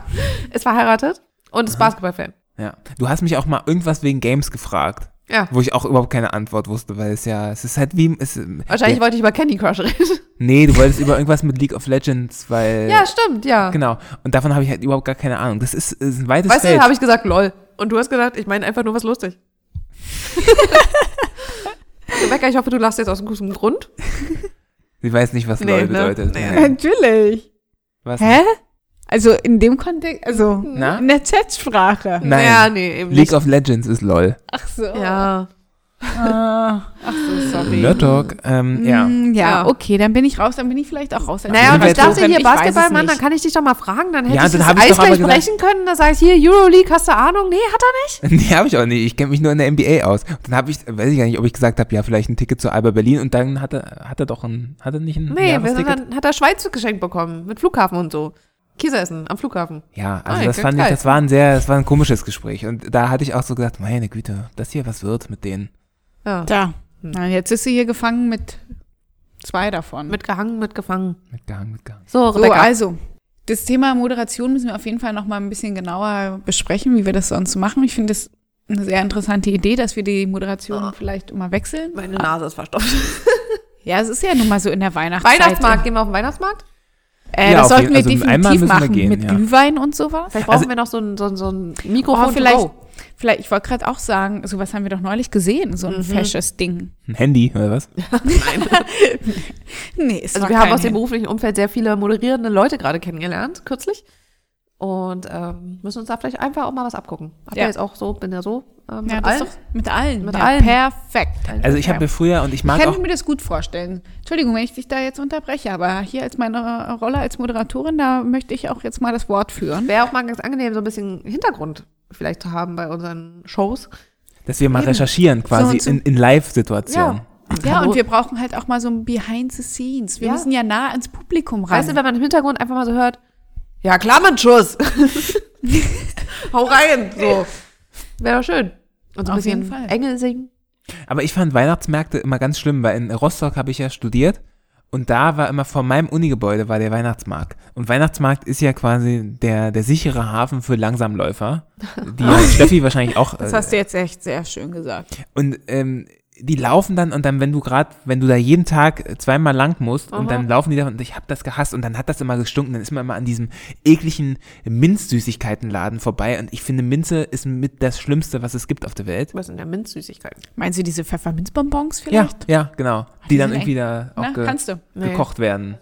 Speaker 1: Ist verheiratet und ist Basketballfan.
Speaker 3: Ja. Du hast mich auch mal irgendwas wegen Games gefragt,
Speaker 1: Ja.
Speaker 3: wo ich auch überhaupt keine Antwort wusste, weil es ja, es ist halt wie, es,
Speaker 1: Wahrscheinlich
Speaker 3: ja,
Speaker 1: wollte ich über Candy Crush reden.
Speaker 3: Nee, du wolltest über irgendwas mit League of Legends, weil.
Speaker 1: ja, stimmt, ja.
Speaker 3: Genau. Und davon habe ich halt überhaupt gar keine Ahnung. Das ist, ist ein weites
Speaker 1: Weißt du,
Speaker 3: Feld.
Speaker 1: habe ich gesagt, lol. Und du hast gedacht, ich meine einfach nur was
Speaker 3: *laughs*
Speaker 1: lustig. Rebecca, ich hoffe, du lachst jetzt aus gutem Grund.
Speaker 3: Sie weiß nicht, was
Speaker 1: Nee,
Speaker 3: LOL
Speaker 1: ne?
Speaker 3: bedeutet.
Speaker 1: Nee.
Speaker 3: Nee.
Speaker 2: Natürlich.
Speaker 3: Was?
Speaker 2: Hä? Also in dem Kontext, also
Speaker 3: Na?
Speaker 2: in der Chatsprache.
Speaker 3: Nein.
Speaker 1: Ja, nee, eben
Speaker 3: League
Speaker 1: nicht.
Speaker 3: of Legends ist LOL.
Speaker 2: Ach so.
Speaker 1: Ja.
Speaker 2: Ah.
Speaker 1: Ach so, sorry.
Speaker 3: *laughs* Nerd Talk. Ähm,
Speaker 2: Ja.
Speaker 3: ja.
Speaker 1: Ja.
Speaker 2: Mm, ja, okay, dann bin ich raus, dann bin ich vielleicht auch raus. als
Speaker 1: Naja,
Speaker 3: Sind
Speaker 1: und
Speaker 3: wir
Speaker 1: ich
Speaker 3: jetzt
Speaker 1: dachte
Speaker 2: Wenn-
Speaker 1: hier
Speaker 2: ich weiß es
Speaker 1: Basketballmann, dann
Speaker 2: nicht.
Speaker 1: kann ich dich doch mal fragen, dann hätte
Speaker 3: Ja,
Speaker 1: ich
Speaker 3: dann
Speaker 1: das
Speaker 3: hab ich
Speaker 1: Eis
Speaker 3: doch aber
Speaker 1: gleich
Speaker 3: gesagt-
Speaker 1: brechen können, da sag ich hier, Euroleague, hast du Ahnung? Nee, hat er nicht.
Speaker 3: *laughs* Nee, habe ich auch nicht. Ich kenne mich nur in der NBA aus. Und dann habe ich, weiß ich gar nicht, ob ich gesagt habe, ja, vielleicht ein Ticket zu Alba Berlin. Und dann hat er, hat er doch ein, hat er nicht ein
Speaker 1: Nee, wir sind
Speaker 3: Jahresticket?
Speaker 1: dann, hat er Schweiz geschenkt bekommen, mit Flughafen und so. Käseessen am Flughafen.
Speaker 3: Ja, also
Speaker 1: Ah,
Speaker 3: das
Speaker 1: ja,
Speaker 3: fand
Speaker 1: geil.
Speaker 3: ich, das war ein sehr, das war ein komisches Gespräch. Und da hatte ich auch so gedacht, meine Güte, das hier was wird mit denen.
Speaker 1: Ja.
Speaker 2: Da. Na, jetzt ist sie hier gefangen mit zwei davon.
Speaker 1: Mitgehangen, mitgefangen.
Speaker 3: Mitgehangen, mitgehangen.
Speaker 1: So,
Speaker 2: so,
Speaker 1: Rebecca.
Speaker 2: also. Das Thema Moderation müssen wir auf jeden Fall noch mal ein bisschen genauer besprechen, wie wir das sonst machen. Ich finde das eine sehr interessante Idee, dass wir die Moderation vielleicht immer wechseln.
Speaker 1: Meine Nase ist verstopft. *laughs*
Speaker 2: Ja, es ist ja nun mal so in der Weihnachtszeit.
Speaker 1: Weihnachtsmarkt, gehen wir auf den Weihnachtsmarkt?
Speaker 2: Äh,
Speaker 3: Ja,
Speaker 2: das
Speaker 3: auf
Speaker 2: sollten
Speaker 3: jeden-
Speaker 2: wir
Speaker 3: also einmal
Speaker 2: definitiv
Speaker 3: müssen wir
Speaker 2: machen
Speaker 3: gehen,
Speaker 2: mit
Speaker 3: ja.
Speaker 2: Glühwein und sowas.
Speaker 1: Vielleicht brauchen
Speaker 3: Also-
Speaker 1: wir noch so ein, so ein, so ein
Speaker 2: Oh,
Speaker 1: Mikrofon.
Speaker 2: vielleicht,
Speaker 1: to go.
Speaker 2: vielleicht, ich wollte gerade auch sagen, sowas haben wir doch neulich gesehen, so ein fesches Ding.
Speaker 3: Ein Handy, oder was?
Speaker 2: *laughs* Nee, es
Speaker 1: Also
Speaker 2: war
Speaker 1: wir haben
Speaker 2: kein
Speaker 1: aus dem
Speaker 2: Handy.
Speaker 1: beruflichen Umfeld sehr viele moderierende Leute gerade kennengelernt, kürzlich. Und ähm, müssen uns da vielleicht einfach auch mal was abgucken. Habt ihr
Speaker 2: Ja.
Speaker 1: jetzt auch so, bin ja so. Ähm,
Speaker 2: ja, das
Speaker 1: mit
Speaker 2: ist
Speaker 1: allen?
Speaker 2: doch mit allen.
Speaker 1: Mit
Speaker 2: ja,
Speaker 1: allen.
Speaker 2: Perfekt.
Speaker 3: Also ich habe früher, und ich mag
Speaker 2: kann
Speaker 3: auch,
Speaker 2: ich mir das gut vorstellen. Entschuldigung, wenn ich dich da jetzt unterbreche, aber hier als meine äh, Rolle als Moderatorin, da möchte ich auch jetzt mal das Wort führen.
Speaker 1: Wäre auch mal ganz angenehm, so ein bisschen Hintergrund vielleicht zu haben bei unseren Shows.
Speaker 3: dass wir mal recherchieren quasi
Speaker 2: So, so-
Speaker 3: in, in Live-Situationen.
Speaker 2: Ja,
Speaker 1: Hallo.
Speaker 2: und wir brauchen halt auch mal so ein Behind the Scenes. Wir
Speaker 1: Ja.
Speaker 2: müssen ja nah ans Publikum ran.
Speaker 1: Weißt du, wenn man im Hintergrund einfach mal so hört, ja klar, Mann, *laughs* Schuss. Hau rein, so. Wäre doch schön. Und so ein
Speaker 2: Auf
Speaker 1: bisschen
Speaker 2: jeden Fall.
Speaker 1: Engel singen.
Speaker 3: Aber ich fand Weihnachtsmärkte immer ganz schlimm, weil in Rostock habe ich ja studiert und da war immer vor meinem Unigebäude war der Weihnachtsmarkt. Und Weihnachtsmarkt ist ja quasi der, der sichere Hafen für Langsamläufer,
Speaker 2: *laughs*
Speaker 3: die ja Steffi wahrscheinlich auch.
Speaker 2: das
Speaker 3: äh,
Speaker 2: hast du jetzt echt sehr schön gesagt.
Speaker 3: und ähm, die laufen dann und dann, wenn du gerade, wenn du da jeden Tag äh, zweimal lang musst und dann laufen die da und ich habe das gehasst und dann hat das immer gestunken, dann ist man immer an diesem ekligen Minzsüßigkeitenladen vorbei und ich finde Minze ist mit das Schlimmste, was es gibt auf der Welt.
Speaker 1: Was in der Minzsüßigkeit.
Speaker 2: Meinst du diese Pfefferminzbonbons
Speaker 3: Ja,
Speaker 2: vielleicht?
Speaker 3: ja, genau. Die
Speaker 2: Die
Speaker 3: dann
Speaker 2: sind
Speaker 3: irgendwie da auch
Speaker 2: Na,
Speaker 3: ge
Speaker 2: kannst du.
Speaker 1: Nee.
Speaker 3: gekocht werden.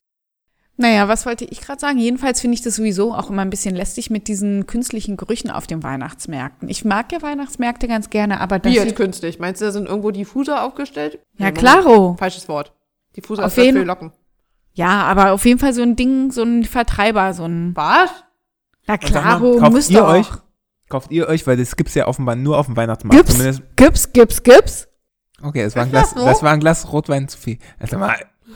Speaker 2: Naja, was wollte ich gerade sagen? Jedenfalls finde ich das sowieso auch immer ein bisschen lästig mit diesen künstlichen Gerüchen auf den Weihnachtsmärkten. Ich mag ja Weihnachtsmärkte ganz gerne, aber das
Speaker 1: Wie jetzt
Speaker 2: sieht-
Speaker 1: künstlich? Meinst du, da sind irgendwo diffuse aufgestellt?
Speaker 2: Ja,
Speaker 1: Nee,
Speaker 2: klaro.
Speaker 1: Falsches Wort. Diffuser
Speaker 2: Auf
Speaker 1: ist das
Speaker 2: jeden-
Speaker 1: für Locken.
Speaker 2: Ja, aber auf jeden Fall so ein Ding, so ein Vertreiber, so ein
Speaker 1: Was?
Speaker 2: Na
Speaker 3: Und Also sag mal,
Speaker 2: klaro,
Speaker 3: kauft
Speaker 2: müsst
Speaker 3: ihr
Speaker 2: ihr auch.
Speaker 3: euch? Kauft ihr euch, weil das gibt's ja offenbar nur auf dem Weihnachtsmarkt.
Speaker 2: Gibt's,
Speaker 3: Zumindest
Speaker 2: gibt's, gibt's, gibt's.
Speaker 3: Okay, das war, ein Glas,
Speaker 1: Ach so.
Speaker 3: das war ein Glas Rotwein zu viel. Also mal. *laughs*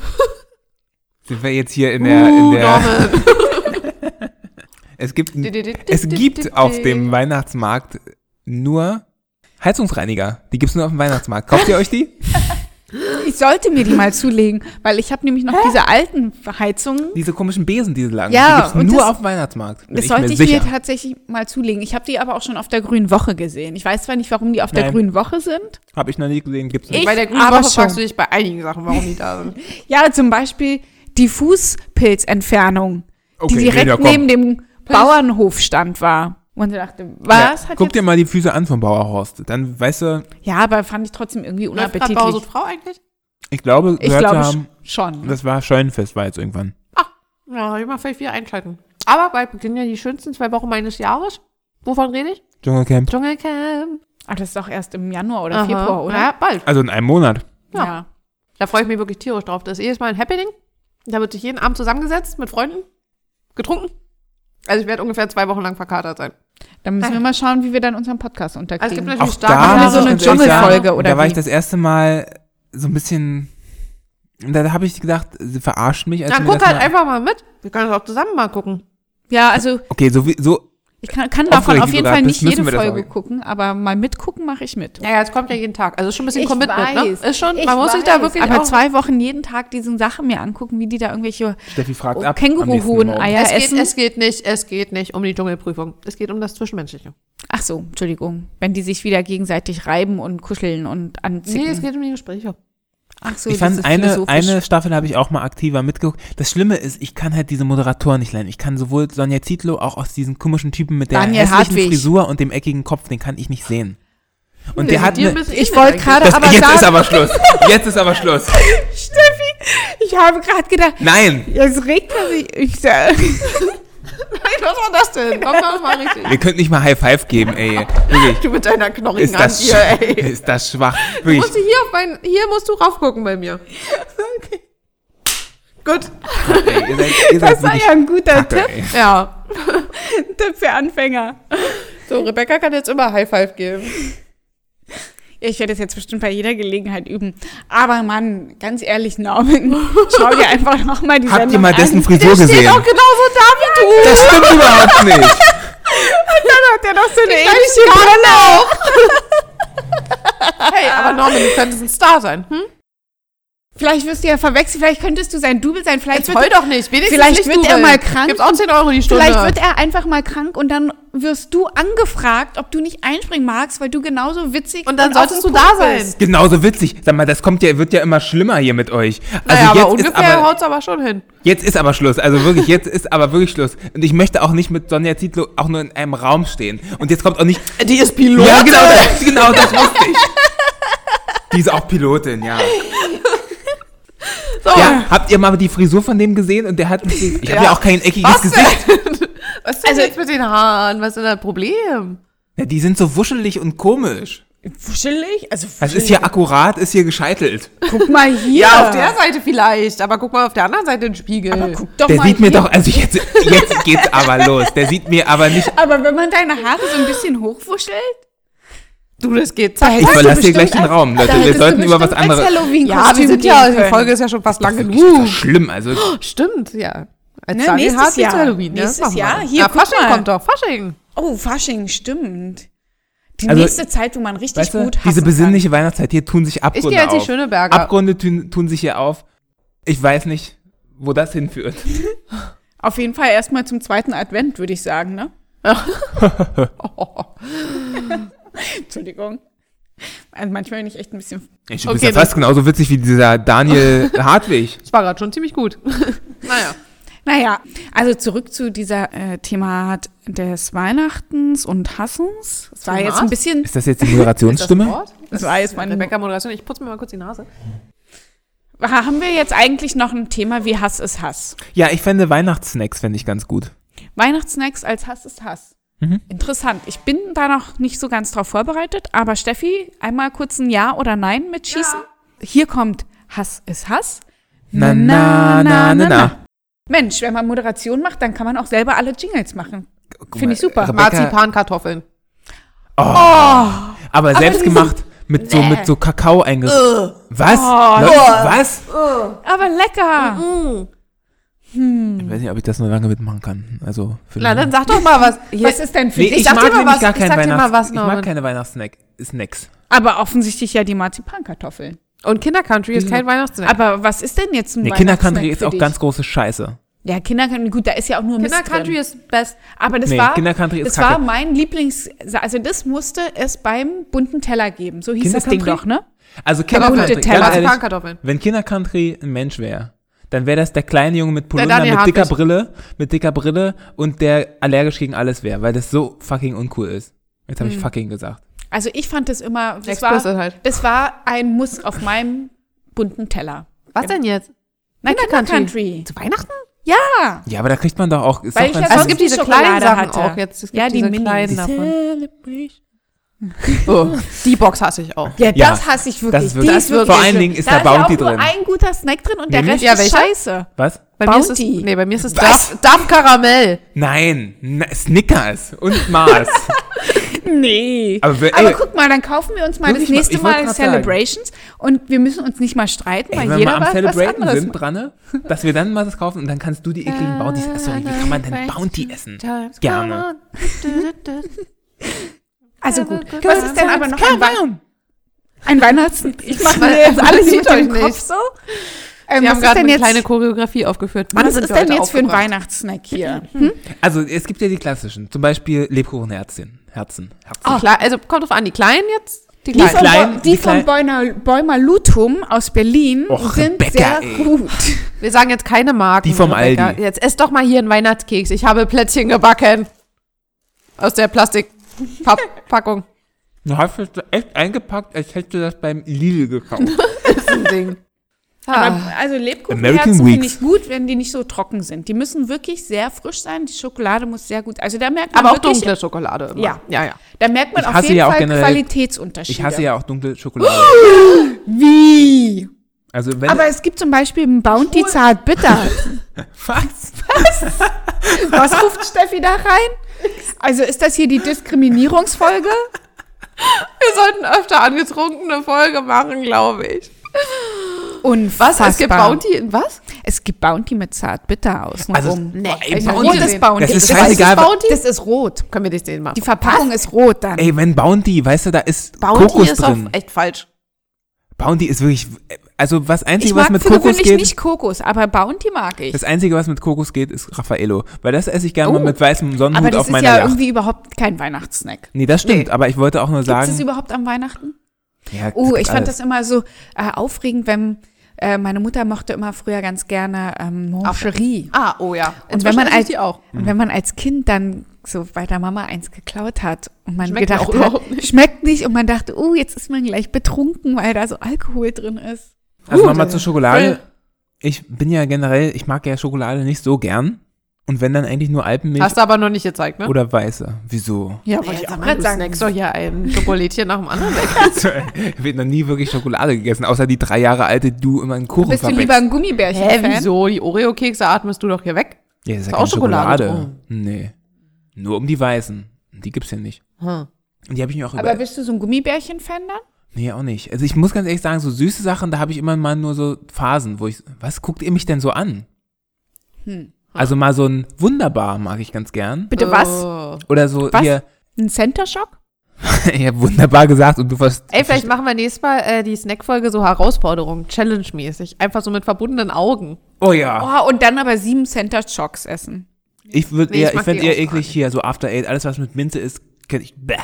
Speaker 3: Sind wir jetzt hier in der, in der
Speaker 1: Uh, Norman.
Speaker 3: es gibt, *laughs* es gibt auf dem Weihnachtsmarkt nur Heizungsreiniger. Die gibt's nur auf dem Weihnachtsmarkt. Kauft ihr euch die?
Speaker 2: Ich sollte mir die mal zulegen, weil ich habe nämlich noch diese alten Heizungen.
Speaker 3: *laughs* Diese komischen Besen, die sie lagen.
Speaker 2: Ja,
Speaker 3: die gibt's
Speaker 2: und
Speaker 3: nur
Speaker 2: das-
Speaker 3: auf dem Weihnachtsmarkt. Bin
Speaker 2: Das
Speaker 3: ich
Speaker 2: sollte
Speaker 3: mir
Speaker 2: ich
Speaker 3: sicher.
Speaker 2: mir tatsächlich mal zulegen. Ich habe die aber auch schon auf der Grünen Woche gesehen. Ich weiß zwar nicht, warum die auf der
Speaker 3: Nein.
Speaker 2: Grünen Woche sind.
Speaker 3: Habe ich noch nie gesehen. Gibt's
Speaker 2: Ich-
Speaker 3: nicht.
Speaker 1: Bei der grünen
Speaker 2: aber
Speaker 1: Woche fragst
Speaker 2: schon.
Speaker 1: du dich bei einigen Sachen, warum die da sind.
Speaker 2: Ja, zum Beispiel die Fußpilzentfernung,
Speaker 3: Okay,
Speaker 2: die
Speaker 3: nee,
Speaker 2: direkt
Speaker 3: ja, komm.
Speaker 2: neben dem Bauernhofstand war. Und ich dachte, was
Speaker 3: Ja,
Speaker 2: hat
Speaker 3: guck dir
Speaker 2: jetzt...
Speaker 3: mal die Füße an vom Bauerhorst. Dann, weißt du,
Speaker 2: Ja, aber fand ich trotzdem irgendwie
Speaker 1: Läuft grad Bauhaus und
Speaker 2: unappetitlich.
Speaker 1: Frau eigentlich?
Speaker 3: ich glaube,
Speaker 2: Ich
Speaker 3: gehört
Speaker 2: glaube
Speaker 3: zu
Speaker 2: sch-
Speaker 3: haben,
Speaker 2: schon.
Speaker 3: das war Scheunenfest war jetzt irgendwann.
Speaker 1: Ja, soll ich mal vielleicht wieder einschalten. Aber bald beginnen ja die schönsten zwei Wochen meines Jahres. Wovon rede ich?
Speaker 3: Dschungelcamp.
Speaker 1: Dschungelcamp.
Speaker 2: Aber das ist doch erst im Januar oder
Speaker 1: Aha.
Speaker 2: Februar, oder?
Speaker 1: Ja, bald.
Speaker 3: Also in einem Monat.
Speaker 1: Ja.
Speaker 2: ja.
Speaker 1: Da freue ich mich wirklich tierisch drauf. Das ist jedes Mal ein Happening. Da wird sich jeden Abend zusammengesetzt mit Freunden, getrunken. Also ich werde ungefähr zwei Wochen lang verkatert sein.
Speaker 2: Dann müssen wir mal schauen, wie wir dann unseren Podcast
Speaker 1: Also es gibt
Speaker 2: unterkriegen.
Speaker 1: natürlich
Speaker 3: Auch
Speaker 1: starke
Speaker 3: da
Speaker 2: Jahre.
Speaker 3: muss
Speaker 2: So
Speaker 3: ich
Speaker 2: eine
Speaker 3: ganz ehrlich sagen,
Speaker 2: Dschungelfolge oder
Speaker 3: Da war
Speaker 2: wie?
Speaker 3: ich das erste Mal so ein bisschen. Da habe ich gedacht, sie verarschen mich. Als
Speaker 1: Dann
Speaker 3: sie mir
Speaker 1: guck
Speaker 3: das
Speaker 1: halt
Speaker 3: mal-
Speaker 1: einfach mal mit. Wir können das auch zusammen mal gucken.
Speaker 2: ja, also
Speaker 3: Okay, so wie so.
Speaker 2: ich kann, kann davon
Speaker 3: Aufgeregt,
Speaker 2: auf
Speaker 3: wie
Speaker 2: jeden
Speaker 3: du
Speaker 2: Fall
Speaker 3: gerade
Speaker 2: nicht
Speaker 3: bist, müssen
Speaker 2: jede
Speaker 3: wir das
Speaker 2: Folge
Speaker 3: auch.
Speaker 2: gucken, aber mal mitgucken mache ich mit.
Speaker 1: Naja, es kommt ja jeden Tag. Also ist schon ein bisschen
Speaker 2: Ich
Speaker 1: Commitment,
Speaker 2: weiß.
Speaker 1: ne? Ist schon,
Speaker 2: Ich
Speaker 1: man muss sich da
Speaker 2: weiß,
Speaker 1: wirklich
Speaker 2: aber
Speaker 1: auch,
Speaker 2: zwei Wochen jeden Tag diesen Sachen mir angucken, wie die da irgendwelche
Speaker 3: Steffi
Speaker 2: Oh,
Speaker 3: fragt ab. am nächsten Morgen.
Speaker 2: Känguruhoden-Eier
Speaker 1: es, geht,
Speaker 2: essen.
Speaker 1: es geht nicht, es geht nicht um die Dschungelprüfung. Es geht um das Zwischenmenschliche.
Speaker 2: Ach so, Entschuldigung. Wenn die sich wieder gegenseitig reiben und kuscheln und anziehen.
Speaker 1: Nee, es geht um die Gespräche.
Speaker 2: Ach so,
Speaker 3: Ich
Speaker 2: das
Speaker 3: fand
Speaker 2: ist
Speaker 3: eine,
Speaker 2: philosophisch.
Speaker 3: eine Staffel habe ich auch mal aktiver mitgeguckt. Das Schlimme ist, ich kann halt diese Moderatoren nicht lernen. Ich kann sowohl Sonja Zietlow auch aus diesem komischen Typen mit der
Speaker 2: Daniel
Speaker 3: hässlichen
Speaker 2: Hartwig.
Speaker 3: Frisur und dem eckigen Kopf, den kann ich nicht sehen. Und der hat eine,
Speaker 2: Ich wollte gerade
Speaker 3: Das,
Speaker 2: aber
Speaker 3: jetzt
Speaker 2: sagen,
Speaker 3: ist aber Schluss. Jetzt ist aber Schluss.
Speaker 2: Steffi, ich habe gerade gedacht,
Speaker 3: Nein,
Speaker 2: jetzt regt er sich. Ich sag, *laughs*
Speaker 1: Was war das denn? Komm doch mal *laughs* richtig.
Speaker 3: ihr könnt nicht mal High Five geben, ey.
Speaker 2: *laughs*
Speaker 3: Wirklich.
Speaker 1: Du mit deiner knorrigen
Speaker 3: Ist
Speaker 1: Hand
Speaker 3: das,
Speaker 1: hier,
Speaker 3: schwach,
Speaker 1: ey.
Speaker 3: ist das schwach.
Speaker 1: Du
Speaker 3: Wirklich.
Speaker 1: musst hier auf mein, hier musst du raufgucken bei mir. Gut.
Speaker 3: Ey, ihr seid, ihr seid
Speaker 2: das war
Speaker 3: wirklich
Speaker 2: ja ein guter
Speaker 3: Kacke, ey.
Speaker 1: Ja.
Speaker 2: Tipp, Tipp *laughs* für Anfänger.
Speaker 1: So, Rebecca kann jetzt immer High Five geben.
Speaker 2: Ja, Ich werde das jetzt bestimmt bei jeder Gelegenheit üben. Aber Mann, ganz ehrlich, Norman,
Speaker 1: *laughs*
Speaker 2: schau dir einfach nochmal die
Speaker 3: Habt ihr
Speaker 2: Sendung
Speaker 3: mal dessen
Speaker 2: an.
Speaker 3: Frisur gesehen?
Speaker 2: genauso da wie du.
Speaker 1: genau.
Speaker 3: Das stimmt überhaupt nicht.
Speaker 2: *laughs* Dann hat er noch so eine ähnliche
Speaker 1: Schatten
Speaker 2: Brille auf.
Speaker 1: Hey, aber Norman, du könntest ein Star sein. Hm?
Speaker 2: Vielleicht wirst du ja verwechselt, vielleicht könntest du sein Double sein. Vielleicht,
Speaker 1: Jetzt
Speaker 2: wird,
Speaker 1: heul doch nicht. Wenigstens
Speaker 2: vielleicht
Speaker 1: nicht
Speaker 2: wird er
Speaker 1: dubeln.
Speaker 2: mal krank.
Speaker 1: Gibt's auch 10 Euro die Stunde.
Speaker 2: vielleicht wird er einfach mal krank und dann wirst du angefragt, ob du nicht einspringen magst, weil du genauso witzig
Speaker 1: Und dann
Speaker 2: auf
Speaker 1: solltest du
Speaker 2: den
Speaker 1: da
Speaker 2: Punkt
Speaker 1: sein.
Speaker 2: bist.
Speaker 3: Genauso witzig. Sag mal, das kommt ja, wird ja immer schlimmer hier mit euch. Also
Speaker 1: naja, aber
Speaker 3: jetzt, ist
Speaker 1: ungefähr
Speaker 3: aber,
Speaker 1: haut's aber schon hin.
Speaker 3: jetzt ist aber Schluss. Also wirklich, jetzt ist aber wirklich Schluss. Und ich möchte auch nicht mit Sonja Zietlow auch nur in einem Raum stehen. Und jetzt kommt auch nicht.
Speaker 1: Die ist Pilot.
Speaker 3: Ja, genau das, genau das wusste ich. *laughs* Die ist auch Pilotin, ja.
Speaker 1: So.
Speaker 3: Ja, habt ihr mal die Frisur von dem gesehen? Und der hat. Ich habe ja.
Speaker 1: Ja.
Speaker 3: auch kein eckiges
Speaker 1: Was
Speaker 3: Gesicht.
Speaker 1: denn? *laughs* Was denn
Speaker 2: Also-
Speaker 1: jetzt mit den Haaren? Was ist denn das Problem?
Speaker 3: Ja, die sind so wuschelig und komisch.
Speaker 2: Wuschelig? Also
Speaker 3: Das ist hier akkurat, ist hier gescheitelt.
Speaker 2: guck *laughs* mal hier.
Speaker 1: Ja, auf der Seite vielleicht, aber guck mal auf der anderen Seite in den Spiegel.
Speaker 2: Ah. aber guck doch
Speaker 3: Der
Speaker 2: mal
Speaker 3: sieht mir
Speaker 2: hier.
Speaker 3: doch, also jetzt, jetzt geht's aber los. Der sieht mir aber nicht.
Speaker 2: Aber wenn man deine Haare so ein bisschen hochwuschelt,
Speaker 1: du, das geht Zeit.
Speaker 3: Ich
Speaker 2: Hast du
Speaker 3: verlasse hier
Speaker 2: bestimmt
Speaker 3: gleich den
Speaker 2: als-
Speaker 3: Raum,
Speaker 2: da
Speaker 3: Leute. Wir
Speaker 2: hättest du
Speaker 3: sollten über was
Speaker 2: bestimmt als
Speaker 3: anderes.
Speaker 2: Halloween-Kostüm
Speaker 1: Ja, wir sind ja,
Speaker 2: gehen
Speaker 1: die
Speaker 2: können.
Speaker 1: Folge ist ja schon fast lang
Speaker 3: Wirklich, das
Speaker 1: genug.
Speaker 3: ist schlimm. Also,
Speaker 1: Stimmt, ja. Als
Speaker 2: Ne,
Speaker 1: Daniel
Speaker 2: nächstes
Speaker 1: Hartwig
Speaker 2: Jahr.
Speaker 1: zu Halloween, ne?
Speaker 2: Nächstes
Speaker 1: Machen wir.
Speaker 2: Jahr. Hier,
Speaker 1: ja,
Speaker 2: guck
Speaker 1: Fasching
Speaker 2: mal.
Speaker 1: kommt doch, Fasching.
Speaker 2: Oh, Fasching, stimmt. Die
Speaker 3: Also,
Speaker 2: nächste Zeit, wo man richtig
Speaker 3: weißt du,
Speaker 2: gut hassen
Speaker 3: diese besinnliche Weihnachtszeit, hier tun sich
Speaker 1: Ich
Speaker 3: Abgründe
Speaker 1: gehe als die
Speaker 3: auf.
Speaker 1: Schöneberger.
Speaker 3: Abgründe tun, tun sich hier auf. Ich weiß nicht, wo das hinführt.
Speaker 2: kann. Auf jeden Fall erstmal zum zweiten Advent, würde ich sagen,
Speaker 3: *laughs*
Speaker 2: ne? Entschuldigung. Also manchmal bin ich echt ein bisschen.
Speaker 3: Ich bin
Speaker 1: Okay,
Speaker 3: ja
Speaker 1: das-
Speaker 3: fast genauso witzig wie
Speaker 1: *laughs*
Speaker 3: dieser Daniel Hartwig.
Speaker 1: Das war gerade schon
Speaker 2: *laughs*
Speaker 1: ziemlich gut. naja.
Speaker 2: Naja, also zurück zu dieser äh, Thema des Weihnachtens und Hassens. Es war
Speaker 1: Thema?
Speaker 2: jetzt ein bisschen.
Speaker 3: Ist das jetzt die
Speaker 1: Ist das
Speaker 3: Moderationsstimme?
Speaker 1: Wort?
Speaker 2: Das war jetzt meine.
Speaker 1: Rebecca Moderation. Ich putze mir mal kurz die Nase.
Speaker 2: Haben wir jetzt eigentlich noch ein Thema wie Hass ist Hass?
Speaker 3: Ja, ich fände Weihnachtssnacks fände ich ganz gut.
Speaker 2: Weihnachtssnacks als Hass ist Hass.
Speaker 3: Mhm.
Speaker 2: Interessant. Ich bin da noch nicht so ganz drauf vorbereitet, aber Steffi, einmal kurz ein Ja oder Nein mitschießen. Hier kommt Hass ist Hass.
Speaker 3: Na, na, na, na, na.
Speaker 2: Mensch, wenn man Moderation macht, dann kann man auch selber alle Jingles machen.
Speaker 3: Guck
Speaker 2: Finde ich
Speaker 3: mal,
Speaker 2: super. Oh,
Speaker 3: Rebecca-
Speaker 1: Marzipankartoffeln.
Speaker 3: Aber selbst gemacht. mit so mit so Kakao einges.
Speaker 1: Äh.
Speaker 3: Was?
Speaker 2: Oh.
Speaker 3: Leute, was?
Speaker 2: Aber lecker.
Speaker 3: Ich weiß nicht, ob ich das noch lange mitmachen kann. Also für
Speaker 1: Mm. Na, dann sag doch mal was. Hier-
Speaker 2: Was ist denn für
Speaker 3: Nee,
Speaker 2: dich?
Speaker 1: ich
Speaker 3: ich,
Speaker 1: sag dir
Speaker 3: mag
Speaker 1: mal
Speaker 3: nämlich
Speaker 1: was,
Speaker 3: gar
Speaker 1: ich
Speaker 3: keinen
Speaker 1: sag dir mal
Speaker 3: Weihnachts
Speaker 1: was,
Speaker 3: Ich
Speaker 1: Norman.
Speaker 3: mag keine Weihnachtssnacks. Snacks.
Speaker 2: Aber offensichtlich ja die Marzipankartoffeln.
Speaker 1: Und Kinder-Country
Speaker 2: Mm.
Speaker 1: ist kein Weihnachtsnack.
Speaker 2: Aber was ist denn jetzt ein
Speaker 3: Nee,
Speaker 2: Weihnachtsnack
Speaker 3: Kindercountry ist
Speaker 2: für
Speaker 3: auch
Speaker 2: dich?
Speaker 3: ganz große Scheiße.
Speaker 2: Ja, Kindercountry, gut, da ist ja auch nur Mist drin.
Speaker 1: Kinder-Country ist best.
Speaker 2: Aber das
Speaker 3: Nee,
Speaker 2: war,
Speaker 3: Kindercountry ist
Speaker 2: das war
Speaker 3: Kacke.
Speaker 2: mein Lieblings, also das musste es beim bunten Teller geben. So hieß das Ding
Speaker 3: Kindercountry?
Speaker 2: doch, ne?
Speaker 3: Also
Speaker 2: bunte
Speaker 3: Kindercountry,
Speaker 2: Teller.
Speaker 3: ganz ehrlich,
Speaker 1: Marzipankartoffeln.
Speaker 3: wenn Kindercountry ein Mensch wäre, dann wäre das der kleine Junge mit Polunder,
Speaker 1: Daniel
Speaker 3: mit dicker
Speaker 1: Hartwig.
Speaker 3: Brille, mit dicker Brille und der allergisch gegen alles wäre, weil das so fucking uncool ist. Jetzt
Speaker 2: Hm.
Speaker 3: habe ich fucking gesagt.
Speaker 2: Also ich fand das immer, das
Speaker 1: Explicit
Speaker 2: war,
Speaker 1: halt.
Speaker 2: das war ein Muss auf meinem bunten Teller.
Speaker 1: Was denn jetzt?
Speaker 2: Na,
Speaker 1: Kindercountry.
Speaker 2: Kindercountry.
Speaker 1: Zu Weihnachten?
Speaker 2: Ja.
Speaker 3: Ja, aber da kriegt man doch auch. Ist
Speaker 2: Weil
Speaker 3: doch
Speaker 2: ich ja
Speaker 3: ganz-
Speaker 1: Also es
Speaker 2: sonst
Speaker 1: gibt
Speaker 2: die
Speaker 1: diese kleinen
Speaker 2: Schokolade
Speaker 1: Sachen
Speaker 2: hatte.
Speaker 1: auch jetzt. Also Es gibt
Speaker 2: Ja, die
Speaker 1: diese
Speaker 2: Minis. *laughs*
Speaker 1: kleinen davon.
Speaker 2: Celebration.
Speaker 1: Oh, die Box hasse ich auch.
Speaker 2: Ja,
Speaker 3: Ja,
Speaker 2: das hasse ich wirklich.
Speaker 3: das ist wirklich-
Speaker 2: Die ist
Speaker 1: das wird-
Speaker 2: wirklich
Speaker 1: vor
Speaker 3: allen
Speaker 2: schlimm.
Speaker 3: Dingen ist
Speaker 2: da
Speaker 3: da Bounty
Speaker 2: ist ja auch
Speaker 3: drin.
Speaker 2: Nur ein guter Snack drin und der
Speaker 3: Nämlich?
Speaker 2: Rest
Speaker 1: Ja,
Speaker 2: ist
Speaker 1: welcher?
Speaker 2: scheiße.
Speaker 3: Was?
Speaker 1: Bei mir ist es,
Speaker 2: Bounty.
Speaker 1: nee, bei mir ist es
Speaker 3: Was?
Speaker 1: Darf, Darf Karamell.
Speaker 3: Nein, na, Snickers
Speaker 2: *laughs*
Speaker 3: und Mars.
Speaker 2: *laughs* Nee.
Speaker 3: Aber wer-
Speaker 2: Aber
Speaker 3: ey.
Speaker 2: guck mal, dann kaufen wir uns mal das
Speaker 3: Wirklich mal,
Speaker 2: nächste
Speaker 3: ich wollte
Speaker 2: Mal
Speaker 3: grad sagen.
Speaker 2: Celebrations und wir müssen uns nicht mal streiten,
Speaker 3: Ey,
Speaker 2: weil
Speaker 3: wenn wir
Speaker 2: jeder
Speaker 3: am
Speaker 2: was, was
Speaker 3: Celebraten
Speaker 2: anderes
Speaker 3: sind,
Speaker 2: macht.
Speaker 3: Branne, dass wir dann mal das kaufen und dann kannst du die ekligen Bounties essen. Sorry, wie kann man
Speaker 1: Äh,
Speaker 3: denn Bounty essen?
Speaker 2: ne?
Speaker 3: Gerne.
Speaker 2: Also gut, was ist denn aber noch ein, Wei
Speaker 3: on!
Speaker 2: ein Weihnachten? Ich *laughs* mache
Speaker 1: Weil-
Speaker 2: mir jetzt alles
Speaker 1: Sieht
Speaker 2: hinter
Speaker 1: euch
Speaker 2: den Kopf
Speaker 1: nicht.
Speaker 2: so. Ähm, was
Speaker 1: Wir haben
Speaker 2: ist
Speaker 1: gerade
Speaker 2: denn
Speaker 1: eine
Speaker 2: jetzt-
Speaker 1: kleine Choreografie aufgeführt. Mann,
Speaker 2: Was
Speaker 1: sind
Speaker 2: ist
Speaker 1: wir
Speaker 2: denn
Speaker 1: heute
Speaker 2: jetzt für ein
Speaker 1: aufgebracht.
Speaker 2: Weihnachtssnack hier?
Speaker 3: Also es gibt ja die klassischen, zum Beispiel Lebkuchenherzchen. Herzen. Herzen.
Speaker 2: Oh.
Speaker 1: Die Kle- Also kommt drauf an, die Kleinen jetzt? Die
Speaker 2: Die
Speaker 1: Kleinen.
Speaker 2: von,
Speaker 3: Klein-
Speaker 2: Bo- die
Speaker 3: die
Speaker 2: von
Speaker 3: Klein-
Speaker 2: Bäumer, Bäumer Lutum aus Berlin
Speaker 3: Och,
Speaker 2: sind
Speaker 3: Rebecca,
Speaker 2: sehr
Speaker 3: ey.
Speaker 2: gut.
Speaker 1: Wir sagen jetzt keine Marken.
Speaker 3: Die vom
Speaker 1: Rebecca.
Speaker 3: Aldi.
Speaker 1: Jetzt ess doch mal hier einen Weihnachtskeks. Ich habe Plätzchen gebacken. Aus der *laughs* Plastikpackung.
Speaker 3: Du hast es echt eingepackt, als hättest du das beim
Speaker 2: *laughs*
Speaker 3: Lidl gekauft.
Speaker 1: Ding.
Speaker 2: *laughs* Aber,
Speaker 1: Ah.
Speaker 2: also
Speaker 3: American
Speaker 2: Lebkuchenherzen finde
Speaker 3: Weeks.
Speaker 2: ich gut, wenn die nicht so trocken sind. Die müssen wirklich sehr frisch sein. Die Schokolade muss sehr gut. Also da merkt man
Speaker 1: Aber auch
Speaker 2: wirklich,
Speaker 1: dunkle Schokolade. Immer.
Speaker 2: Ja.
Speaker 1: ja, ja.
Speaker 2: da merkt man
Speaker 3: Ich
Speaker 2: auf
Speaker 3: hasse
Speaker 2: jeden
Speaker 3: ja auch
Speaker 2: Fall
Speaker 3: generell-
Speaker 2: Qualitätsunterschiede.
Speaker 3: Ich hasse ja auch dunkle Schokolade.
Speaker 2: Wie?
Speaker 3: Also wenn...
Speaker 2: Aber es gibt zum Beispiel einen Bounty Zart *laughs* Bitter.
Speaker 3: was?
Speaker 2: Was ruft Steffi da rein? Also ist das hier die Diskriminierungsfolge?
Speaker 1: Wir sollten öfter angetrunkene Folge machen, glaube ich.
Speaker 2: Unfassbar.
Speaker 1: Was? Es gibt Bounty in was?
Speaker 2: Es gibt Bounty mit Zart Bitter außen
Speaker 3: Also,
Speaker 2: rum.
Speaker 1: Nee,
Speaker 3: ey,
Speaker 1: ich hab nie
Speaker 2: Rotes
Speaker 1: gesehen.
Speaker 2: Bounty.
Speaker 3: Das ist
Speaker 2: Das
Speaker 3: scheißegal. wa-
Speaker 1: Bounty?
Speaker 2: Das ist rot.
Speaker 1: Können wir dich sehen machen.
Speaker 2: Die Verpackung ist rot dann.
Speaker 3: Ey, wenn Bounty, weißt du, da ist Kokos
Speaker 1: ist
Speaker 3: drin.
Speaker 1: auch echt falsch.
Speaker 3: Bounty ist wirklich... Also was
Speaker 2: ich
Speaker 3: Einzige,
Speaker 2: mag
Speaker 3: was mit
Speaker 2: für
Speaker 3: Kokos
Speaker 2: gewöhnlich
Speaker 3: geht...
Speaker 2: nicht Kokos, aber Bounty mag ich.
Speaker 3: Das Einzige, was mit Kokos geht, ist Raffaello. Weil das esse ich gerne
Speaker 2: Oh.
Speaker 3: mal mit weißem
Speaker 2: Aber
Speaker 3: Sonnenhut
Speaker 2: das
Speaker 3: auf
Speaker 2: ist
Speaker 3: meiner
Speaker 2: ja
Speaker 3: Yacht.
Speaker 2: irgendwie überhaupt kein Weihnachtssnack.
Speaker 3: Nee, das stimmt. Aber ich wollte auch nur
Speaker 2: Gibt es
Speaker 3: sagen...
Speaker 2: das überhaupt am Weihnachten?
Speaker 3: ja, es
Speaker 2: Oh,
Speaker 3: gibt
Speaker 2: ich fand
Speaker 3: alles.
Speaker 2: das immer so äh, aufregend, wenn äh, meine Mutter mochte immer früher ganz gerne ähm, Mancherie.
Speaker 1: Ah, oh ja.
Speaker 2: Und wenn, man
Speaker 1: Inzwischen esse ich
Speaker 2: als,
Speaker 1: die auch.
Speaker 2: und wenn man als Kind dann so bei der Mama eins geklaut hat und man
Speaker 1: Schmeckt
Speaker 2: gedacht
Speaker 1: auch
Speaker 2: hat,
Speaker 1: überhaupt nicht.
Speaker 2: schmeckt nicht und man dachte, oh, jetzt ist man gleich betrunken, weil da so Alkohol drin ist.
Speaker 3: Also
Speaker 1: Gut.
Speaker 3: nochmal zur
Speaker 1: Voll.
Speaker 3: Schokolade. Ich bin ja generell, ich mag ja Schokolade nicht so gern. Und wenn dann eigentlich nur Alpenmilch
Speaker 1: Hast du aber noch nicht gezeigt, ne?
Speaker 3: oder weiße. Wieso? *laughs*
Speaker 1: Ja,
Speaker 2: wollte ich auch
Speaker 1: mal,
Speaker 2: gerade
Speaker 1: du
Speaker 2: sagen.
Speaker 1: snackst doch hier ein Schokolädchen nach dem anderen weg.
Speaker 3: Also, ich habe noch nie wirklich Schokolade gegessen, außer die drei Jahre alte, die du immer in Kuchen
Speaker 2: Bist du
Speaker 3: verpackst.
Speaker 2: lieber ein Gummibärchen?
Speaker 1: Hä, wieso? Die Oreo-Kekse atmest du doch hier weg.
Speaker 3: Ja, das ist ja
Speaker 1: Ist auch
Speaker 3: keine
Speaker 1: Schokolade
Speaker 3: Schokolade. Nee. Nur um die weißen. Die gibt's ja nicht.
Speaker 1: Hm.
Speaker 3: Und die habe ich mir auch
Speaker 2: Aber
Speaker 3: über.
Speaker 2: bist du so ein Gummibärchen-Fan dann?
Speaker 3: Nee, auch nicht. Also ich muss ganz ehrlich sagen, so süße Sachen, da habe ich immer mal nur so Phasen, wo ich. Was guckt ihr mich denn so an?
Speaker 2: Hm.
Speaker 3: Also mal so ein wunderbar mag ich ganz gern.
Speaker 2: Bitte was?
Speaker 1: Oh.
Speaker 3: Oder so
Speaker 2: Was?
Speaker 3: hier.
Speaker 2: Ein Center Shock?
Speaker 3: *laughs* ich habe wunderbar gesagt und du verstehst.
Speaker 1: Ey, vielleicht machen wir nächstes Mal äh, die Snackfolge so Herausforderung, Challenge-mäßig. Einfach so mit verbundenen Augen.
Speaker 3: Oh ja.
Speaker 2: Oh, und dann aber sieben Center Shocks essen.
Speaker 3: Ich würde
Speaker 1: Nee, ich
Speaker 3: eher, ich,
Speaker 1: mag
Speaker 3: fänd
Speaker 1: die
Speaker 3: eher
Speaker 1: auch gar
Speaker 3: eklig
Speaker 1: nicht.
Speaker 3: hier, so After Eight, alles was mit Minze ist, kenn ich. Bäh.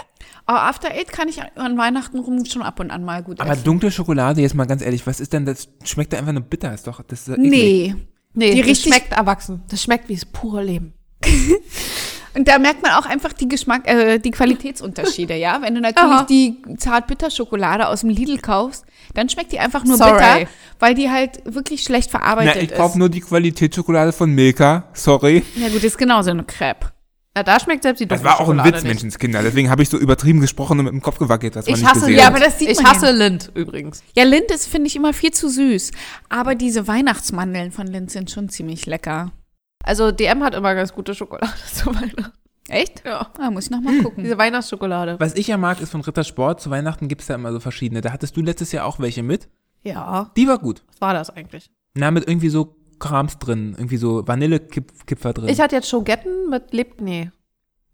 Speaker 2: Oh, After Eight kann ich an Weihnachten rum schon ab und an mal gut
Speaker 3: Aber
Speaker 2: essen.
Speaker 3: dunkle Schokolade, jetzt mal ganz ehrlich, was ist denn das? Schmeckt da einfach nur bitter, ist doch. Das ist doch eklig.
Speaker 2: Nee.
Speaker 1: Nee,
Speaker 2: Die
Speaker 1: das
Speaker 2: richtig-
Speaker 1: schmeckt erwachsen. Das schmeckt wie das pure Leben.
Speaker 2: Und da merkt man auch einfach die Geschmack, äh, die Qualitätsunterschiede, ja? Wenn du natürlich
Speaker 1: Aha.
Speaker 2: die Zartbitterschokolade aus dem Lidl kaufst, dann schmeckt die einfach nur
Speaker 1: Sorry.
Speaker 2: bitter, weil die halt wirklich schlecht verarbeitet
Speaker 3: Na, ich
Speaker 2: ist.
Speaker 3: kaufe nur die Qualitätsschokolade von Milka, sorry.
Speaker 2: Na gut, ist genauso eine Crepe.
Speaker 1: Na, da schmeckt selbst die
Speaker 3: Das war auch ein
Speaker 1: Dunkelschokolade
Speaker 3: Witz,
Speaker 1: nicht.
Speaker 3: Menschenskinder. Deswegen habe ich so übertrieben gesprochen und mit dem Kopf gewackelt, dass man
Speaker 1: Ich
Speaker 3: nicht
Speaker 1: hasse,
Speaker 3: gesehen
Speaker 1: ja,
Speaker 3: hat.
Speaker 1: aber das sieht
Speaker 2: Ich
Speaker 1: man
Speaker 2: hasse
Speaker 1: ja. Lind übrigens.
Speaker 2: Ja, Lind ist, finde ich, immer viel zu süß. Aber diese Weihnachtsmandeln von Lind sind schon ziemlich lecker.
Speaker 1: Also DM hat immer ganz gute Schokolade *laughs* zu Weihnachten.
Speaker 2: Echt?
Speaker 1: Ja.
Speaker 2: Ah, muss ich nochmal gucken.
Speaker 1: Diese Weihnachtsschokolade.
Speaker 3: Was ich ja mag, ist von Rittersport. Zu Weihnachten gibt es da immer so verschiedene. Da hattest du letztes Jahr auch welche mit.
Speaker 1: Ja.
Speaker 3: Die war gut.
Speaker 1: Was war das eigentlich?
Speaker 3: Na, mit irgendwie so Krams drin. Irgendwie so Vanillekipfer drin.
Speaker 1: Ich hatte jetzt Schogetten mit Leb... Nee.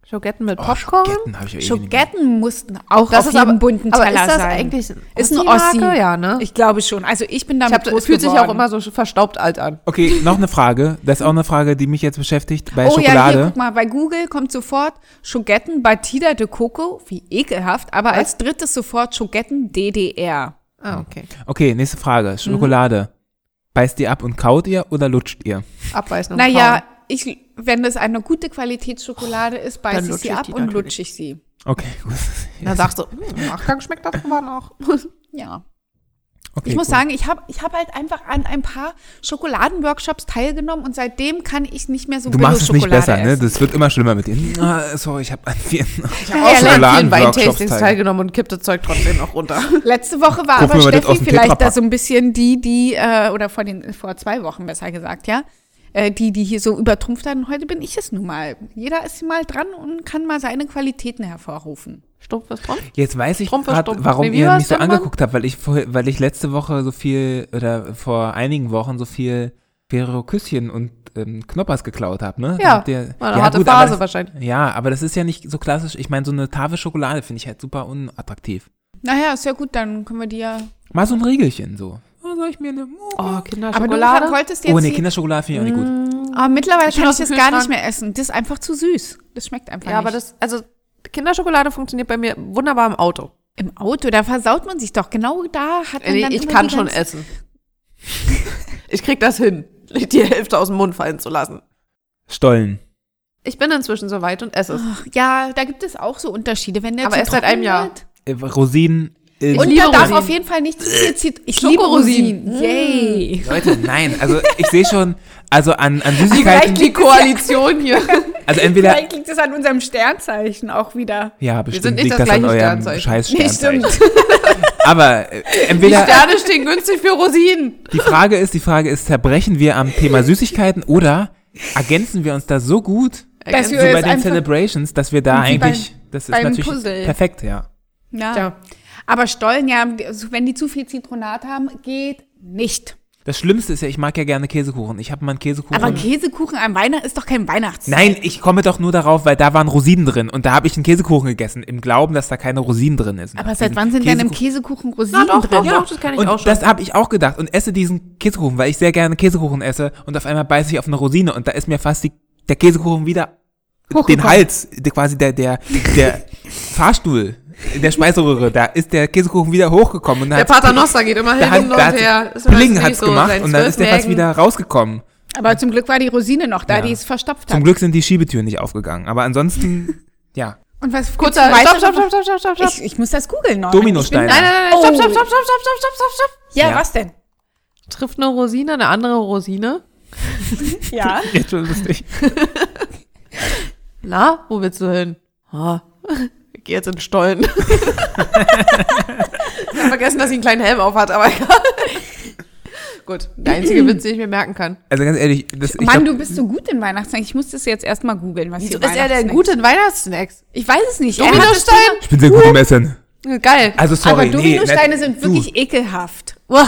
Speaker 1: Schogetten mit
Speaker 3: oh,
Speaker 1: Popcorn.
Speaker 3: Schoketten hab ich ja eh nie gemacht.
Speaker 2: Schoketten mussten auch
Speaker 1: Das
Speaker 2: auf
Speaker 1: ist
Speaker 2: jedem
Speaker 1: aber,
Speaker 2: bunten
Speaker 1: aber
Speaker 2: Teller
Speaker 1: ist das
Speaker 2: sein.
Speaker 1: eigentlich
Speaker 2: Ist ein
Speaker 1: Ossi-Marke?
Speaker 2: Ossi.
Speaker 1: Ja, ne?
Speaker 2: ich glaube schon. Also ich bin damit
Speaker 1: Ich hab,
Speaker 2: groß
Speaker 1: fühlt sich auch
Speaker 2: geworden.
Speaker 1: immer so verstaubt alt an.
Speaker 3: Okay, noch eine Frage. Das ist auch eine Frage, die mich jetzt beschäftigt bei
Speaker 2: oh
Speaker 3: Äh, Schokolade.
Speaker 2: ja, hier, guck mal, bei Google kommt sofort Schogetten Batida de Coco, wie ekelhaft, aber als drittes sofort Schogetten DDR.
Speaker 1: Ah, okay.
Speaker 3: okay, nächste Frage. Schokolade. Beißt ihr ab und kaut ihr oder lutscht ihr?
Speaker 1: Abweisen und
Speaker 2: Naja,
Speaker 1: kauen.
Speaker 2: ich, wenn das eine gute Qualitätsschokolade ist,
Speaker 1: Dann
Speaker 2: beiße ich
Speaker 1: lutsche
Speaker 2: sie
Speaker 1: ich
Speaker 2: ab
Speaker 1: die
Speaker 2: und
Speaker 1: natürlich.
Speaker 2: lutsche ich
Speaker 3: *laughs*
Speaker 2: sie.
Speaker 3: Okay, gut.
Speaker 1: Dann sagst du, hm, im Nachgang schmeckt das aber noch.
Speaker 2: Ja.
Speaker 3: Okay,
Speaker 2: Ich muss
Speaker 3: gut.
Speaker 2: sagen, ich habe ich hab halt einfach an ein paar Schokoladenworkshops teilgenommen und seitdem kann ich nicht mehr so
Speaker 3: Du machst es nicht
Speaker 2: Billo-Schokolade
Speaker 3: besser, ne?
Speaker 2: essen.
Speaker 3: Das wird immer schlimmer mit dir. Ah, sorry, ich habe an vielen
Speaker 1: Ich habe ja an vielen
Speaker 3: Schokoladen-Workshops
Speaker 1: Weintastings
Speaker 3: teil.
Speaker 1: teilgenommen und kippte das Zeug trotzdem noch *laughs* runter.
Speaker 2: Letzte Woche war
Speaker 3: Gucken
Speaker 2: aber
Speaker 3: wir mal das aus
Speaker 2: Steffi
Speaker 3: dem
Speaker 2: vielleicht da
Speaker 3: Tetrapack.
Speaker 2: so ein bisschen die, die, äh, oder vor, den, vor zwei Wochen besser gesagt, ja, äh, die, die hier so übertrumpft hat. Und heute bin ich es nun mal. Jeder ist mal dran und kann mal seine Qualitäten hervorrufen.
Speaker 1: Stumpf ist drum.
Speaker 3: *laughs* Jetzt weiß ich
Speaker 1: Strumpfe,
Speaker 3: grad,
Speaker 1: Strumpfe.
Speaker 3: warum
Speaker 1: Nee, wie
Speaker 3: ihr
Speaker 1: war's
Speaker 3: mich so
Speaker 1: denn, Mann?
Speaker 3: angeguckt habt, weil ich, vorher- weil ich letzte Woche so viel, oder vor einigen Wochen so viel faire Küsschen und ähm, Knoppers geklaut habe, ne?
Speaker 1: Ja,
Speaker 3: Habt ihr,
Speaker 1: war eine harte
Speaker 3: aber
Speaker 1: Phase
Speaker 3: das,
Speaker 1: wahrscheinlich.
Speaker 3: Ja, aber das ist ja nicht so klassisch. Ich meine, so eine Tafel Schokolade finde ich halt super unattraktiv.
Speaker 2: Naja, ist ja gut, dann können wir die ja.
Speaker 3: Mal so ein Riegelchen so. Oh, soll ich mir eine
Speaker 1: Oh, Mm.
Speaker 2: Aber du
Speaker 1: Kinderschokolade.
Speaker 2: wolltest jetzt.
Speaker 3: Oh, nee,
Speaker 2: die-
Speaker 3: Kinderschokolade finde ich auch nicht gut.
Speaker 2: aber mittlerweile
Speaker 1: Ich
Speaker 2: kann
Speaker 1: hab
Speaker 2: ich
Speaker 1: das
Speaker 2: das gar nicht
Speaker 1: Kühlschrank.
Speaker 2: mehr essen. Das ist einfach zu süß. Das schmeckt einfach
Speaker 1: ja,
Speaker 2: nicht.
Speaker 1: aber das, also Kinderschokolade funktioniert bei mir wunderbar im Auto.
Speaker 2: Im Auto, da versaut man sich doch. Genau da hat man
Speaker 1: Nee,
Speaker 2: dann
Speaker 1: ich
Speaker 2: immer
Speaker 1: kann
Speaker 2: die
Speaker 1: schon
Speaker 2: ganzen-
Speaker 1: essen. *laughs* ich krieg das hin, *laughs* die Hälfte aus dem Mund fallen zu lassen.
Speaker 3: Stollen.
Speaker 1: Ich bin inzwischen so weit und esse es.
Speaker 2: Ach, ja, da gibt es auch so Unterschiede. Wenn der
Speaker 1: Aber
Speaker 2: zu
Speaker 1: erst seit
Speaker 2: trocken
Speaker 1: einem Jahr.
Speaker 2: wird-
Speaker 3: Äh, Rosinen. äh, in-
Speaker 2: Und
Speaker 1: liebe
Speaker 2: da darf
Speaker 1: Rosinen.
Speaker 2: auf jeden Fall nicht zu viel Zit Ich liebe
Speaker 1: Schokorosinen.
Speaker 2: Rosinen. Yay.
Speaker 3: Leute, nein, also ich sehe schon, also an, an
Speaker 2: Vielleicht
Speaker 3: Süßigkeiten,
Speaker 1: Die Koalition hier.
Speaker 3: also entweder,
Speaker 2: Vielleicht liegt es an unserem Sternzeichen auch wieder.
Speaker 3: ja, bestimmt
Speaker 1: sind nicht
Speaker 3: liegt
Speaker 1: das
Speaker 3: das an
Speaker 1: gleiche
Speaker 3: eurem
Speaker 1: Sternzeichen.
Speaker 3: scheiß
Speaker 2: Nee,
Speaker 3: Sternzeichen. *laughs* Aber äh,
Speaker 1: Die
Speaker 3: entweder,
Speaker 1: Sterne stehen günstig für Rosinen.
Speaker 3: die Frage ist, die Frage ist, zerbrechen wir am Thema Süßigkeiten oder ergänzen wir uns da so gut,
Speaker 2: Das
Speaker 3: so
Speaker 2: Ja,
Speaker 3: bei
Speaker 2: ist
Speaker 3: den
Speaker 2: einfach-
Speaker 3: Celebrations, dass wir da
Speaker 2: Wie beim-
Speaker 3: eigentlich, das ist
Speaker 2: beim
Speaker 3: natürlich
Speaker 2: Puzzle.
Speaker 3: perfekt, ja.
Speaker 2: Ja.
Speaker 1: Tja.
Speaker 2: Aber Stollen, ja, also wenn die zu viel Zitronat haben, geht nicht.
Speaker 3: Das Schlimmste ist ja, ich mag ja gerne Käsekuchen. Ich habe mal einen Käsekuchen.
Speaker 1: Mhm.
Speaker 2: Aber Käsekuchen am Weihnachten ist doch kein Weihnachts.
Speaker 3: Nein, ich komme doch nur darauf, weil da waren Rosinen drin und da habe ich einen Käsekuchen gegessen, im Glauben, dass da keine Rosinen drin ist.
Speaker 2: Aber seit wann sind denn im Käsekuchen Rosinen
Speaker 1: Na Ah, doch,
Speaker 2: drin?
Speaker 1: doch, doch, das kann ich
Speaker 3: und
Speaker 1: auch schon.
Speaker 3: das habe ich auch gedacht und esse diesen Käsekuchen, weil ich sehr gerne Käsekuchen esse und auf einmal beiße ich auf eine Rosine und da ist mir fast die, der Käsekuchen wieder den Hals, der- quasi der, der,
Speaker 2: *laughs*
Speaker 3: der Fahrstuhl in der Speiseröhre, da ist der Käsekuchen wieder hochgekommen und da
Speaker 1: Der
Speaker 3: hat's-
Speaker 1: Paternoster geht immer
Speaker 3: da
Speaker 1: hin
Speaker 3: hat,
Speaker 1: und
Speaker 3: da hat's-
Speaker 1: her. Ist immer
Speaker 3: Bling
Speaker 1: das
Speaker 3: hat's
Speaker 1: Risiko,
Speaker 3: gemacht
Speaker 1: sein
Speaker 3: und dann ist der fast
Speaker 1: Zwölfmägen.
Speaker 3: wieder rausgekommen.
Speaker 2: Aber zum Glück war die Rosine noch da,
Speaker 3: Ja.
Speaker 2: die es verstopft
Speaker 3: Zum
Speaker 2: hat.
Speaker 3: Glück sind die Schiebetüren nicht aufgegangen,
Speaker 2: *laughs*
Speaker 3: aber ansonsten, ja.
Speaker 2: Und was
Speaker 1: Kurzer,
Speaker 2: gibt's
Speaker 1: stopp,
Speaker 2: weitere-
Speaker 1: stopp, stopp, stopp, stopp, stopp, stopp.
Speaker 2: Ich, ich muss das googeln, Norman. Oh,
Speaker 3: Dominosteine.
Speaker 2: Ich bin-
Speaker 1: Nein, nein, nein,
Speaker 2: Oh.
Speaker 1: stopp, stopp, stopp, stopp, stopp, stopp, stopp, stopp, stopp.
Speaker 2: Ja,
Speaker 3: Ja.
Speaker 2: was denn?
Speaker 1: Trifft eine Rosine eine andere Rosine?
Speaker 2: Ja.
Speaker 3: *laughs* Jetzt schon lustig.
Speaker 1: Na, wo willst du hin? Ah, *laughs* ich geh jetzt in den Stollen. *laughs* ich hab vergessen, dass sie einen kleinen Helm auf hat, aber egal. *laughs* Gut, der einzige Witz, den ich mir merken kann.
Speaker 3: Also ganz ehrlich, das, ich
Speaker 2: Mann,
Speaker 3: glaub,
Speaker 2: du bist so gut in Weihnachtsnacks. Ich muss das jetzt erstmal googeln, was
Speaker 1: Wieso
Speaker 2: hier
Speaker 1: ist er denn
Speaker 2: Weihnachtsnacks-
Speaker 1: gut in Weihnachtssnacks?
Speaker 2: Ich weiß es nicht. Er hat das
Speaker 1: Dominostein?
Speaker 3: ich bin sehr gut im Essen.
Speaker 1: Hm, Geil.
Speaker 3: Also sorry,
Speaker 2: aber Dominosteine
Speaker 3: nee, ne,
Speaker 2: sind
Speaker 3: du.
Speaker 2: wirklich ekelhaft.
Speaker 1: Uah,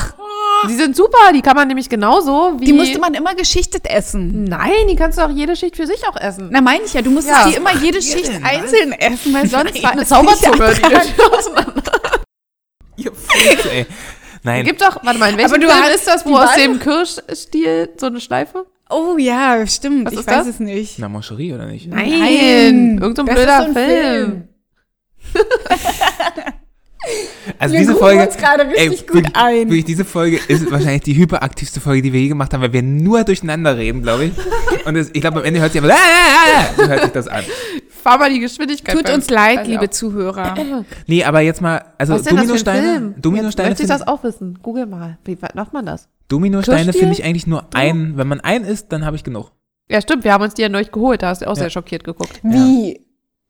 Speaker 1: die sind super, die kann man nämlich genauso wie...
Speaker 2: Oh. Die musste man immer geschichtet essen.
Speaker 1: Nein, die kannst du auch jede Schicht für sich auch essen.
Speaker 2: Na, meine ich ja, du musstest
Speaker 1: Ja.
Speaker 2: die immer jede Schicht einzeln essen, weil sonst war
Speaker 1: Eine
Speaker 2: es nicht
Speaker 1: Zauberzucker, *laughs* die
Speaker 2: attraktiv.
Speaker 1: geht auseinander.
Speaker 3: Ihr Fuchs, ey. Nein.
Speaker 1: Gibt doch, warte mal, in welchem
Speaker 2: Aber du
Speaker 1: Film
Speaker 2: hast
Speaker 1: ist das,
Speaker 2: die
Speaker 1: wo aus
Speaker 2: Wahl-
Speaker 1: dem Kirschstiel so eine Schleife?
Speaker 2: Oh ja, stimmt.
Speaker 1: Was
Speaker 2: ich
Speaker 1: ist
Speaker 2: weiß
Speaker 1: das?
Speaker 2: es nicht.
Speaker 3: Na, Moncherie, oder nicht?
Speaker 1: Irgend so ein
Speaker 2: Das
Speaker 1: blöder
Speaker 2: ist so ein
Speaker 1: Film.
Speaker 3: Also
Speaker 2: Wir
Speaker 3: diese
Speaker 2: gucken
Speaker 3: Folge.
Speaker 2: uns gerade richtig gut
Speaker 3: wirklich-
Speaker 2: ein.
Speaker 3: Wirklich, diese Folge ist wahrscheinlich die hyperaktivste Folge, die wir je gemacht haben, weil wir nur durcheinander reden,
Speaker 2: *laughs*
Speaker 3: glaube ich. Und es, ich glaube, am Ende hört sich einfach. *laughs* So hört sich das an.
Speaker 1: Fahr mal die Geschwindigkeit.
Speaker 2: Tut
Speaker 1: beim-
Speaker 2: uns leid,
Speaker 1: Also
Speaker 2: liebe
Speaker 1: auch.
Speaker 2: Zuhörer.
Speaker 3: Nee, aber jetzt mal, also
Speaker 1: Was ist denn das für ein
Speaker 3: Dominosteine.
Speaker 1: Film?
Speaker 3: Dominosteine
Speaker 1: Möchte ich das
Speaker 3: finde
Speaker 1: auch wissen? Google mal. Wie macht man das?
Speaker 3: Dominosteine
Speaker 1: Kirschstiel?
Speaker 3: finde ich eigentlich nur ein. Wenn man ein isst, dann habe ich genug.
Speaker 1: Ja, stimmt, wir haben uns die ja neulich geholt, da hast du auch
Speaker 3: Ja.
Speaker 1: sehr schockiert geguckt.
Speaker 2: Wie?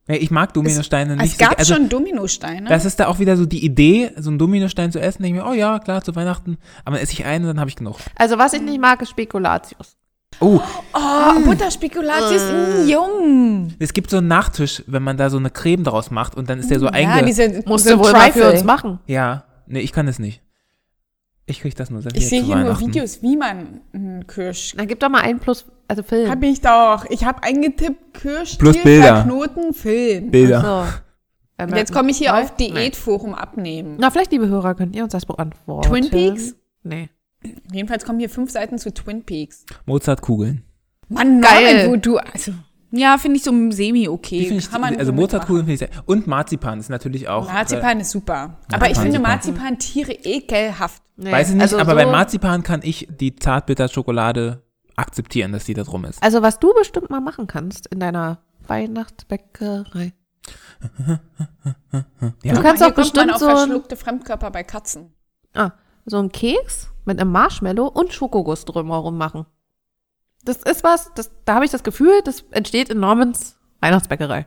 Speaker 3: Ja, ich mag Dominosteine nicht.
Speaker 2: Es gab
Speaker 3: so, also,
Speaker 2: schon ne? Dominosteine.
Speaker 3: Das ist da auch wieder so die Idee, so einen Dominostein zu essen. Denke ich mir, oh ja, klar, zu Weihnachten. Aber dann esse ich einen, dann habe ich genug.
Speaker 1: Also, was ich nicht mag, ist Spekulatius.
Speaker 3: Oh,
Speaker 2: Oh, Butterspekulatius in
Speaker 3: Äh.
Speaker 2: Jung.
Speaker 3: es gibt so einen Nachtisch, wenn man da so eine Creme draus macht und dann ist der so einge...
Speaker 2: Ja, diese
Speaker 1: Musst
Speaker 2: so
Speaker 1: du wohl mal für
Speaker 2: Trifle.
Speaker 1: uns machen.
Speaker 3: Ja, nee, ich kann das nicht. Ich krieg das nur serviert
Speaker 2: Ich sehe
Speaker 3: zu
Speaker 2: hier nur
Speaker 3: Weihnachten.
Speaker 2: Videos, wie man einen Kirsch.
Speaker 1: Dann gib doch mal einen plus, also Film.
Speaker 2: Hab ich doch. Ich habe eingetippt Kirsch,
Speaker 3: Plus
Speaker 2: Stiel,
Speaker 3: Bilder.
Speaker 2: Knoten, Film.
Speaker 3: Bilder.
Speaker 1: So.
Speaker 2: Und jetzt komme ich hier auf
Speaker 1: Nein.
Speaker 2: Diätforum abnehmen.
Speaker 1: Na, vielleicht, liebe Hörer, könnt ihr uns das beantworten.
Speaker 2: Twin Peaks?
Speaker 1: Nee.
Speaker 2: Jedenfalls kommen hier fünf Seiten zu Twin Peaks.
Speaker 3: Mozartkugeln.
Speaker 2: Mann,
Speaker 1: Geil.
Speaker 2: Norman, wo du, also, ja, finde ich so im Semi
Speaker 3: Die
Speaker 2: okay.
Speaker 3: finde ich,
Speaker 2: Kann man
Speaker 3: also
Speaker 2: so
Speaker 3: Mozartkugeln finde ich sehr. Und Marzipan ist natürlich auch.
Speaker 2: mitmachen. Marzipan ist super. aber
Speaker 3: Marzipan
Speaker 2: ich finde
Speaker 3: super.
Speaker 2: Marzipan-Tiere ekelhaft.
Speaker 1: nee.
Speaker 3: Äh, weiß ich nicht,
Speaker 1: also
Speaker 3: aber
Speaker 1: so,
Speaker 3: bei Marzipan kann ich die Zartbitterschokolade akzeptieren, dass die da drum ist.
Speaker 1: Also, was du bestimmt mal machen kannst in deiner Weihnachtsbäckerei.
Speaker 3: Ja.
Speaker 2: Guck mal, Also hier
Speaker 1: Du kannst auch
Speaker 2: kommt man
Speaker 1: bestimmt
Speaker 2: auf
Speaker 1: so ein,
Speaker 2: verschluckte Fremdkörper bei Katzen.
Speaker 1: ah, so einen Keks mit einem Marshmallow und Schokoguss drumherum machen. Das ist was, das, da habe ich das Gefühl, das entsteht in Normans Weihnachtsbäckerei.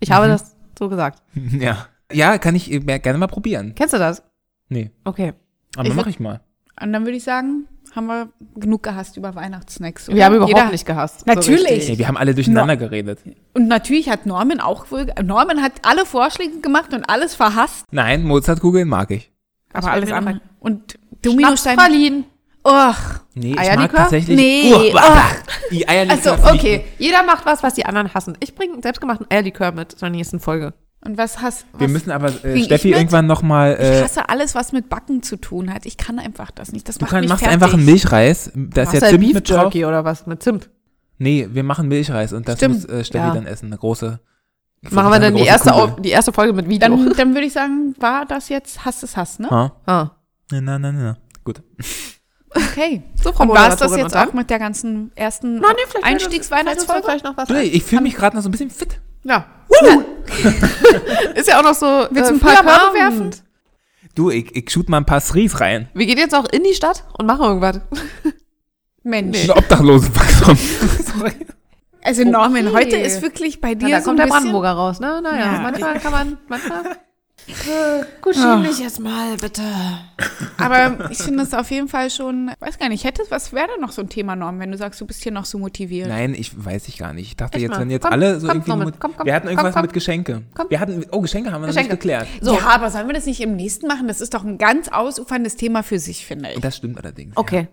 Speaker 1: Ich habe
Speaker 3: Mhm.
Speaker 1: das so gesagt.
Speaker 3: *laughs* ja. Ja, kann ich äh, gerne mal probieren.
Speaker 1: Kennst du das?
Speaker 3: Nee,
Speaker 1: Okay.
Speaker 3: aber
Speaker 2: Ich
Speaker 3: mach
Speaker 2: würd-
Speaker 3: ich mal.
Speaker 2: Und dann würde ich sagen, haben wir genug gehasst über Weihnachtssnacks. oder?
Speaker 1: Wir haben überhaupt
Speaker 2: Jeder-
Speaker 1: nicht gehasst.
Speaker 2: Natürlich.
Speaker 1: richtig.
Speaker 3: Ey, wir haben alle durcheinander geredet.
Speaker 2: Und natürlich hat Norman auch wohl, Norman hat alle Vorschläge gemacht und alles verhasst.
Speaker 3: Nein, Mozartkugeln mag ich.
Speaker 1: Was
Speaker 2: Aber
Speaker 1: fällt
Speaker 2: alles
Speaker 1: mir noch
Speaker 2: andere.
Speaker 1: ein?
Speaker 2: Und Dominosteine.
Speaker 1: Schnapspralinen.
Speaker 2: Och,
Speaker 3: Nee, ich mag
Speaker 1: Eierlikör? Oh.
Speaker 3: tatsächlich.
Speaker 2: Nee,
Speaker 3: Uah, bah,
Speaker 2: ach.
Speaker 3: bah. Die Eierlikör.
Speaker 1: Ah, Also,
Speaker 3: finde ich-
Speaker 1: okay. Jeder macht was, was die anderen hassen. Ich bringe einen selbstgemachten Eierlikör mit zur nächsten Folge.
Speaker 2: Und was hast was,
Speaker 3: Wir müssen aber
Speaker 2: ich
Speaker 3: äh, Steffi
Speaker 2: mit?
Speaker 3: irgendwann nochmal.
Speaker 2: Ich
Speaker 3: Äh,
Speaker 2: hasse alles, was mit Backen zu tun hat. Ich kann einfach das nicht. Das
Speaker 3: du
Speaker 2: macht
Speaker 3: kann,
Speaker 2: mich
Speaker 3: machst
Speaker 2: fertig.
Speaker 3: einfach einen Milchreis. Da ist
Speaker 1: Machst
Speaker 3: ja
Speaker 1: halt
Speaker 3: Zimt
Speaker 1: Beef
Speaker 3: mit drauf.
Speaker 1: Jerky oder was mit Zimt.
Speaker 3: Nee, wir machen Milchreis und das
Speaker 2: Stimmt,
Speaker 3: muss äh, Steffi
Speaker 1: ja.
Speaker 3: dann essen. Eine große.
Speaker 1: Machen wir dann die
Speaker 3: große
Speaker 1: erste,
Speaker 3: Kugel.
Speaker 1: auf, die erste Folge mit Video.
Speaker 2: Dann, dann würde ich sagen, war das jetzt Hass ist Hass, ne?
Speaker 3: Ha?
Speaker 1: ah.
Speaker 3: Na, na, na, na. Gut.
Speaker 2: Okay.
Speaker 1: So, Frau
Speaker 2: Und war es das
Speaker 1: Moderatorin,
Speaker 2: jetzt
Speaker 1: und dann?
Speaker 2: auch mit der ganzen ersten
Speaker 1: Na, nee, vielleicht
Speaker 2: Einstiegsweihnachtsfolge?
Speaker 1: Vielleicht noch was.
Speaker 3: Nee, ich fühle mich gerade noch so ein bisschen fit.
Speaker 1: Ja. ist ja auch noch so
Speaker 2: Willst du
Speaker 1: äh,
Speaker 2: ein
Speaker 1: voller
Speaker 2: paar
Speaker 1: Farbe
Speaker 2: Farben?
Speaker 1: werfen.
Speaker 3: Du, ich, ich shoot mal ein paar Sries rein.
Speaker 1: Wir gehen jetzt auch in die Stadt und machen irgendwas.
Speaker 2: Mensch.
Speaker 3: Eine Obdachlosenwachstum. Sorry.
Speaker 2: Also Norman,
Speaker 1: Okay.
Speaker 2: heute ist wirklich bei dir
Speaker 1: Ja, da
Speaker 2: so ein
Speaker 1: kommt der
Speaker 2: bisschen
Speaker 1: Brandenburger raus, ne? Naja,
Speaker 2: Ja.
Speaker 1: manchmal kann man, manchmal. Gut, schieb mich jetzt mal, bitte.
Speaker 2: Aber ich finde es auf jeden Fall schon, weiß gar nicht, hättest, was wäre denn noch so ein Thema, Norm, wenn du sagst, du bist hier noch so motiviert?
Speaker 3: *laughs* Nein, ich weiß ich gar nicht. Ich dachte
Speaker 1: Echt
Speaker 3: jetzt,
Speaker 1: mal.
Speaker 3: wenn jetzt
Speaker 1: Komm,
Speaker 3: alle so
Speaker 1: komm,
Speaker 3: irgendwie.
Speaker 1: Norman,
Speaker 3: mit-
Speaker 1: komm, komm,
Speaker 3: wir hatten
Speaker 1: komm,
Speaker 3: irgendwas
Speaker 1: komm.
Speaker 3: mit Geschenke.
Speaker 1: Komm.
Speaker 3: Wir hatten, oh, Geschenke haben wir
Speaker 1: Geschenke.
Speaker 3: noch nicht geklärt.
Speaker 1: So.
Speaker 2: Ja, aber sollen wir das nicht im nächsten machen? Das ist doch ein ganz ausuferndes Thema für sich, finde ich.
Speaker 3: Das stimmt allerdings. Ja.
Speaker 1: Okay.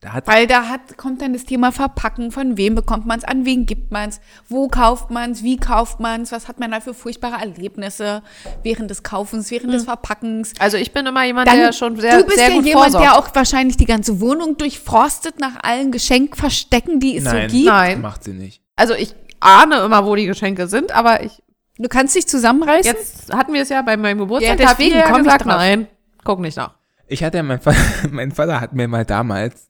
Speaker 3: Da hat
Speaker 2: Weil da hat, kommt dann das Thema Verpacken, von wem bekommt man es, an wen gibt man es, wo kauft man es, wie kauft man es, was hat man da für furchtbare Erlebnisse während des Kaufens, während des Verpackens.
Speaker 1: Also ich bin immer jemand,
Speaker 2: Dann,
Speaker 1: der schon sehr,
Speaker 2: du bist
Speaker 1: sehr
Speaker 2: ja
Speaker 1: gut
Speaker 2: jemand,
Speaker 1: vorsorgt.
Speaker 2: der auch wahrscheinlich die ganze Wohnung durchforstet nach allen Geschenkverstecken, die es
Speaker 3: Nein.
Speaker 2: so gibt.
Speaker 1: Nein.
Speaker 3: macht sie nicht.
Speaker 1: Also ich ahne immer, wo die Geschenke sind, aber ich
Speaker 2: Du kannst dich zusammenreißen.
Speaker 1: jetzt hatten wir es ja bei meinem Geburtstag.
Speaker 2: Ja,
Speaker 1: da hab ich
Speaker 2: deswegen,
Speaker 1: ja
Speaker 2: komm,
Speaker 1: gesagt,
Speaker 2: sag drauf.
Speaker 1: nein, guck nicht nach.
Speaker 3: Ich hatte ja, mein Vater, *laughs* mein Vater hat mir mal damals,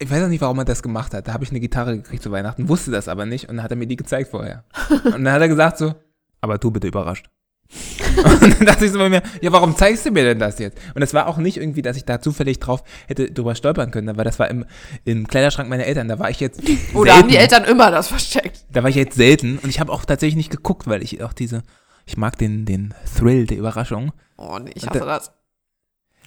Speaker 3: ich weiß auch nicht, warum er das gemacht hat. Da habe ich eine Gitarre gekriegt zu Weihnachten, wusste das aber nicht und dann hat er mir die
Speaker 1: *laughs*
Speaker 3: gezeigt vorher. Und dann hat er gesagt so, aber du bitte überrascht. *laughs* Und dann dachte ich so bei mir, ja, warum zeigst du mir denn das jetzt? Und es war auch nicht irgendwie, dass ich da zufällig drauf hätte drüber stolpern können, weil das war im, im Kleiderschrank meiner Eltern, da war ich jetzt
Speaker 1: *laughs* Oder haben die
Speaker 3: selten.
Speaker 1: Eltern immer das versteckt?
Speaker 3: Da war ich jetzt selten und ich habe auch tatsächlich nicht geguckt, weil ich auch diese, ich mag den, den Thrill der Überraschung.
Speaker 1: Oh nee, ich
Speaker 3: Und
Speaker 1: hasse
Speaker 3: da-
Speaker 1: das.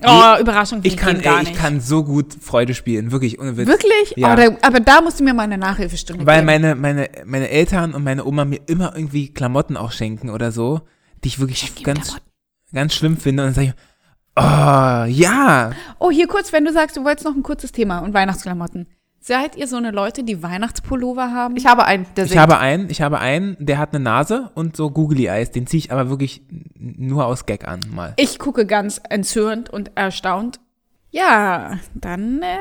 Speaker 2: Oh, Überraschung.
Speaker 3: Ich kann,
Speaker 2: geht gar
Speaker 3: ey, ich
Speaker 2: nicht.
Speaker 3: kann so gut Freude spielen, wirklich, ohne Witz.
Speaker 2: Wirklich?
Speaker 3: Ja.
Speaker 2: Aber, da, aber da musst du mir mal eine Nachhilfestunde
Speaker 3: Weil
Speaker 2: geben.
Speaker 3: meine, meine, meine Eltern und meine Oma mir immer irgendwie Klamotten auch schenken oder so, die ich wirklich ganz,
Speaker 2: Klamotten.
Speaker 3: ganz schlimm finde. Und dann sage ich, oh, ja.
Speaker 2: oh, hier kurz, wenn du sagst, du wolltest noch ein kurzes Thema und Weihnachtsklamotten. Seid ihr so eine Leute, die Weihnachtspullover haben?
Speaker 1: Ich habe einen, der
Speaker 3: Ich habe einen, ich habe einen, der hat eine Nase und so googly Eyes. Den ziehe ich aber wirklich n- nur aus Gag an, mal.
Speaker 2: Ich gucke ganz entzürnt und erstaunt. Ja, dann äh,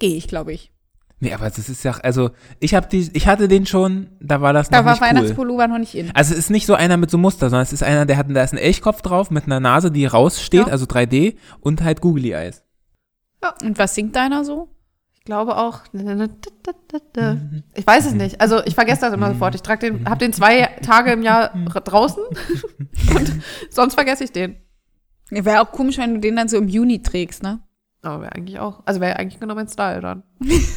Speaker 2: gehe ich, glaube ich.
Speaker 3: Nee, aber das ist ja, also, ich habe die, ich hatte den schon, da war das
Speaker 2: Da
Speaker 3: noch
Speaker 2: war
Speaker 3: nicht cool.
Speaker 2: Weihnachtspullover noch nicht in.
Speaker 3: Also es ist nicht so einer mit so Muster, sondern es ist einer, der hat, da ist ein Elchkopf drauf mit einer Nase, die raussteht,
Speaker 2: Ja.
Speaker 3: also 3D und halt googly Eyes.
Speaker 2: Und was singt deiner so?
Speaker 1: Ich glaube auch. *laughs*
Speaker 2: Mhm.
Speaker 1: Ich weiß es nicht. Also ich vergesse das immer sofort. Ich trag den, habe den zwei Tage im Jahr
Speaker 2: Mhm.
Speaker 1: r- draußen
Speaker 2: *laughs*
Speaker 1: und sonst vergesse ich den.
Speaker 2: Wäre auch komisch, wenn du den dann so im Juni trägst, ne?
Speaker 1: Aber wäre eigentlich auch, also wäre eigentlich genau mein Style dann.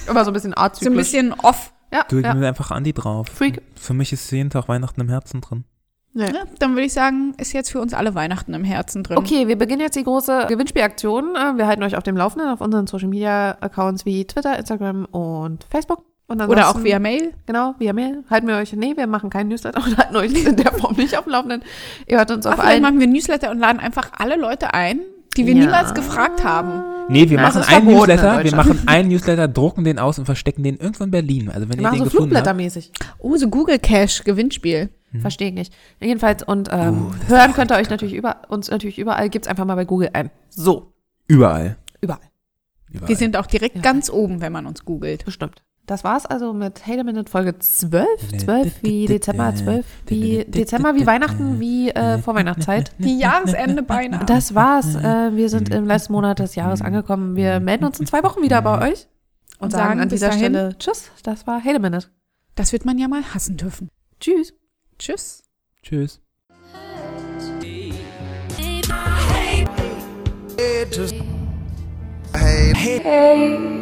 Speaker 1: Immer so ein bisschen artzyklisch.
Speaker 2: *laughs* So ein bisschen off.
Speaker 1: ja,
Speaker 3: Du, ich
Speaker 1: ja.
Speaker 3: bin einfach Andi drauf.
Speaker 1: Freak.
Speaker 3: Für mich ist jeden Tag Weihnachten im Herzen drin.
Speaker 1: Nee.
Speaker 2: Ja, ne? dann würde ich sagen, ist jetzt für uns alle Weihnachten im Herzen drin.
Speaker 1: Okay, wir beginnen jetzt die große Gewinnspielaktion. Äh, Wir halten euch auf dem Laufenden auf unseren Social Media Accounts wie Twitter, Instagram und Facebook. Und
Speaker 2: Oder auch
Speaker 1: ansonsten-
Speaker 2: via Mail.
Speaker 1: Genau, via Mail. Halten wir euch. Nee, wir machen keinen Newsletter *laughs* und halten euch in der Form nicht auf dem Laufenden. Ihr hört uns
Speaker 2: Ach,
Speaker 1: auf
Speaker 2: vielleicht
Speaker 1: allen.
Speaker 2: machen wir einen Newsletter und laden einfach alle Leute ein, die wir
Speaker 1: Ja.
Speaker 2: niemals gefragt haben.
Speaker 3: Nee, wir
Speaker 1: Na, es
Speaker 3: machen
Speaker 1: ist
Speaker 3: einen
Speaker 1: verboten in
Speaker 3: Newsletter, wir
Speaker 1: Deutschland.
Speaker 3: machen einen Newsletter, drucken den aus und verstecken den irgendwo in Berlin. Also wenn
Speaker 1: Wir
Speaker 3: ihr
Speaker 1: machen
Speaker 3: den
Speaker 1: so
Speaker 3: gefunden habt.
Speaker 1: flugblättermäßig.
Speaker 2: Oh, so Google Cash Gewinnspiel.
Speaker 1: Verstehe ich nicht. Jedenfalls, und ähm,
Speaker 3: Uh, das ist
Speaker 1: hören
Speaker 3: auch
Speaker 1: könnt ihr euch natürlich über, uns natürlich überall. Gibt's einfach mal bei Google ein. So,
Speaker 3: Überall.
Speaker 1: überall.
Speaker 3: Überall.
Speaker 2: Wir sind auch direkt
Speaker 1: Ja.
Speaker 2: ganz oben, wenn man uns googelt.
Speaker 1: Bestimmt. Das war's also mit Hate a Minute Folge 12. 12 wie Dezember, 12 wie Dezember, wie Weihnachten, wie äh, Vorweihnachtszeit. *laughs*
Speaker 2: Die Jahresende beinahe.
Speaker 1: Das war's. Äh, wir sind im letzten Monat des Jahres angekommen. Wir melden uns in zwei Wochen wieder bei euch und
Speaker 2: Und
Speaker 1: sagen,
Speaker 2: sagen
Speaker 1: an
Speaker 2: bis
Speaker 1: dieser
Speaker 2: dahin-
Speaker 1: Stelle Tschüss. Das war Hate a Minute.
Speaker 2: Das wird man ja mal hassen dürfen.
Speaker 1: Tschüss.
Speaker 2: Tschüss.
Speaker 3: Tschüss.
Speaker 4: Hey.